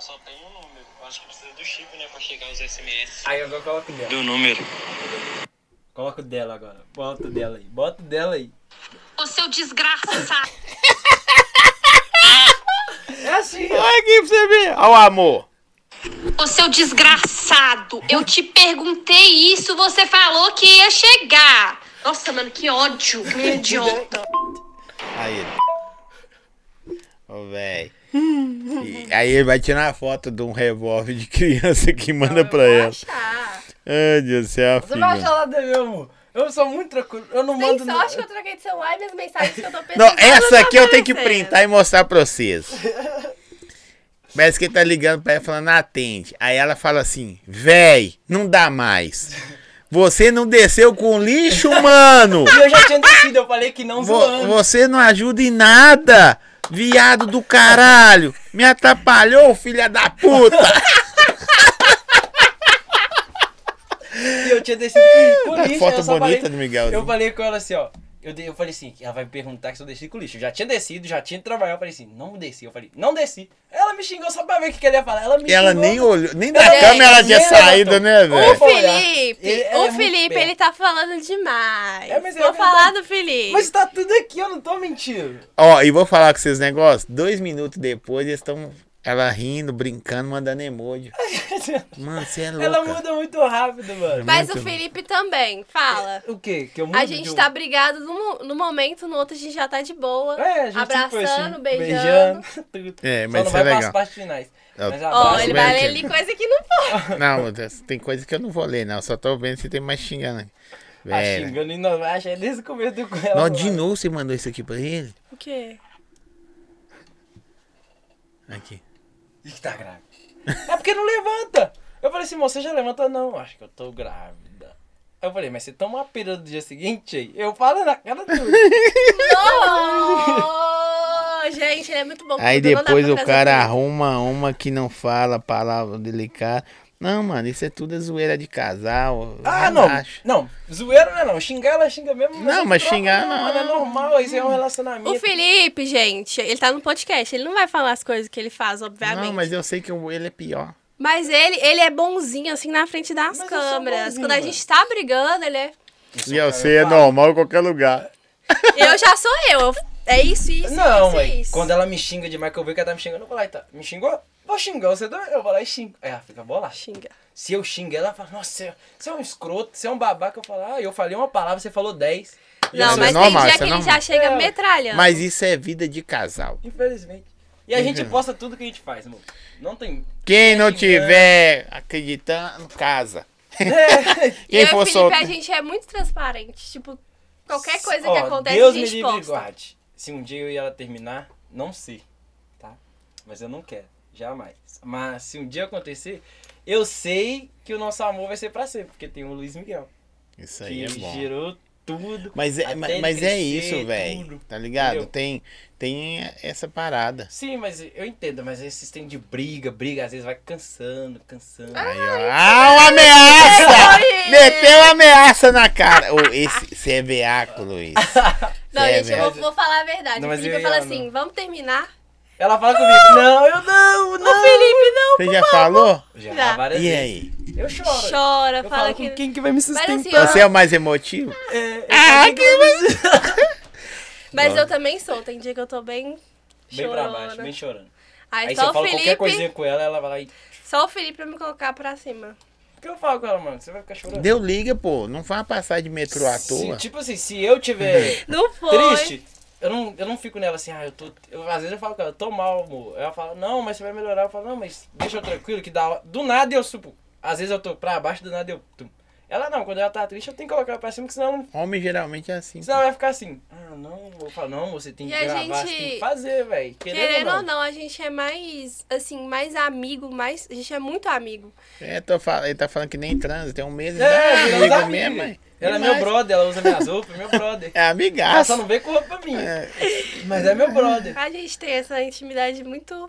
E: só tenho o número. Eu Acho que precisa do chip, né, pra chegar os SMS.
C: Aí agora coloca o dela.
E: Do número.
C: Coloca o dela agora. Bota o dela aí. Bota o dela aí.
F: Ô seu desgraçado.
C: É assim, ó.
A: Olha aqui pra você ver. Olha o amor.
F: Ô seu desgraçado. Eu te perguntei isso, você falou que ia chegar. Nossa, mano, que ódio. Que
C: tipo,
F: idiota.
A: Aí ele. Ô, véi. E Aí ele vai tirar a foto de um revólver de criança que manda pra
B: Vou
A: ela.
B: achar.
A: Ai, Deus do céu,
C: Você vai
A: filho.
C: achar lá dele, amor. Eu sou muito tranquilo. Eu não
B: Tem
C: mando... no-
B: sorte que eu troquei de celular e minhas mensagens que eu tô
A: Não,
B: pesquisando.
A: essa
B: não
A: aqui eu tenho que
B: aparecendo.
A: printar e mostrar pra vocês. Parece que ele tá ligando pra ela falando, atende. Aí ela fala assim, véi, não dá mais. Você não desceu com lixo, mano.
C: E eu já tinha descido, eu falei que não
A: Vo-
C: zoando.
A: você não ajuda em nada, viado do caralho. Me atrapalhou, filha da puta.
C: E eu tinha descido com, com
A: Olha
C: lixo.
A: que foto
C: eu só
A: bonita
C: falei,
A: do Miguelzinho.
C: Eu falei com ela assim, ó. Eu, de- eu falei assim, ela vai me perguntar se eu desci com lixo. Eu já tinha descido, já tinha trabalhado. Eu falei assim, não desci. Eu falei, não desci. Ela me xingou só pra ver o que, que ela ia falar. Ela me
A: E ela
C: xingou.
A: nem olhou, nem da
B: Ela
A: câmera ela
C: nem
A: tinha
C: levantou.
A: saído, né,
B: O
A: velho?
C: Vou olhar.
B: Felipe,
C: Ele- ela é
B: o
C: muito
B: Felipe,
C: esperta.
B: ele tá falando demais.
C: É, mas é
B: Vou falar
C: verdade.
B: do Felipe.
C: Mas tá tudo aqui, eu não tô mentindo.
A: Ó, e vou falar com vocês negócios. Dois minutos depois, eles estão. Ela rindo, brincando, mandando emoji. Mano, você é louca.
C: ela muda muito rápido, mano.
B: Mas
A: muito
B: o Felipe também, fala.
C: O quê? Que eu mudo
B: A
C: de
B: gente
C: um-
B: tá brigado no, no momento, no outro a gente já tá de boa.
C: É, a gente sempre foi
B: abraçando,
C: assim,
B: beijando.
C: beijando, tudo.
A: É,
C: Só
A: mas
C: não
A: isso
C: vai
A: é
C: pras
A: legal. É
C: partes finais.
A: Ó,
C: Mas ah, Tá
B: Ó,
C: abraço,
B: ele
A: Bem,
B: vai ler
A: Tim.
B: ali coisa que não pode.
A: Não, tem coisa que eu não vou ler, não. Só tô vendo se tem mais xingando. aqui.
C: tá
A: Velho.
C: xingando e não vai achar desde o começo do com ela.
A: É. Não, de novo você mandou isso aqui pra ele?
B: O quê?
A: Aqui.
C: Ih, tá grávida. É porque não levanta. Eu falei assim, moça, você já levanta? Não, acho que eu tô grávida. Aí Eu falei, mas você toma uma pílula do dia seguinte aí? Eu falo na cara dura.
B: Oh, gente, ele é muito bom.
A: Aí
B: tudo, não dá
A: depois
B: pra
A: o
B: trazer
A: cara
B: tudo.
A: arruma uma que não fala a palavra delicada. Não, mano, isso é tudo zoeira de casal.
C: Ah, não.
A: relaxa.
C: Não, zoeira não é não. Xingar ela xinga mesmo.
A: Não, mas
C: troca
A: xingar não.
C: mano, é normal, isso é um relacionamento.
B: O Felipe, gente, ele tá no podcast, ele não vai falar as coisas que ele faz, obviamente.
A: Não, mas eu sei que o- ele é pior.
B: Mas ele, ele é bonzinho, assim, na frente das
C: Mas eu sou
B: câmeras.
C: bonzinho,
B: Quando a
C: mano.
B: gente tá brigando, ele é.
A: E eu sei, é normal em qualquer lugar.
B: Eu já sou eu. eu- É isso, isso,
C: Não,
B: isso,
C: mãe.
B: isso.
C: Quando ela me xinga demais, que eu vejo que ela tá me xingando, eu vou lá e tá. Me xingou? Vou xingar você também. Eu vou lá e xingo. Aí ela fica bolada.
B: Xinga.
C: Se eu xingo ela, ela fala, nossa, você- você é um escroto, você é um babaca. Eu falo, ah, eu falei uma palavra, você falou dez.
B: Não,
A: Isso é
B: mas
A: normal,
B: tem
A: isso
B: dia
A: é
B: que ele
A: normal.
B: já chega
C: É.
B: metralhando.
A: Mas isso é vida de casal.
C: Infelizmente. E a gente posta tudo que a gente faz, amor. Não tem.
B: É
A: Quem não
C: xingando.
A: tiver acreditando, casa.
B: eu
C: É.
A: Quem
B: e o
A: for
B: Felipe,
A: solto.
B: a gente é muito transparente. Tipo, qualquer coisa que
C: Ó,
B: acontece,
C: Deus
B: a
C: me
B: gente
C: livre e
B: posta.
C: guarde. Se um dia eu e ela terminar, não sei, tá? Mas eu não quero, jamais. Mas se um dia acontecer, eu sei que o nosso amor vai ser pra sempre, porque tem o Luiz Miguel,
A: Isso aí
C: que
A: é bom.
C: gerou tudo.
A: Mas é,
C: até
A: mas,
C: ele
A: mas é
C: crescer,
A: isso, velho.
C: tudo.
A: Tá ligado?
C: Entendeu?
A: Tem, tem essa parada.
C: Sim, mas eu entendo, mas esse sistema de briga, briga, às vezes vai cansando, cansando.
A: Aí, ó. Ah, uma ameaça! Meteu ameaça na cara. Ô, esse, você é veaco, Luiz.
C: Ah,
B: Não,
A: É,
B: gente, eu vou,
C: velho.
B: vou falar a verdade.
C: Não,
B: o
C: mas
B: Felipe
C: eu
B: fala
C: ia,
B: assim, vamos terminar.
C: Ela fala comigo, não, eu não, não.
B: Ah. Felipe, não.
A: Você já falou?
C: Já,
B: Já.
C: várias
A: E
C: vezes.
A: aí?
C: Eu choro.
B: Chora,
C: Eu
B: fala
C: falo
B: que...
C: com quem que vai me sustentar.
B: assim, ó,
A: Você é o mais emotivo?
C: É, eu
A: Ah,
C: falo com quem que vai me sustentar.
B: Mas eu também sou, tem dia que eu tô bem
C: Bem pra baixo,
B: chorona.
C: bem chorando.
B: Aí,
C: Aí você
B: só
C: fala
B: o
C: qualquer
B: Felipe,
C: coisinha com ela, ela vai lá e.
B: só o Felipe pra me colocar pra cima.
C: Por que eu falo com ela, mano? Você vai ficar chorando.
A: Deu liga, pô. Não faz passar de metrô à
C: Se,
A: toa.
C: tipo assim, se eu tiver
B: Não foi.
C: triste, eu não, eu não fico nela assim, ah, eu tô. eu- às vezes eu falo com ela, tô mal, amor. Ela fala, não, mas você vai tipo, melhorar. Eu falo, não, mas deixa eu tranquilo que dá. hora." Do nada eu supo. Às vezes eu tô pra baixo, do nada eu. tum. Ela não, quando ela tá triste, eu tenho que colocar ela pra cima, porque senão,
A: Homem geralmente é assim.
C: senão ela vai ficar assim. Ah, não, eu falo, não, você tem que
B: E a
C: gravar, você
B: gente-
C: tem que fazer, velho. Querendo,
B: Querendo
C: ou
B: ou não, a gente é mais, assim, mais amigo, mais. A gente é muito amigo.
A: É, tô fal... ele tá falando que nem transa, tem um mês.
C: É,
A: né?
C: viramos
A: Amigo
C: amigos.
A: mesmo, hein?
C: Ela é
A: Demais.
C: meu brother, ela usa minhas roupas, é meu brother.
A: É
C: Ela só
A: amigaço.
C: não vê com roupa minha,
A: É,
C: mas é meu brother.
B: A gente tem essa intimidade muito.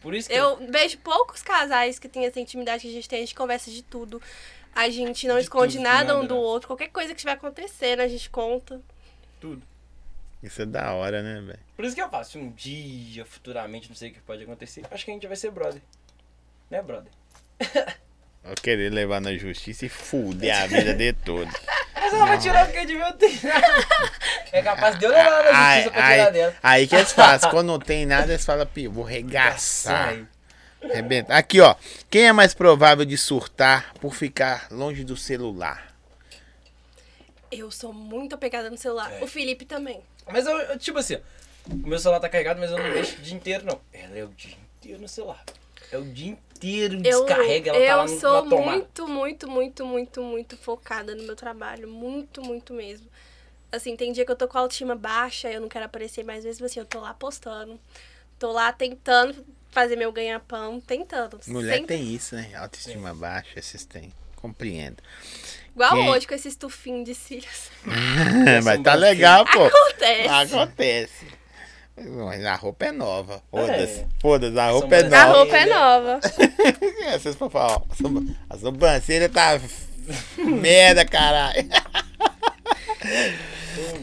C: Por isso que
B: Eu vejo poucos casais que têm essa intimidade que a gente tem, a gente conversa de tudo. A gente não
C: De
B: esconde
C: tudo,
B: nada
C: nada,
B: um do
C: né?
B: outro. Qualquer coisa que estiver acontecendo, a gente conta.
C: tudo.
A: Isso é da hora, né, velho?
C: Por isso que eu faço. Um dia, futuramente, não sei o que pode acontecer. Acho que a gente vai ser brother. Né, brother?
A: Eu querer levar na justiça e fuder a vida de todos.
C: Mas ela vai tirar porque de mim eu tenho nada. É capaz de eu levar ela na
A: Ai,
C: justiça pra
A: ai,
C: tirar dela.
A: Ah, aí que eles fazem. Quando não tem nada, eles falam, pio, vou regaçar.
C: Sai.
A: Arrebenta. Aqui, ó. Quem é mais provável de surtar por ficar longe do celular?
B: Eu sou muito apegada no celular.
C: É.
B: O Felipe também.
C: Mas eu, eu, tipo assim, ó, o meu celular tá carregado, mas eu não deixo o dia inteiro, não. Ela é o dia inteiro no celular. É o dia inteiro,
B: Eu,
C: descarrega, ela
B: eu
C: tá lá no,
B: sou
C: na tomada.
B: muito, muito, muito, muito, muito focada no meu trabalho. Muito, muito mesmo. Assim, tem dia que eu tô com a autoestima baixa, eu não quero aparecer mais mesmo assim, eu tô lá postando. Tô lá tentando fazer meu ganha-pão, tentando.
A: Mulher
B: Sempre-
A: tem isso, né? Autoestima baixa, vocês têm. Compreendo.
B: Igual
A: Quem?
B: hoje com esse estufinho de cílios. é
A: Mas tá
C: bastante.
A: legal, pô.
B: Acontece.
A: Ah, Acontece. Mas a roupa é nova. Foda-se.
C: É.
A: Foda-se, a roupa é
C: São
A: nova.
B: A roupa é
C: Ainda.
B: nova.
A: É, vocês vão falar, ó, a sobran- a sobrancelha tá merda, caralho.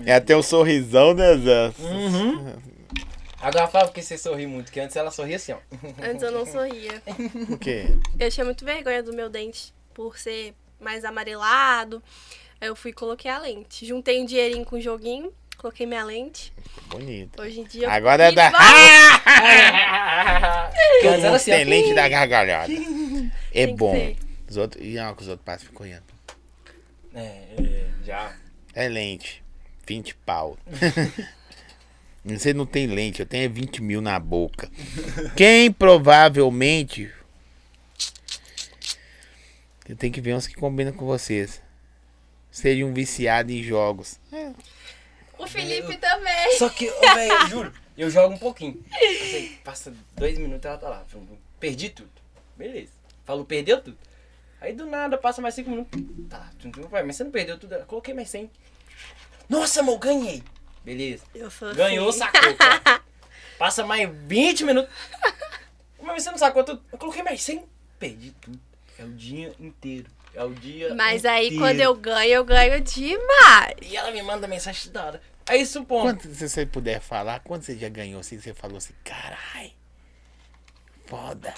A: É até um sorrisão, né, Zé?
B: Uhum.
C: Agora fala porque você sorri muito, que antes ela sorria assim, ó.
B: Antes eu não sorria.
A: O quê?
B: Eu tinha muito vergonha do meu dente por ser mais amarelado. Aí eu fui e coloquei a lente. Juntei um dinheirinho com o joguinho, coloquei minha lente.
A: Bonito.
B: Hoje em dia. eu
A: Agora é
B: me
A: da.
B: valho.
C: Porque
A: Todo
C: antes era
A: mundo
C: assim, ó.
A: tem lente da gargalhada. É
B: Tem que
A: bom.
B: ser.
A: Os outros, e olha que os outros passam ficam olhando.
C: É, é, já.
A: É lente. 20 pau. Você não tem lente, eu tenho é 20 mil na boca. Quem provavelmente. Eu tenho que ver uns que combinam com vocês. Seria um viciado em jogos.
B: O Felipe também.
C: Só que, ô, velho, eu juro, eu jogo um pouquinho. Assim, passa dois minutos ela tá lá. Vum, vum. Perdi tudo. Beleza. Falo, perdeu tudo. Aí do nada passa mais cinco minutos. Tá lá. Tum, tum, pai, mas você não perdeu tudo. Ela, Coloquei mais 100. Nossa, amor, ganhei. Beleza.
B: Eu sou assim.
C: Ganhou, sacou. pá. Passa mais 20 minutos. Mas você não sacou tudo. Eu coloquei mais 100. Perdi tudo. É o dia inteiro. É o dia
B: Mas aí
C: inteiro.
B: quando eu ganho, eu ganho demais.
C: E ela me manda mensagem da hora. É Aí supondo.
A: Quanto, se você puder falar, quanto você já ganhou assim? que Você falou assim, carai. Foda.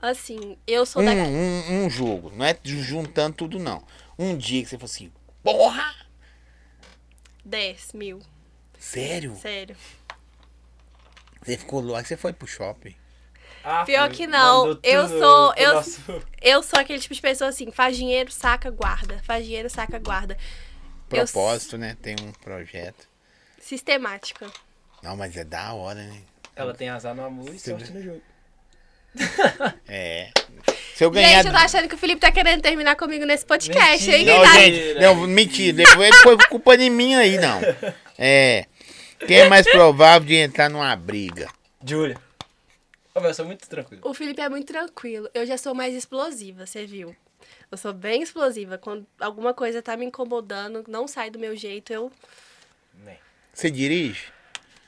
B: Assim, eu sou da.
A: Um, um, um jogo. Não é juntando tudo, não. Um dia que você falou assim, porra!
B: 10 mil,
A: Sério?
B: sério.
A: Você ficou louco, você foi pro shopping.
C: Ah,
B: Pior
C: foi,
B: que não,
C: mandou
B: eu
C: tudo
B: sou-
C: pro
B: eu-
C: nosso-
B: Eu sou aquele tipo de pessoa assim, faz dinheiro, saca, guarda. Faz dinheiro, saca, guarda. Eu s-
A: Propósito, né? Tem um projeto.
B: Sistemática.
A: Não, mas é da hora, né?
C: Ela tem azar no amor e sorte no jogo.
A: É. Se eu ganhar.
B: Gente, eu tô achando que o Felipe tá querendo terminar comigo nesse podcast, hein?
A: Não,
B: Quem tá-
A: gente, não, mentira. Depois ele foi culpa de mim aí, não. É. Quem é mais provável de entrar numa briga?
C: Júlia. Ô, meu, eu sou muito tranquilo.
B: O Felipe é muito tranquilo. Eu já sou mais explosiva, você viu? Eu sou bem explosiva. Quando alguma coisa tá me incomodando, não sai do meu jeito, eu
C: Né.
A: Você dirige?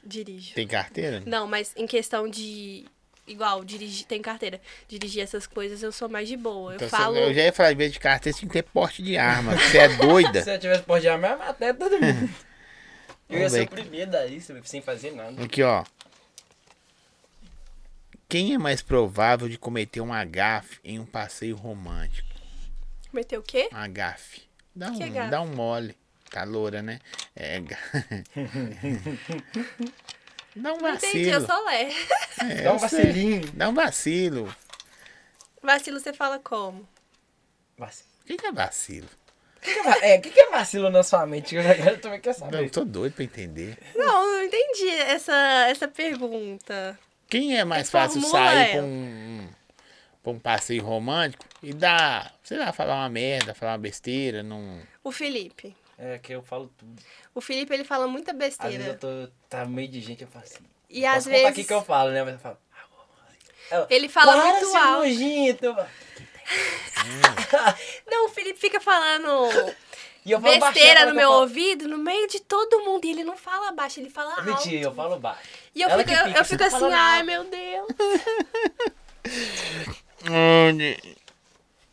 B: dirijo.
A: Tem carteira?
B: Não, mas em questão de. Igual, dirigir, tem carteira. Dirigir essas coisas eu sou mais de boa. Eu
A: Então, você-
B: falo.
A: eu já ia falar, em vez de carteira, você tem que ter porte de arma. Você é doida.
C: Se eu tivesse pode arma, eu ia matar todo mundo. Eu ia
A: Vamos
C: ser
A: ver
C: o primeiro da lista, sem fazer nada.
A: Aqui, ó. Quem é mais provável de cometer um agafe em um passeio romântico?
B: Meter o quê?
A: Uma gafe. Dá
B: Que
A: um,
B: gafe?
A: dá um mole. Caloura, né? É. ga- dá um
B: Não entendi, eu
A: vacilo.
B: sou lé.
A: É,
C: Dá um
A: eu sei.
C: vacilinho.
A: Dá um vacilo.
B: Vacilo, você fala como?
C: Vacilo.
A: O que, que é vacilo?
C: Que que é va- É, o que, que é vacilo na sua mente? Eu já- eu também quero
A: Não, eu
C: saber.
A: tô doido pra entender.
B: Não, eu não entendi essa, essa pergunta.
A: Quem é mais fácil
B: Reformula
A: sair
B: ela.
A: com um, pra um passeio romântico e dá, sei lá, falar uma merda, falar uma besteira, não.
B: O Felipe.
C: É que eu falo tudo.
B: O Felipe, ele fala muita
C: Às vezes
B: besteira.
C: eu tô. Tá meio de gente, eu falo assim.
B: E às
C: Posso contar
B: vezes
C: aqui que eu falo, né? Mas eu falo. "Ah, vou falar". Ela,
B: ele fala
C: "Para,
B: muito
C: seu
B: alto.
C: nojento".
B: Não, o Felipe fica falando
C: E eu falo
B: besteira
C: baixinho,
B: no
C: ela
B: meu
C: fala-
B: ouvido, no meio de todo mundo. E ele não fala baixo, ele fala alto.
C: Mentira, eu falo baixo.
B: E eu
C: Ela
B: fico,
C: que
B: eu,
C: fica,
B: eu
C: você tá
B: fico
C: não
B: assim,
C: fala nada.
B: ai meu Deus.
A: Onde-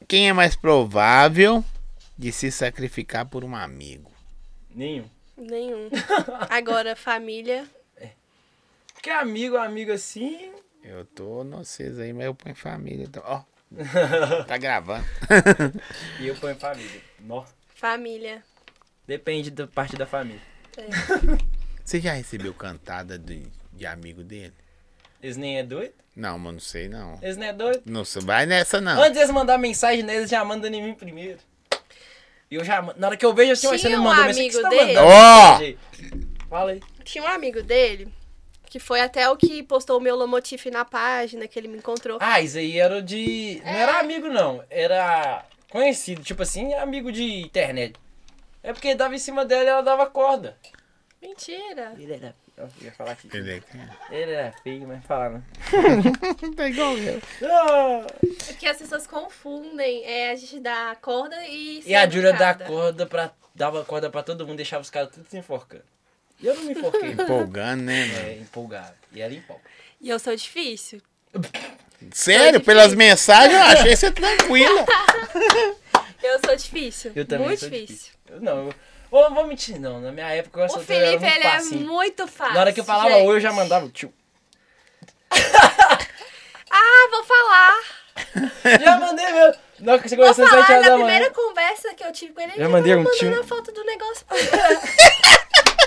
A: Quem é mais provável de se sacrificar por um amigo?
C: Nenhum.
B: Nenhum. Agora, família.
C: Porque amigo, amigo assim.
A: Eu tô, não sei aí, mas eu ponho família. então, Ó, tá gravando.
C: E eu ponho família. Nossa.
B: Família.
C: Depende da parte da família.
A: Você já recebeu cantada de, de amigo dele?
C: Eles nem é doido?
A: Não, mas não sei não.
C: Eles nem é doido?
A: Não se vai nessa não.
C: Antes de eles mandar mensagem neles, eles já mandam em mim primeiro. E eu já mando. Na hora que eu vejo assim, "Ué, você
B: Tinha
C: não
B: um
C: mandou mensagem.
B: amigo
C: o que você tá
B: dele?
C: mandando
A: Ó!
C: mensagem aí?" Fala aí.
B: Tinha um amigo dele, que foi até o que postou o meu Lomotif na página, que ele me encontrou.
C: Ah, isso aí era o de. Não
B: É.
C: era amigo, não. Era conhecido, tipo assim, amigo de internet. É porque dava em cima dela e ela dava corda.
B: Mentira.
C: Ele era. Eu ia falar aqui.
A: Entendeu?
C: Ele era feio, mas fala, né?
A: Tá igual eu.
C: Ah!
B: É que as pessoas confundem. É, a gente dá a corda e.
C: E a Júlia
B: Júlia
C: dava corda pra. dava corda pra todo mundo, deixava os caras tudo se enforcando. E eu não me enforquei.
A: Empolgando, né, mano?
C: é, empolgado. E ela empolga.
B: E eu sou difícil.
A: Sério, pelas mensagens eu achei você tranquila.
B: Eu sou difícil.
C: Eu também
B: Muito
C: sou
B: difícil.
C: Eu não, eu. Ou eu vou mentir, não. Na minha época eu
B: O
C: solteiro, eu
B: Felipe,
C: era
B: ele
C: muito facinho.
B: é muito fácil.
C: Na hora que eu falava
B: gente.
C: oi, eu já mandava tio.
B: Ah, vou falar.
C: Já mandei meu. Na hora que você
B: Vou
C: começou às 7
B: falar
C: horas
B: na
C: da manhã.
B: primeira conversa que eu tive com ele. ele
C: Já mandei
B: tava
C: um tio.
B: mandando a foto do negócio pra mim.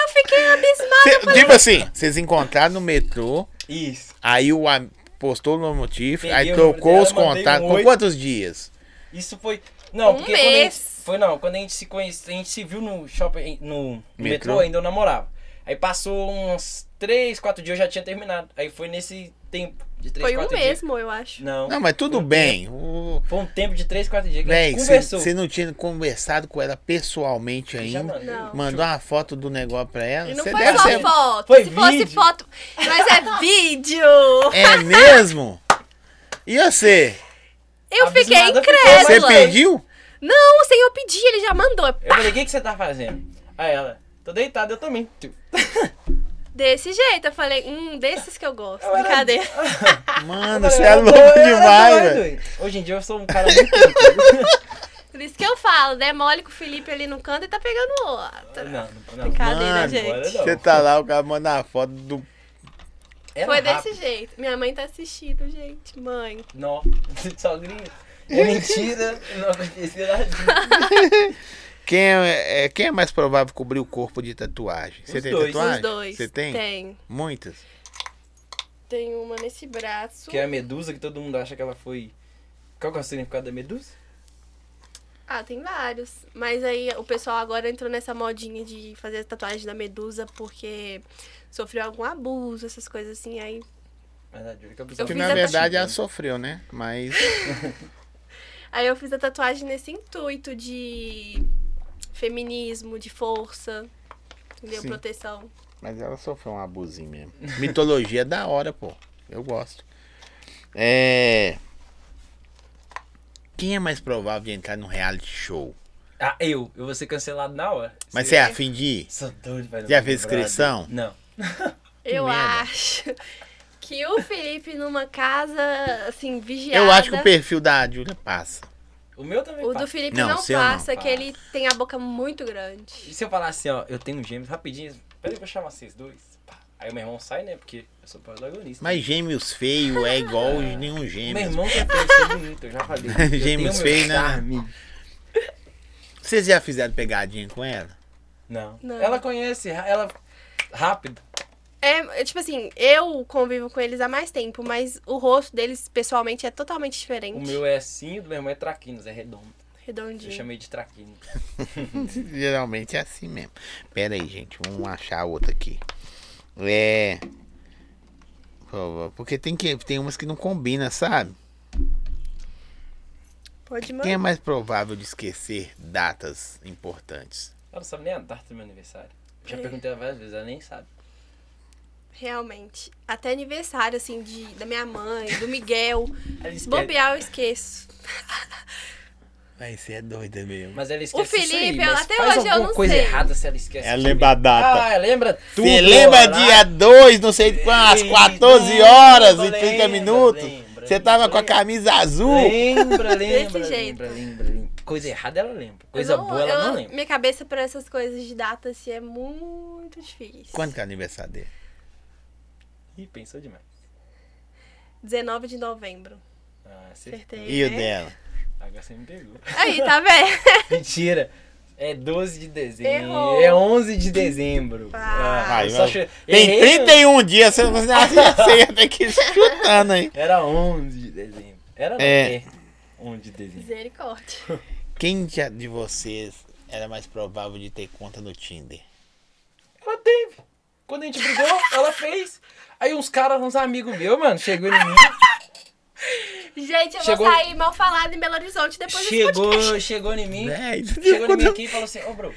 B: Eu fiquei abismada.
A: Cê- tipo assim, vocês encontraram no metrô,
C: Isso.
A: aí o am- postou no motivo,
C: Peguei
A: aí
C: o número
A: trocou
C: dela,
A: os
C: mandei um
A: contatos. Com
C: oi.
A: quantos dias?
C: Isso foi. Não,
B: Um
C: porque quando a gente,
B: mês.
C: foi não, quando a gente se conhece, a gente se viu no shopping, no no metrô,
A: Metrô.
C: ainda eu namorava. Aí passou uns 3, 4 dias eu já tinha terminado. Aí foi nesse tempo de 3,
B: Foi um
C: 4 dias.
B: mesmo, eu acho.
C: Não.
A: Não, mas tudo bem. O...
C: Foi um tempo de 3, 4 dias que a
A: Véi,
C: É, gente conversou.
A: você não tinha conversado com ela pessoalmente
C: Já
A: ainda.
C: mandei.
B: Não.
A: Mandou uma foto do negócio pra ela.
B: E não
A: Você
B: foi
A: deve
B: só
A: ser.
B: foto.
C: Foi
B: Se fosse
C: vídeo.
B: foto. Mas é vídeo.
A: É mesmo? E você?
B: Eu fiquei
C: Abismada ficou,
B: incrédula.
A: Você
C: lá.
A: pediu?
B: Não, sem eu pedir, ele já mandou.
C: Eu falei, o que, que você tá fazendo? Aí ela, tô deitado, eu também. Tu.
B: Desse jeito. Eu falei, hum, desses que eu gosto.
C: era-
B: Brincadeira.
A: Mano,
C: Eu
A: você
C: falei,
A: é
C: eu tô-
A: louco
C: eu era
A: demais,
C: doido.
A: velho.
C: Hoje em dia eu sou um cara muito. tranquilo.
B: Por isso que eu falo, né? Mole com o Felipe ali no canto e tá pegando o outro.
C: não, não, não.
B: Brincadeira,
A: Mano,
B: gente.
C: Não.
A: Você tá lá, o cara manda a foto do.
C: Era
B: Foi
C: rápido.
B: desse jeito. Minha mãe tá assistindo, gente. Mãe.
C: Não, sogrinha. É mentira, não aconteceu nada. disso.
A: Quem é, é- quem é mais provável cobrir o corpo de tatuagem? Você
C: Os
A: tem
C: dois.
A: tatuagem?
B: Os dois.
A: Você tem?
B: Tem.
A: Muitas?
B: Tem uma nesse braço.
C: Que é a medusa que todo mundo acha que ela foi. Qual que é o significado da medusa?
B: Ah, tem vários. Mas aí o pessoal agora entrou nessa modinha de fazer tatuagem da medusa porque sofreu algum abuso, essas coisas assim. Aí.
C: Mas é a Júlia que
B: Eu
A: Porque
B: fiz
A: na
B: a
A: verdade ela
C: tatuagem.
A: sofreu, né? Mas.
B: aí eu fiz a tatuagem nesse intuito de feminismo, de força, entendeu?
A: Sim.
B: Proteção.
A: Mas ela sofreu um abusinho mesmo. Mitologia é da hora, pô. Eu gosto. É. Quem é mais provável de entrar num reality show?
C: Ah, eu. Eu vou ser cancelado na hora.
A: Mas você é afim de ir?
C: Sou doido, velho.
A: Já fez inscrição?
C: Não.
B: eu
A: merda.
B: acho. Que o Felipe numa casa, assim, vigiada.
A: Eu acho que o perfil da Júlia passa.
C: O meu também.
B: O
C: passa.
B: do Felipe
A: Não,
B: não,
A: seu não
B: passa, que
C: passa.
B: ele tem a boca muito grande.
C: E se eu falar assim, ó, eu tenho gêmeos, rapidinho, peraí que eu chamo vocês dois. Pá. Aí o meu irmão sai, né? Porque eu sou protagonista.
A: Mas gêmeos feio é igual de nenhum
C: Meu
A: gêmeo.
C: irmão que é feio, eu sou bonito, eu já falei. Eu tenho
A: Gêmeos
C: meu
A: feio, né?
C: charme.
A: Vocês já fizeram pegadinha com ela?
C: Não.
B: Não.
C: Ela conhece, ela. Rápido.
B: É, é, tipo assim, eu convivo com eles há mais tempo, mas o rosto deles, pessoalmente, é totalmente diferente.
C: O meu é assim, o do meu irmão é traquinas, é redondo. Eu
B: Redondinho.
C: chamei de traquinas.
A: Geralmente é assim mesmo. Pera aí, gente. Vamos achar outra aqui. É. Porque tem, que, tem umas que não combinam, sabe?
B: Pode
A: Quem é
B: mandar.
A: mais provável de esquecer datas importantes?
C: Ela não sabe nem a data do meu aniversário. Eu já
B: É.
C: perguntei ela várias vezes, ela nem sabe.
B: Realmente. Até aniversário, assim, de, da minha mãe, do Miguel.
C: Ela esquece-
B: Se bobear, eu esqueço.
A: Vai, você é doida mesmo.
C: Mas ela esquece
B: O Felipe,
C: isso aí,
B: ela
C: mas
B: até
C: faz
B: hoje eu
C: alguma
B: não
C: coisa
B: sei.
C: errada se ela esquece.
A: Ela
C: de
A: lembra É a
C: mim.
A: data.
C: Ah, ela lembra tudo.
A: Você lembra
C: ela-
A: dia 2, não sei quantas,
C: Ei,
A: 14
C: lembra,
A: horas e
C: lembra,
A: 30 minutos?
C: lembra,
A: Você tava
C: lembra.
A: com a camisa azul?
C: Lembra, lembra, lembra,
B: jeito.
C: lembra, lembra. Coisa errada ela lembra. Coisa
B: Eu não-
C: boa ela
B: eu-
C: não lembra.
B: Minha cabeça para essas coisas de data, assim, é muito difícil.
A: Quando que é o aniversário dele?
C: Ih, pensou demais. é?
B: 19 de novembro.
C: Ah, acertei.
B: Acertei.
A: E o
B: né?
A: dela?
C: Agora você me pegou.
B: Aí, tá vendo?
C: Mentira. É 12 de dezembro.
B: Errou.
C: É 11 de dezembro.
B: Ah.
A: Vai,
C: eu
A: vai.
C: che-
A: Tem
C: errei,
A: 31 dias, você não você ia ter que ir chutando aí.
C: Era 11 de dezembro. Era não,
A: É.
C: é. 11 de dezembro.
B: Misericórdia.
A: Quem de de vocês era mais provável de ter conta no Tinder?
C: Ela teve. Quando a gente brigou, ela fez. Aí uns caras, uns amigos meus, mano, chegou em mim.
B: Gente, eu
C: Chegou-
B: vou sair mal falada em Belo Horizonte depois desse podcast.
C: Chegou, chegou em mim.
A: Véi,
C: Chegou em mim aqui e falou assim, ô bro,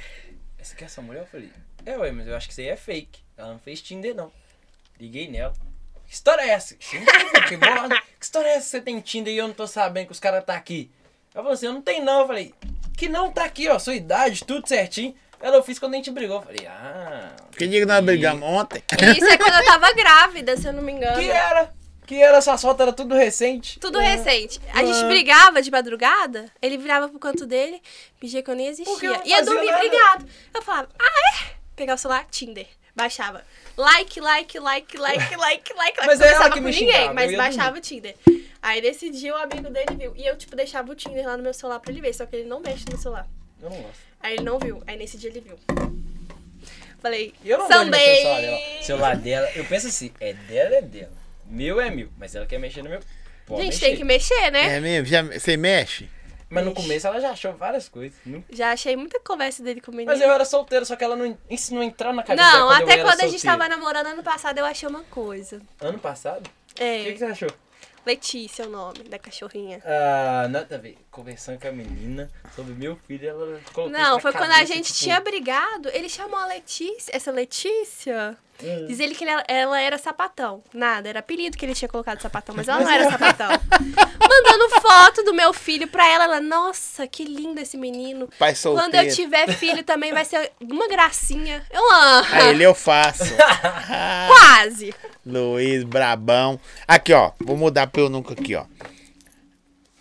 C: essa aqui é sua mulher? Eu falei, é ué, mas eu acho que isso aí é fake. Ela não fez Tinder não. Liguei nela. Que história é essa? Tinder, que bolado. Que história é essa? que Você tem Tinder e eu não tô sabendo que os caras tá aqui. Ela falou assim, eu não tenho não. Eu falei, que não tá aqui, ó, sua idade, tudo certinho. Ela, eu fiz quando a gente brigou. Eu falei, ah...
A: Que dia que nós brigamos ontem?
B: Isso é quando eu tava grávida, se eu não me engano.
C: Que é? era? Que era? Suas fotos era tudo recente.
B: Tudo recente. A gente brigava de madrugada, ele virava pro canto dele, fingia que eu nem
C: Porque eu não
B: existia. Ia
C: fazia
B: dormir
C: nada.
B: brigado. Eu falava, ah, é? Pegava o celular, Tinder. Baixava. Like, like, like, like, like, like.
C: Mas
B: não
C: era
B: conversava
C: ela que
B: com
C: me
B: ninguém,
C: xingava, eu
B: mas
C: ia
B: baixava o Tinder. Aí desse dia o amigo dele viu. E eu, tipo, deixava o Tinder lá no meu celular pra ele ver, só que ele não mexe no celular.
C: Eu não gosto.
B: Aí ele não viu. Aí nesse dia ele viu. Falei,
C: Eu não gosto de mexer no celular dela.
B: Sunday!
C: Celular dela, eu penso assim, é dela, é dela. Meu é meu, mas ela quer mexer no meu. Pode
B: Gente,
C: mexer.
B: tem que mexer, né?
A: É mesmo? Já, você mexe?
C: Mas no começo ela já achou várias coisas. não-
B: Já achei muita conversa dele com o menino.
C: Mas eu era solteiro, só que ela não, isso não entrou na cabeça
B: Não,
C: dela quando
B: até
C: eu
B: quando
C: era
B: a gente
C: solteiro.
B: tava namorando ano passado, eu achei uma coisa.
C: Ano passado? O que,
B: É,
C: que você achou?
B: Letícia é o nome da cachorrinha.
C: Ah, nada a ver. Conversando com a menina sobre meu filho, ela colocou isso
B: Não,
C: na
B: foi quando a
C: cabeça,
B: gente
C: tipo,
B: tinha brigado, ele chamou a Letícia, essa Letícia,
C: Hum.
B: diz ele que ele- ela era sapatão. Nada, era apelido que ele tinha colocado sapatão, mas ela não era sapatão. Mandando foto do meu filho pra ela, ela, nossa, que lindo esse menino.
A: Pai solteiro.
B: Quando eu tiver filho também vai ser uma gracinha. Eu amo.
A: Aí ele eu faço.
C: É.
B: Quase.
A: Luiz, brabão. Aqui, ó. Vou mudar pra eu nunca aqui, ó.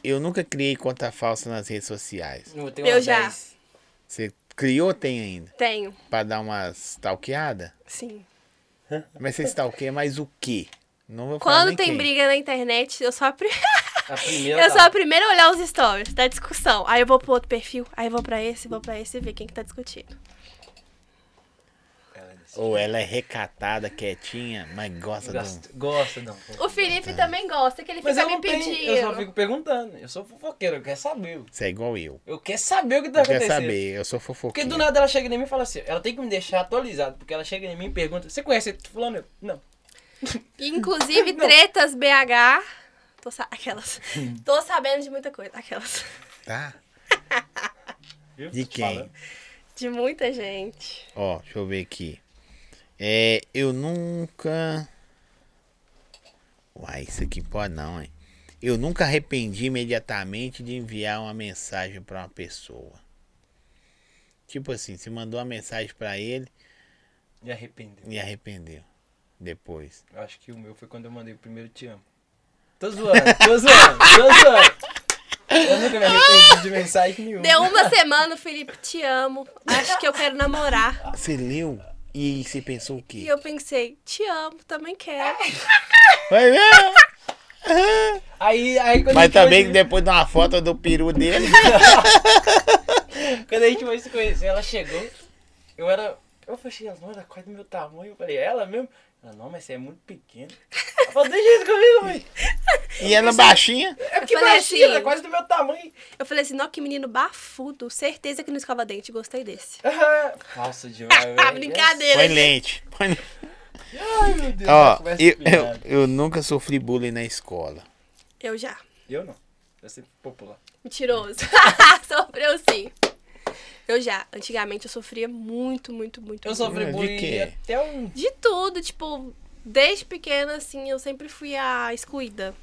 A: Eu nunca criei conta falsa nas redes sociais.
C: Eu, tenho
B: Eu
C: umas
B: já.
C: 10.
A: Você criou ou tem ainda?
B: Tenho,
A: Pra dar uma stalkeada?
B: sim.
A: Mas você stalkeia mais o quê? Não vou falar
B: Quando
A: nem
B: tem
A: quem.
B: briga na internet, eu sou a primeira.
C: A primeira.
B: Eu
C: tá-
B: sou a primeira a olhar os stories da discussão. Aí eu vou pro outro perfil, aí eu vou pra esse, vou pra esse e ver quem que tá discutindo.
C: Ela disse,
A: Ou ela é recatada, quietinha, mas gosta de um...
C: Gosta, gosta, não.
B: O Felipe também gosta, que ele
C: Mas
B: fica
C: eu
B: me
C: não
B: pedindo.
C: tenho, eu só fico perguntando. Eu sou fofoqueiro, eu quero saber.
A: Você é igual eu.
C: Eu quero saber o que tá
A: Eu quero
C: acontecendo.
A: saber, eu sou
C: Porque
A: fofoquinha.
C: do nada ela chega em mim e fala assim, ela tem que me deixar atualizado, porque ela chega em mim e pergunta, você conhece fulano? Eu, não.
B: Inclusive, tretas BH. Tô sa- Aquelas.
C: Hum.
B: Tô sabendo de muita coisa. Aquelas.
A: Tá?
C: Viu?
A: De
C: Tô te
A: quem?
C: falando.
B: De muita gente.
A: Ó, deixa eu ver aqui. É, eu nunca... Uai, isso aqui pode não, hein? Eu nunca arrependi imediatamente de enviar uma mensagem pra uma pessoa. Tipo assim, você mandou uma mensagem pra ele
C: Me arrependeu.
A: e arrependeu. Depois.
C: Eu acho que o meu foi quando eu mandei o primeiro te amo. Tô zoando, tô zoando, tô zoando. Eu nunca me arrependi de mensagem nenhuma.
B: Deu uma semana, o Felipe, te amo. Acho que eu quero namorar.
A: Você leu e você pensou o quê?
B: E eu pensei, te amo, também quero.
A: Vai ver?
C: Aí, aí quando a
A: Mas
C: gente foi
A: também
C: se-
A: que depois de uma foto do peru dele.
C: Quando a gente foi se conhecer, ela chegou, eu era... Eu achei ela, não, era quase do meu tamanho. Eu falei, ela mesmo? Ela, não, mas você é muito pequeno. Ela falou, deixa isso comigo, mãe.
A: e ela baixinha.
C: É porque
B: Falei
C: baixinha,
B: assim-
C: ela é quase do meu tamanho.
B: Eu falei assim, nossa, que menino bafudo. Certeza que não escova dente. Gostei desse.
C: Falso demais.
B: Ah,
C: velho.
B: brincadeira.
A: Põe lente. Põe lente.
C: Ai, meu Deus.
A: Ó,
C: começa a é
A: eu,
C: pirar.
A: eu, eu nunca sofri bullying na escola.
B: Eu já.
C: Eu não. Vai ser popular.
B: Mentiroso. Sofreu sim. Eu já. Antigamente eu sofria muito, muito, muito.
C: Eu
B: muito.
C: sofri
A: De
C: bullying
A: quê?
C: até um.
B: De tudo, tipo, desde pequena, assim, eu sempre fui a excluída.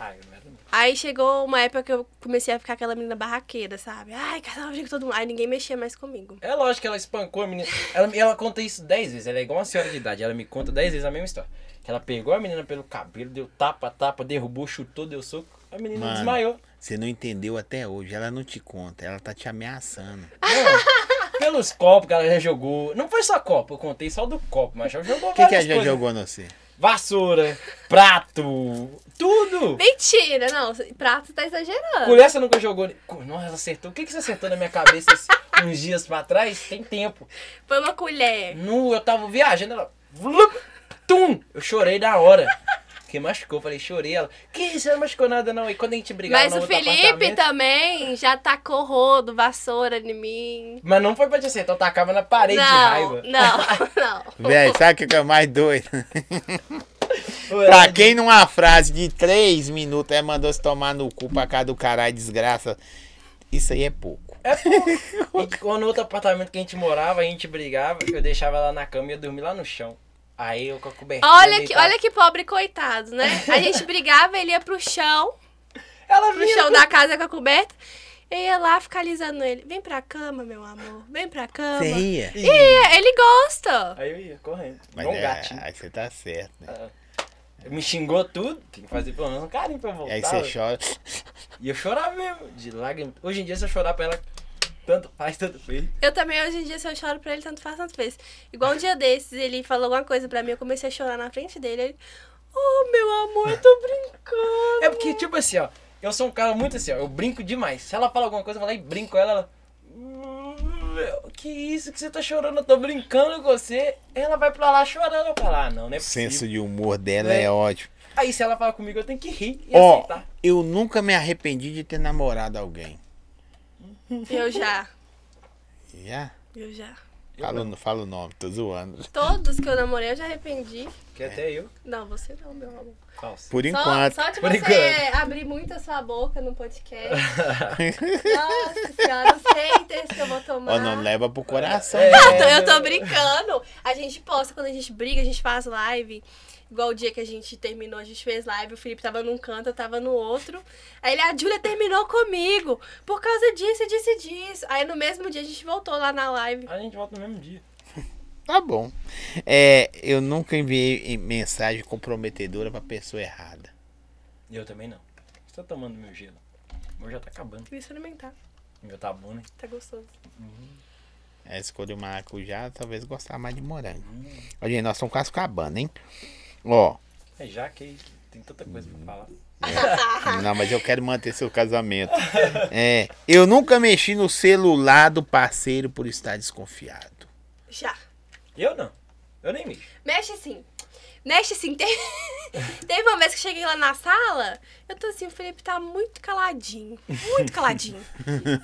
C: Ai, eu era-
B: Aí chegou uma época que eu comecei a ficar aquela menina barraqueira, sabe? Ai, casal briga com todo mundo. Aí ninguém mexia mais comigo.
C: É lógico que ela espancou a menina. Ela, ela conta isso 10 vezes. Ela é igual uma senhora de idade. Ela me conta 10 vezes a mesma história. Que ela pegou a menina pelo cabelo, deu tapa, tapa, derrubou, chutou, deu soco. A menina
A: Mano.
C: desmaiou.
A: Você não entendeu até hoje. Ela não te conta. Ela tá te ameaçando.
C: Não, pelos copos que ela já jogou. Não foi só copo, eu contei só do copo, mas já jogou
A: O que, que ela
C: várias
A: já
C: coisas.
A: jogou no você?
C: Vassoura, prato, tudo.
B: Mentira, não. Prato tá exagerando.
C: Colher você nunca jogou. Nossa, acertou. O que, que você acertou na minha cabeça esses- uns dias pra trás? Tem tempo.
B: Foi uma colher.
C: No, eu tava viajando, ela. vlup, Tum! Eu chorei na hora. Porque machucou, falei, chorei ela. Que isso, você não machucou nada não. E quando a gente brigava
B: Mas
C: no
B: o
C: outro
B: Felipe tá-
C: apartamento-
B: também já tacou rodo, vassoura em mim.
C: Mas não foi pra te acertar, eu tacava na parede de
B: Não,
C: raiva.
B: não, não.
A: Véi, sabe o que é mais doido?
C: Eu era
A: pra
C: de-
A: quem numa frase de três minutos é mandou se tomar no cu pra cá do caralho, desgraça. Isso aí é pouco.
C: É, pô. E quando no outro apartamento que a gente morava, a gente brigava, eu deixava ela na cama e eu dormia lá no chão. Aí eu com a cobertura.
B: Olha que,
C: deitava.
B: olha que pobre coitado, né? A gente brigava, ele ia pro chão,
C: Ela
B: pro
C: vinha
B: chão da casa com a coberta. Eu ia lá ficar alisando ele. Vem pra cama, meu amor. Vem pra cama.
A: Você ria?
B: E é, ele gosta.
C: Aí eu ia correndo.
A: Mas
C: Igual um
A: é,
C: gatinho.
A: aí você tá certo, né?
C: Me xingou tudo, tem que fazer pelo menos um carinho pra eu
A: E
C: voltar.
A: aí É você chora.
C: E eu chorava mesmo, de lágrimas. Hoje em dia, se eu chorar pra ela, tanto faz, tanto fez.
B: Eu também, hoje em dia, se eu choro pra ele, tanto faz, tanto fez. Igual um dia desses, ele falou alguma coisa pra mim, eu comecei a chorar na frente dele. Ele, oh, meu amor, eu tô brincando.
C: É porque, tipo assim, ó, eu sou um cara muito assim, ó, eu brinco demais. Se ela fala alguma coisa, eu vou lá e brinco com ela, ela. "Hum, Que isso que você tá chorando? Eu tô brincando com você. Ela vai pra lá chorando. Eu falo, ah, não, não é
A: O
C: possível.
A: senso de humor dela
C: Né?
A: é ótimo.
C: Aí se ela fala comigo, eu tenho que rir e assim tá.
A: Ó,
C: aceitar.
A: eu nunca me arrependi de ter namorado alguém.
B: Eu já,
A: Já?
B: eu já.
A: Fala, o- fala o nome, tô zoando.
B: Todos que eu namorei, eu já arrependi.
C: Que até
A: É.
C: eu.
B: Não, você não, meu amor.
C: Falso.
A: Por
B: Só-
A: enquanto.
B: Só, de
C: Por
B: você
C: enquanto.
B: abrir muito a sua boca no podcast. Nossa senhora, não sei desse que eu vou tomar.
A: Ó, não né? leva pro coração.
B: Tô-
A: né?
B: Eu tô brincando. A gente posta quando a gente briga, a gente faz live. Igual o dia que a gente terminou, a gente fez live, o Felipe tava num canto, eu tava no outro. Aí ele, a Júlia terminou comigo. Por causa disso, disso e disso. Aí no mesmo dia a gente voltou lá na live.
C: A gente volta no mesmo dia.
A: Tá bom. É, eu nunca enviei em- mensagem comprometedora pra pessoa errada.
C: E eu também não. Você tá tomando meu gelo? O meu já tá acabando.
B: Queria experimentar.
C: O meu tá bom, né?
B: é Tá gostoso.
A: É, escolhi o maracujá, talvez gostar mais de morango. Olha, gente, nós estamos quase acabando, hein? Ó,
C: É já que aí tem tanta coisa pra falar.
A: não, mas eu quero manter seu casamento. É, eu nunca mexi no celular do parceiro por estar desconfiado.
B: Já.
C: Eu não. Eu nem mexo.
B: Mexe assim. Mexe assim. Teve, teve uma vez que eu cheguei lá na sala, eu tô assim, o Felipe tá muito caladinho. Muito caladinho.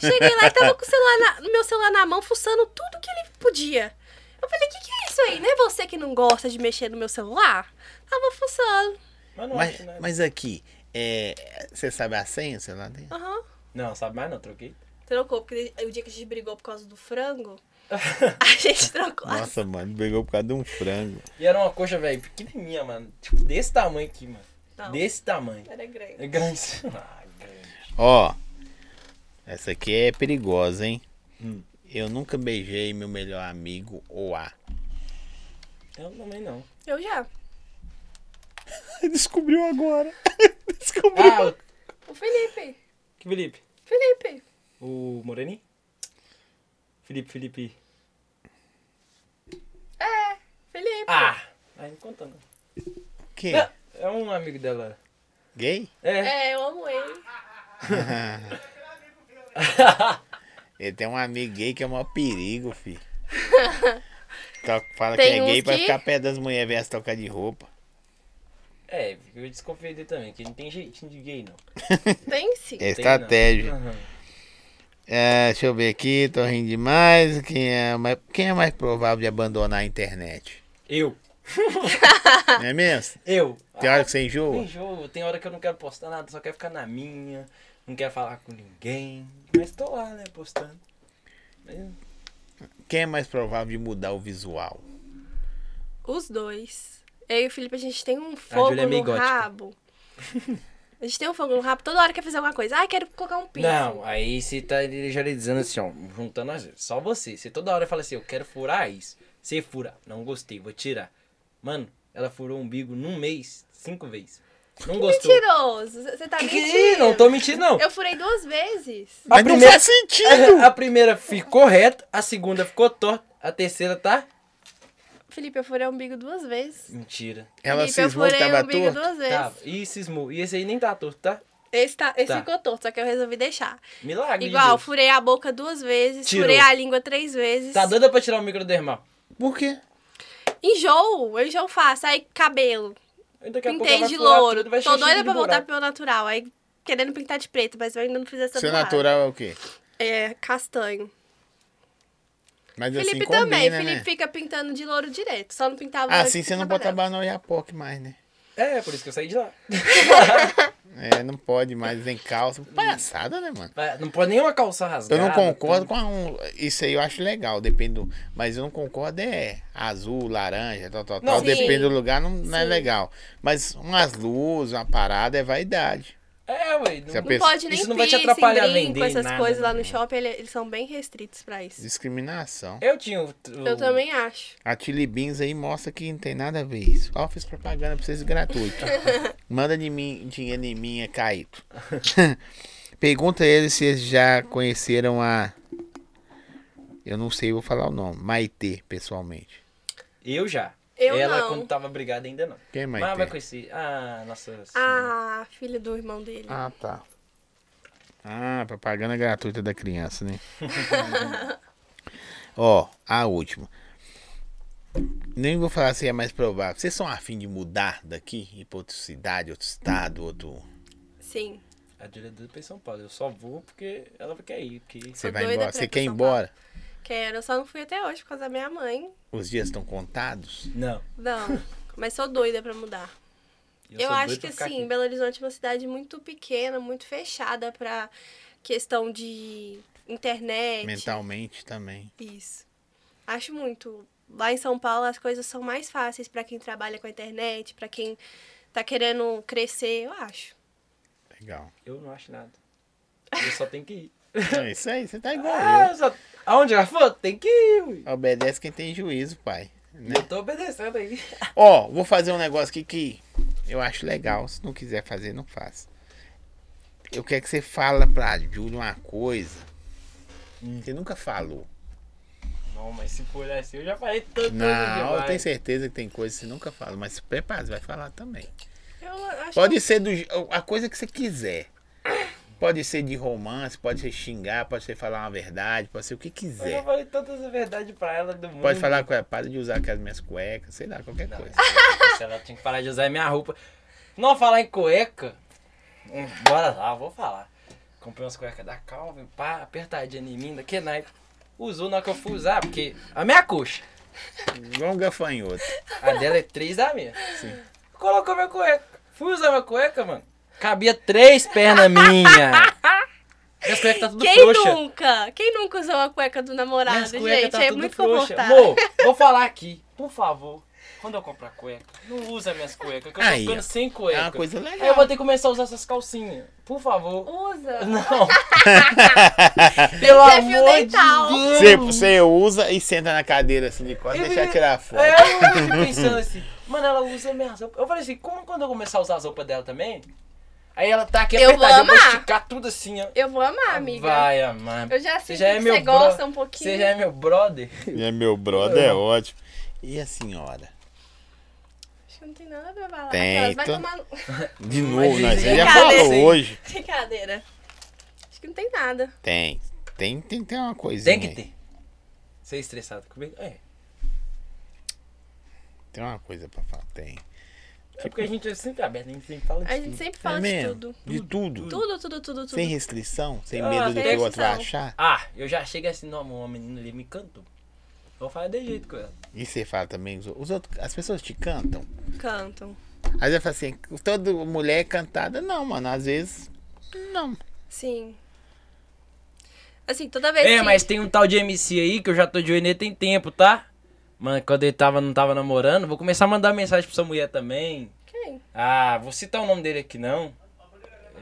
B: cheguei lá e tava com o celular na- no meu celular na mão, fuçando tudo que ele podia. Eu falei, o que, que é isso aí? Não é você que não gosta de mexer no meu celular? Tava fuçando.
C: Mas não
A: Mas,
C: acho né? nada.
A: mas aqui, é, você sabe a senha, sei lá dentro?
B: Aham.
C: Não, sabe mais não, troquei.
B: Trocou, porque o dia que a gente brigou por causa do frango, a gente trocou.
A: Nossa, mano, brigou por causa de um frango.
C: E era uma coxa, velho, pequenininha, mano. Tipo, desse tamanho aqui, mano.
B: Não.
C: Desse tamanho.
B: Era grande.
C: É grande. Ah, grande.
A: Ó, essa aqui é perigosa, hein?
C: Hum.
A: Eu nunca beijei meu melhor amigo ou a.
C: Eu também não.
B: Eu já.
A: Descobriu agora. Descobriu.
C: Ah, o...
B: O Felipe.
C: que Felipe?
B: Felipe.
C: O Moreni? Felipe, Felipe.
B: Felipe.
C: Ah! Aí não conta não.
A: Que?
C: Não, É um amigo dela.
A: Gay?
C: É.
B: É, eu amo ele.
A: Ele tem um amigo gay que é o maior perigo, fi. Ca- Fala
B: Tem
A: que é
B: uns
A: gay pra
B: que-
A: ficar perto das mulheres ver as trocar de roupa.
C: É, porque eu desconfiei dele também, que ele não tem jeitinho de gay, não.
B: Tem sim.
A: É
C: Tem, não.
A: estratégia.
C: Aham.
A: É, deixa eu ver aqui, tô rindo demais. Quem é, mais... Quem é mais provável de abandonar a internet?
C: Eu.
A: Não é mesmo?
C: Eu.
A: Tem hora que você
C: eu
A: enjoa?
C: enjoo, tem hora que eu não quero postar nada, só quero ficar na minha, não quero falar com ninguém. Mas tô lá, né, postando. Mas-
A: Quem é mais provável de mudar o visual?
B: Os dois. Eu e o Felipe, a gente tem um
C: A
B: fogo
C: Júlia é meio
B: no
C: gótica.
B: rabo. A gente tem um fogo no rabo. Toda hora quer fazer alguma coisa. Ah, quero colocar um piercing.
C: Não, aí você tá generalizando assim, ó, juntando as Só você. Você toda hora fala assim, eu quero furar isso. Você fura, não gostei, vou tirar. Mano, ela furou o umbigo num mês, cinco vezes. Não gostou.
B: Mentiroso. Você tá
C: Que? é?
B: mentindo.
C: Não tô mentindo, não.
B: Eu furei duas vezes.
A: Mas não
C: primeira-
A: faz sentido!
C: A primeira ficou reta, a segunda ficou torta, a terceira tá.
B: Felipe, eu furei o umbigo duas vezes.
C: Mentira.
A: Ela
B: Felipe, eu
A: cismou que
B: furei o
A: tava
B: umbigo
A: torto.
B: duas vezes.
C: Tá, e cismou. E esse aí nem tá torto, tá?
B: Esse, tá, esse
C: Tá.
B: ficou torto, só que eu resolvi deixar.
C: Milagre. de
B: Igual,
C: Deus.
B: furei a boca duas vezes,
C: Tirou.
B: furei a língua três vezes.
C: Tá doida pra tirar o microdermal?
A: Por quê?
B: Enjoo, eu enjoo faço. Aí cabelo,
C: Então Daqui a pouco ela
B: pintei
C: vai
B: de
C: furar
B: louro.
C: tudo, vai
B: Tô
C: cheio
B: doida
C: de
B: pra voltar
C: buraco.
B: pro meu natural. Aí querendo pintar de preto, mas eu ainda não fiz essa
A: Seu
B: burrada.
A: natural é o quê?
B: É, castanho.
A: Mas assim
B: Felipe
A: combina,
B: também.
A: né?
B: Felipe fica pintando de louro direto. Só não pintava...
A: Ah,
B: antes
A: assim
B: do
A: você não pode
B: Tabarela.
A: trabalhar no Oiapoque mais, né?
C: É, por isso que eu saí de lá.
A: É, não pode mais, nem calça. Palhaçada, né, mano?
C: Vai, Não pode nenhuma calça rasgada.
A: Eu não concordo com a um, isso aí, eu acho legal, depende do, mas eu não concordo é azul, laranja, tal, tal,
C: Não,
A: tal,
B: sim.
A: depende do lugar, não, não é
B: Sim.
A: legal. Mas umas luzes, uma parada é vaidade.
C: É, ué. Não...
A: Se a
B: Não
A: pessoa-
B: pode nem
C: Isso não vai te
B: piercing,
C: atrapalhar a
B: brinco,
C: vender,
B: essas
C: nada,
B: coisas lá
C: né?
B: no shopping, ele- eles são bem restritos pra isso.
A: Discriminação.
C: Eu tinha o... o-
B: Eu também acho.
A: A Tilly Beans aí mostra que não tem nada a ver isso. Ó, fiz propaganda pra vocês gratuito. Manda de mim, dinheiro em mim, é caído. Pergunta a eles se eles já conheceram a. Eu não sei, vou falar o nome. Maitê, pessoalmente.
C: Eu já.
B: Eu
C: Ela,
B: não.
C: quando tava brigada, ainda não.
A: Quem é
C: Mas ela
A: Maitê?
C: vai conhecer. Ah, nossa. senhora.
B: Ah, filha do irmão dele.
A: Ah, tá. Ah, propaganda gratuita da criança, né? Ó, a última. Nem vou falar se é mais provável. Vocês são afim de mudar daqui? Ir pra outra cidade, outro estado, outro.
B: Sim.
C: A diretora pra São Paulo. Eu só vou porque ela quer ir. Porque...
A: Você
B: Tô
A: vai
B: doida
A: embora?
B: pra
A: Você
B: ir
A: quer ir
B: pra São Paulo.
A: embora?
B: Quero, eu só não fui até hoje por causa da minha mãe.
A: Os dias estão contados?
C: Não.
B: Não, mas sou doida pra mudar. Eu,
C: sou
B: acho
C: doido
B: que
C: pra ficar
B: assim,
C: aqui.
B: Belo Horizonte é uma cidade muito pequena, muito fechada pra questão de internet.
A: Mentalmente também.
B: Isso. Acho muito. Lá em São Paulo as coisas são mais fáceis pra quem trabalha com a internet, pra quem tá querendo crescer, eu acho.
A: Legal.
C: Eu não acho nada. Eu só tenho que ir.
A: É isso aí, você tá igual
C: Ah, eu só... Aonde ela for? Tem que ir. ui.
A: eu. Obedece quem tem juízo, pai. Né?
C: Eu tô obedecendo aí.
A: Ó, vou fazer um negócio aqui que eu acho legal. Se não quiser fazer, não faça. Eu quero que você fala pra Júlia uma coisa que nunca falou.
C: Não, mas se for assim, eu já falei tanto.
A: Não, eu
C: tem
A: tenho certeza que tem coisa que você nunca fala, mas se prepara, você vai falar também.
B: Eu acho
A: Pode ser do, je- a coisa que você quiser. Pode ser de romance, pode ser xingar, pode ser falar uma verdade, pode ser o que
C: Eu um já
A: quiser.
C: falei tantas verdades pra ela do mundo.
A: É. Pode falar com ela, para de usar aquelas minhas cuecas, sei lá, qualquer coisa.
C: Se ela tinha que parar de usar minha roupa. Não falar em cueca. Hum, bora lá, vou falar. Comprei umas cuecas da Calvin, pá, apertadinha em mim, da Kenai. Usou na hora que eu fui usar, porque a minha coxa,
A: Igual um gafanhoto.
C: a dela é três da minha. Colocou minha cueca. Fui usar minha cueca, mano. Cabia três pernas minha. Minhas cuecas tá tudo
B: Quem
C: frouxa.
B: nunca? Quem nunca usou a cueca do namorado,
C: Minhas cuecas
B: gente?
C: tá
B: é
C: tudo
B: muito
C: frouxa.
B: confortável.
C: Amor, vou falar aqui. Por favor, quando eu comprar cueca, não usa minhas cuecas, que eu tô
A: Aí, ó.
C: ficando sem
A: É
C: cueca.
A: uma coisa
C: Aí eu
A: legal.
C: vou ter que começar a usar essas calcinhas. Por favor.
B: Usa.
C: Não. Pelo
B: Tem que ter fio dental.
C: de
A: Você, você usa e senta na cadeira assim de costas, deixa eu tirar a foto.
C: É, eu fico pensando assim, mano, ela usa minhas roupas. Eu falei assim, como quando eu começar a usar as roupas dela também? Aí ela tá aqui
B: Eu vou
C: apertadinha, eu vou
B: amar.
C: esticar tudo assim, ó.
B: Eu vou amar, amiga.
C: Vai, amar.
B: Eu já
C: Você
B: sinto
C: já é
B: que
C: meu
B: você gosta
C: bro-
B: um pouquinho.
C: Você já é meu brother.
A: E é meu brother, é ótimo. E a senhora?
B: Acho que não tem nada pra falar.
A: Tem,
B: Aquelas, vai
A: tô-
B: tomar no...
A: De novo, nós
C: dizer
A: você já
B: nada,
A: falou
C: assim.
A: hoje.
B: Brincadeira. Acho que não tem nada.
A: Tem. Tem, tem que ter uma coisinha.
C: Tem que
A: aí.
C: ter. Você é estressado comigo? É.
A: Tem uma coisa pra falar. Tem.
C: É porque a gente é sempre aberto, a gente sempre fala
B: A
C: de
B: gente
C: tudo.
B: sempre
A: é
B: fala de
A: mesmo?
B: tudo.
A: De tudo.
B: Tudo, tudo, tudo, tudo.
A: Sem restrição, sem
C: Ah,
A: medo do
C: sem
A: que o outro vai
B: restrição.
A: achar.
C: Ah, eu já chego assim, não, uma menina ali me cantou. Vou falar de jeito com ela.
A: E você fala também, os, os outros, as pessoas te cantam.
B: Cantam.
A: Aí você fala assim, toda mulher é cantada. Não, mano, às vezes. Não.
B: Sim. Assim, toda vez
C: É,
B: que...
C: mas tem um tal de MC aí que eu já tô de olho nele tem tempo, tá? Mano, quando ele tava, não tava namorando, vou começar a mandar mensagem pra sua mulher também.
B: Quem?
C: Ah, vou citar o nome dele aqui não.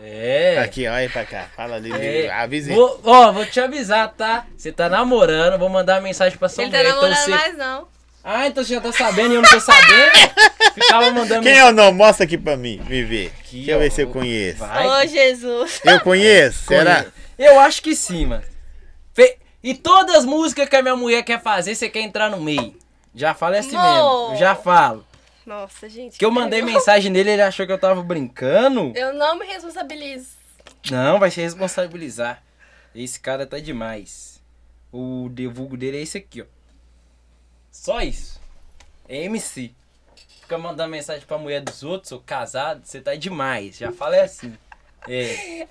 C: É.
A: Aqui, olha pra cá. Fala ali,
C: É.
A: avisa.
C: Vou, ó, vou te avisar, tá? Você tá namorando, vou mandar uma mensagem pra sua
B: Ele tá
C: mulher.
B: namorando
C: então você...
B: mais, não.
C: Ah, então você já tá sabendo e eu não tô sabendo? Ficava mandando
A: Quem é o nome? Mostra aqui pra mim, me ver. Deixa eu ver se eu
C: ó,
A: conheço.
C: vai.
B: Ô, Jesus.
A: Eu conheço? Será?
C: Eu acho que sim, mano. Fe- E todas as músicas que a minha mulher quer fazer, você quer entrar no meio. Já falo é assim
B: Mô.
C: mesmo. eu Já falo.
B: Nossa, gente.
C: Que eu mandei
B: perigo.
C: mensagem nele, ele achou que eu tava brincando.
B: Eu não me responsabilizo.
C: Não, vai se responsabilizar. Esse cara tá demais. O divulgo dele é esse aqui, ó. Só isso. É MC. Fica mandando mensagem pra mulher dos outros, sou casado, você tá demais. Já fala é assim. É.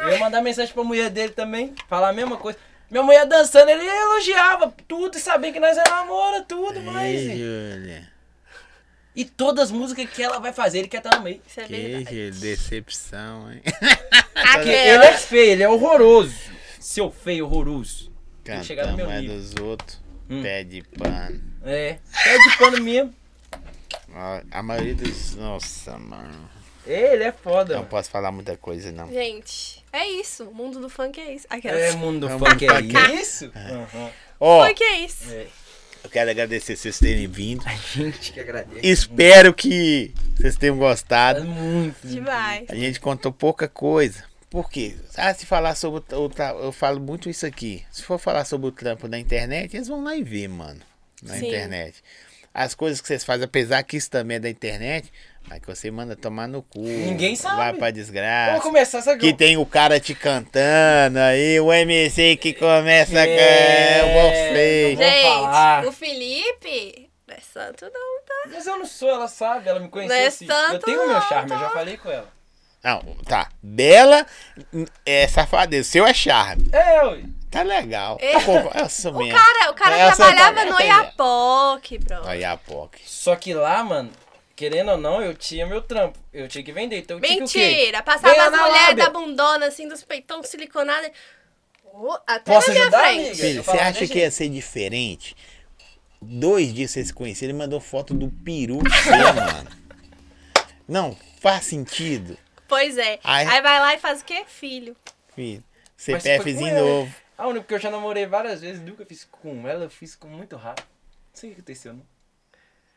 C: Eu ia mandar mensagem pra mulher dele também, falar a mesma coisa. Minha mulher dançando, ele elogiava tudo e sabia que nós era namoro, tudo mais.
A: Ei, Júlia.
C: E todas as músicas que ela vai fazer, ele quer estar no meio.
B: Isso é
A: Que
B: verdade.
A: Júlia, decepção, hein?
C: Porque
B: Aquela.
C: ele é feio, ele é horroroso. Seu feio horroroso. que chegar no meu
A: Cantamos é
C: nível.
A: dos outros.
C: Hum.
A: Pé de pano.
C: É. É de pano mesmo.
A: Ó, A maioria dos. Nossa, mano.
C: Ele é foda.
A: Não
C: mano.
A: posso falar muita coisa, não.
B: Gente, é isso. O mundo do funk é isso.
C: É
B: Aquelas.
C: mundo
A: É um
C: funk é
A: funk.
C: isso? Aham.
A: Ó,
B: Funk é isso.
C: É.
A: eu quero agradecer vocês terem vindo.
C: Gente, que agradece.
A: Espero que vocês tenham gostado.
C: Muito.
B: Demais.
A: A gente contou pouca coisa. Por quê? Ah, se falar sobre o tra... Eu falo muito isso aqui. Se for falar sobre o trampo na internet, eles vão lá e ver, mano. Na
B: Sim.
A: internet. As coisas que vocês fazem, apesar que isso também é da internet, mas que você manda tomar no cu.
C: Ninguém sabe. é
A: Vai pra desgraça.
C: Vamos começar essa
A: Que tem o cara te cantando aí, o MC que começa a cantar.
C: É.
A: Você.
C: Vamos falar.
B: Gente, o Felipe. Não é santo, não, tá?
C: Mas eu não sou, ela sabe, ela me conheceu.
B: Não é
C: assim. eu
B: santo,
C: tenho o meu
B: não,
C: charme, eu
B: tá?
C: já falei com ela.
A: Não, tá. Bela é safadeza. Seu é charme.
C: É, ui.
A: Tá legal.
B: É.
A: Tá bom, é isso
B: O
A: mesmo.
B: cara, o cara
A: Essa
B: trabalhava
A: tá-
B: no Iapoc, bro.
A: Aí a POC.
C: Só que lá, mano, querendo ou não, eu tinha meu trampo. Eu tinha que vender. Então eu tinha que o quê?
B: Mentira! Passava
C: Veio
B: as
C: na
B: mulheres
C: lábia.
B: da bundona, assim, dos peitão siliconados. Ô, até
C: Posso
B: na minha
C: ajudar,
B: frente.
C: amiga?
A: Filho,
C: Eu
A: você
C: falava,
A: acha
C: "Deixa
A: que
C: eu-"
A: ia ser diferente? Dois dias vocês se conheceram, ele mandou foto do peru seu, mano. Não, faz sentido,
B: Pois é.
A: Ai.
B: Aí vai lá e faz o quê? Filho.
A: filho.
C: Mas foi com
A: CPFzinho
C: ela.
A: novo.
C: A única, porque eu já namorei várias vezes, nunca fiz com ela, eu fiz com muito rápido. Não sei o que aconteceu, não.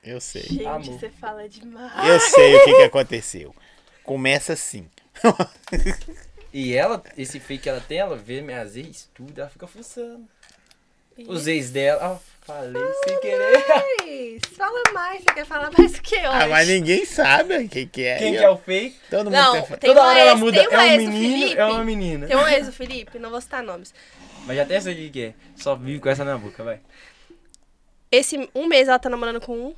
A: Eu sei.
B: Gente,
C: Amor.
B: você fala demais.
A: Eu sei o que, que aconteceu. Começa assim.
C: E ela, esse fake que ela tem, ela vê minhas ex, tudo, ela fica fuçando. Os ex dela, ó, falei sem querer.
B: Mas, Fala mais, você quer falar mais do que hoje?
A: Ah, mas ninguém sabe o que, que é.
C: Quem
A: Eu-
C: que é o fake?
A: Todo mundo
B: Não,
A: tem fa-
B: tem
C: Toda
B: uma
C: hora ela
B: ex-
C: muda,
B: tem uma
C: é um
B: ex do
C: menino,
B: Felipe.
C: é uma menina.
B: Tem um ex, o Felipe, não vou citar nomes.
C: Mas já tem essa de que é, só vive com essa na boca, vai.
B: Esse, um mês ela tá namorando com um,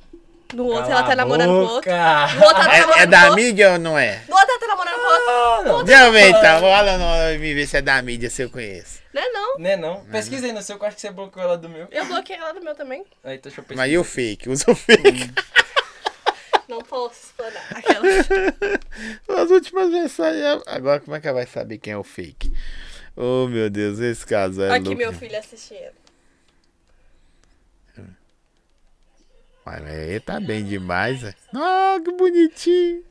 B: no outro
C: Cala
B: ela tá
C: a
B: namorando com o outro.
C: boca.
B: No outro ela tá
A: É, é
B: namorando
A: da
B: com o outro.
A: mídia ou não é?
B: No outro ela tá namorando com o outro.
C: Ah, não.
A: Não, vem então. Olha não, me ver se é da mídia, se eu conheço.
B: Não é não.
C: Né não? Pesquisa aí no seu, que eu acho que você bloqueou ela do meu.
B: Eu bloqueei ela do meu também.
C: Aí, então, deixa eu pesquisar.
A: Mas e o fake? Usa o fake.
B: Não posso explorar aquela.
C: É
A: As últimas mensagens. Agora como é que ela vai saber quem é o fake? Oh meu Deus, esse caso é
B: Aqui
A: louco.
B: meu filho assistindo.
A: Mas ele tá bem demais. né? Ah, que bonitinho.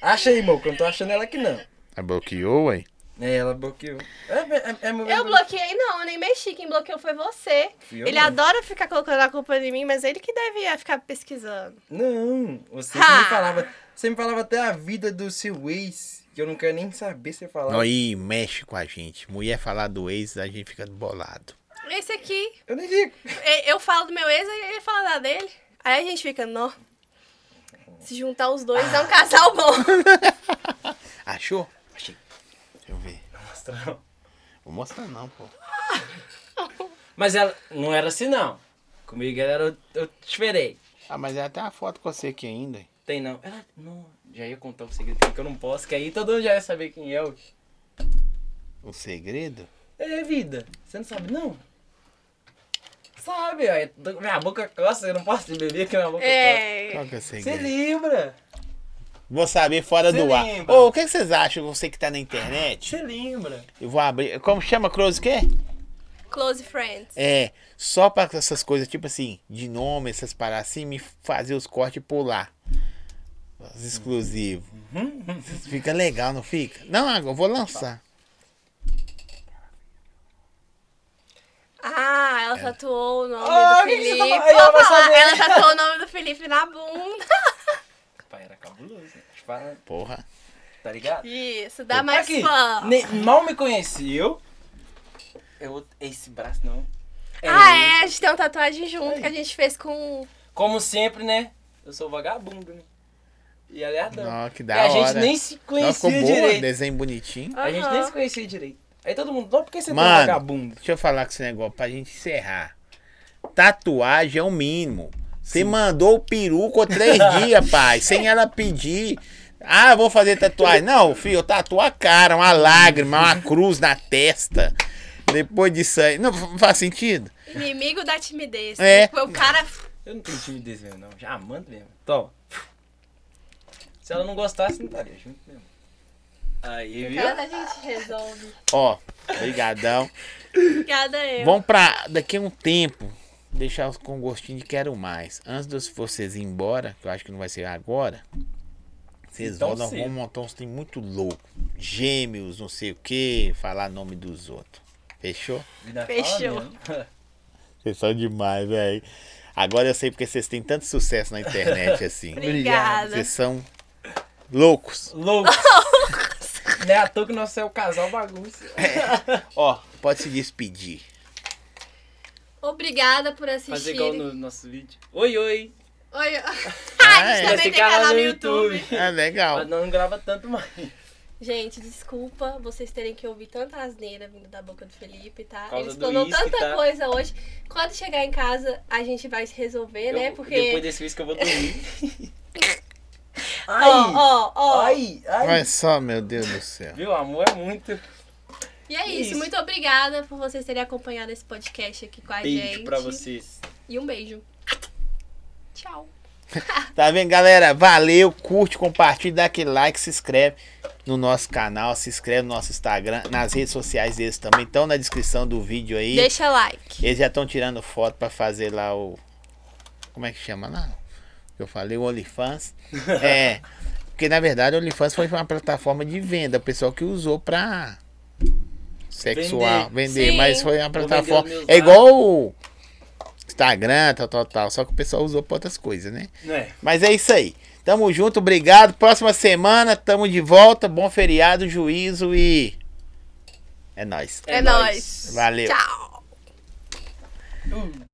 C: Acha aí, Mo, que eu não tô achando ela que não.
A: Ah, bloqueou, hein?
C: É, ela bloqueou. É, é, é, é meu
B: Eu bloqueei não, eu nem mexi. Quem bloqueou foi você.
C: Fui eu
B: Ele
C: mesmo.
B: adora ficar colocando a culpa em mim, mas ele que devia ficar pesquisando.
C: Não, você
B: Ha!
C: me falava. Você me falava até a vida do seu ex, que eu não quero nem saber se falar.
A: Não, Aí mexe com a gente. Mulher falar do ex, a gente fica bolado.
B: Esse aqui,
C: Eu nem digo.
B: e- eu falo do meu ex, aí ele fala da dele. Aí a gente fica, nó. Se juntar os dois é um casal bom.
A: Achou? Achei. Deixa eu ver.
C: Mostra não.
A: Vou mostrar não, pô.
C: Mas ela não era assim, não. Comigo ela era. Eu esperei.
A: Ah, mas é até a foto com você aqui ainda. hein?
C: Tem não. Ela. Não, já ia contar o segredo que eu não posso, que aí todo mundo já ia saber quem é o.
A: O Um segredo?
C: É vida. Você não sabe, não? sabe, ó, eu tô- minha boca coça, eu não posso beber que minha boca coça.
B: É.
A: Qual que é o
C: Você
A: segredo?
C: lembra?
A: Vou saber fora
C: Você
A: do ar.
C: lembra?
A: Ô, o que que vocês acham, você que tá na internet?
C: Você lembra?
A: Eu vou abrir. Como chama Close o quê?
B: Close Friends.
A: É, só pra essas coisas, tipo assim, de nome, essas paradas assim, me fazer os cortes e pular. Os exclusivos.
C: Uhum.
A: Fica legal, não fica? Não, agora eu vou lançar.
C: Tá.
B: Ah, ela tatuou o nome
C: Ah,
B: do
C: o É. que que você
B: Felipe.
C: tá falando? Aí ela
B: Vou
C: vai
B: falar,
C: saber.
B: ela tatuou o nome do Felipe na bunda.
C: Pai, era cabuloso. né? Tipo, ah,
A: Porra.
C: Tá ligado?
B: Isso, dá mais
C: Aqui,
B: fã.
C: ne- mal me conheceu. Eu, esse braço não.
B: Ah, é, a gente tem uma tatuagem junto que a gente fez com. um
C: Como sempre, né? Eu sou vagabundo, né? E aliadão.
A: Não, que
C: e
A: da
C: É,
A: hora.
C: a gente nem se
A: Não,
C: conhecia
A: ficou boa,
C: direito.
A: desenho bonitinho.
C: A gente
B: Aham.
C: nem se conhecia direito. Aí todo mundo, não, por que você tá
A: Mano.
C: vagabundo?
A: Deixa eu falar com esse negócio pra gente encerrar. Tatuagem é o mínimo. Você mandou o peruco três dias, pai, sem ela pedir. Ah, eu vou fazer tatuagem. Não, filho, eu tatuo a cara, uma lágrima, uma cruz na testa. Depois disso aí. Não f- faz sentido?
B: Inimigo da timidez.
A: É.
B: Tipo, o cara.
C: Eu não tenho time de desenho, não. Já mando mesmo. Toma. Se ela não gostasse, não estaria junto mesmo. Aí, viu?
B: Cada a gente resolve.
A: Ó, brigadão.
B: Cada eu.
A: Vamos pra daqui a um tempo deixar os- com gostinho de quero mais. Antes de vocês ir embora, que eu acho que não vai ser agora, vocês
C: Então
A: vão, nós
C: cedo.
A: vamos montar uns tem muito louco. Gêmeos, não sei o que, falar nome dos outros. Fechou?
C: Ainda fala
B: Fechou.
C: mesmo.
A: Vocês são demais, velho. Agora eu sei porque vocês têm tanto sucesso na internet assim.
B: Obrigada.
A: Vocês são loucos.
C: Louco. não é à toa que nós é o casal bagunça.
A: Ó, pode se despedir.
B: Obrigada por assistir.
C: Fazer igual no nosso vídeo. Oi, oi.
B: Oi, ó.
A: Ah,
B: a gente
A: é,
B: também tem canal no YouTube.
A: é
C: Mas
A: legal.
C: Ah, não grava tanto mais.
B: Gente, desculpa vocês terem que ouvir tanta asneira vindo da boca do Felipe, tá?
C: Por causa
B: Ele
C: do
B: explanou
C: uísque,
B: tanta
C: tá?
B: coisa hoje. Quando chegar em casa, a gente vai se resolver, né?
C: Eu-
B: Porque.
C: Depois desse vídeo que eu vou dormir. ai,
B: Ó, ó, ó.
C: ai, ai.
A: Olha só, meu Deus do céu.
C: Viu? Amor é muito.
B: E é isso.
C: Isso.
B: Muito obrigada por vocês terem acompanhado esse podcast aqui com a
C: Beijo
B: gente.
C: pra vocês.
B: E um beijo. Tchau.
A: Tá vendo, galera? Valeu, curte, compartilha, dá aquele like, se inscreve no nosso canal, se inscreve no nosso Instagram, nas redes sociais deles também, estão na descrição do vídeo aí.
B: Deixa like.
A: Eles já estão tirando foto pra fazer lá o. Como é que chama lá? Eu falei, o OnlyFans. é. Porque na verdade o OnlyFans foi uma plataforma de venda, o pessoal que usou pra sexual,
C: Vender.
A: vender,
B: Sim.
A: mas foi uma
C: vender os
A: plataforma.
C: meus
A: É igual o Instagram, tal, tal, tal. Só que o pessoal usou pra outras coisas, né?
C: Né?
A: Mas é isso aí. Tamo junto, obrigado. Próxima semana, tamo de volta. Bom feriado, juízo e. É nóis.
B: É nóis.
A: Valeu.
B: Tchau.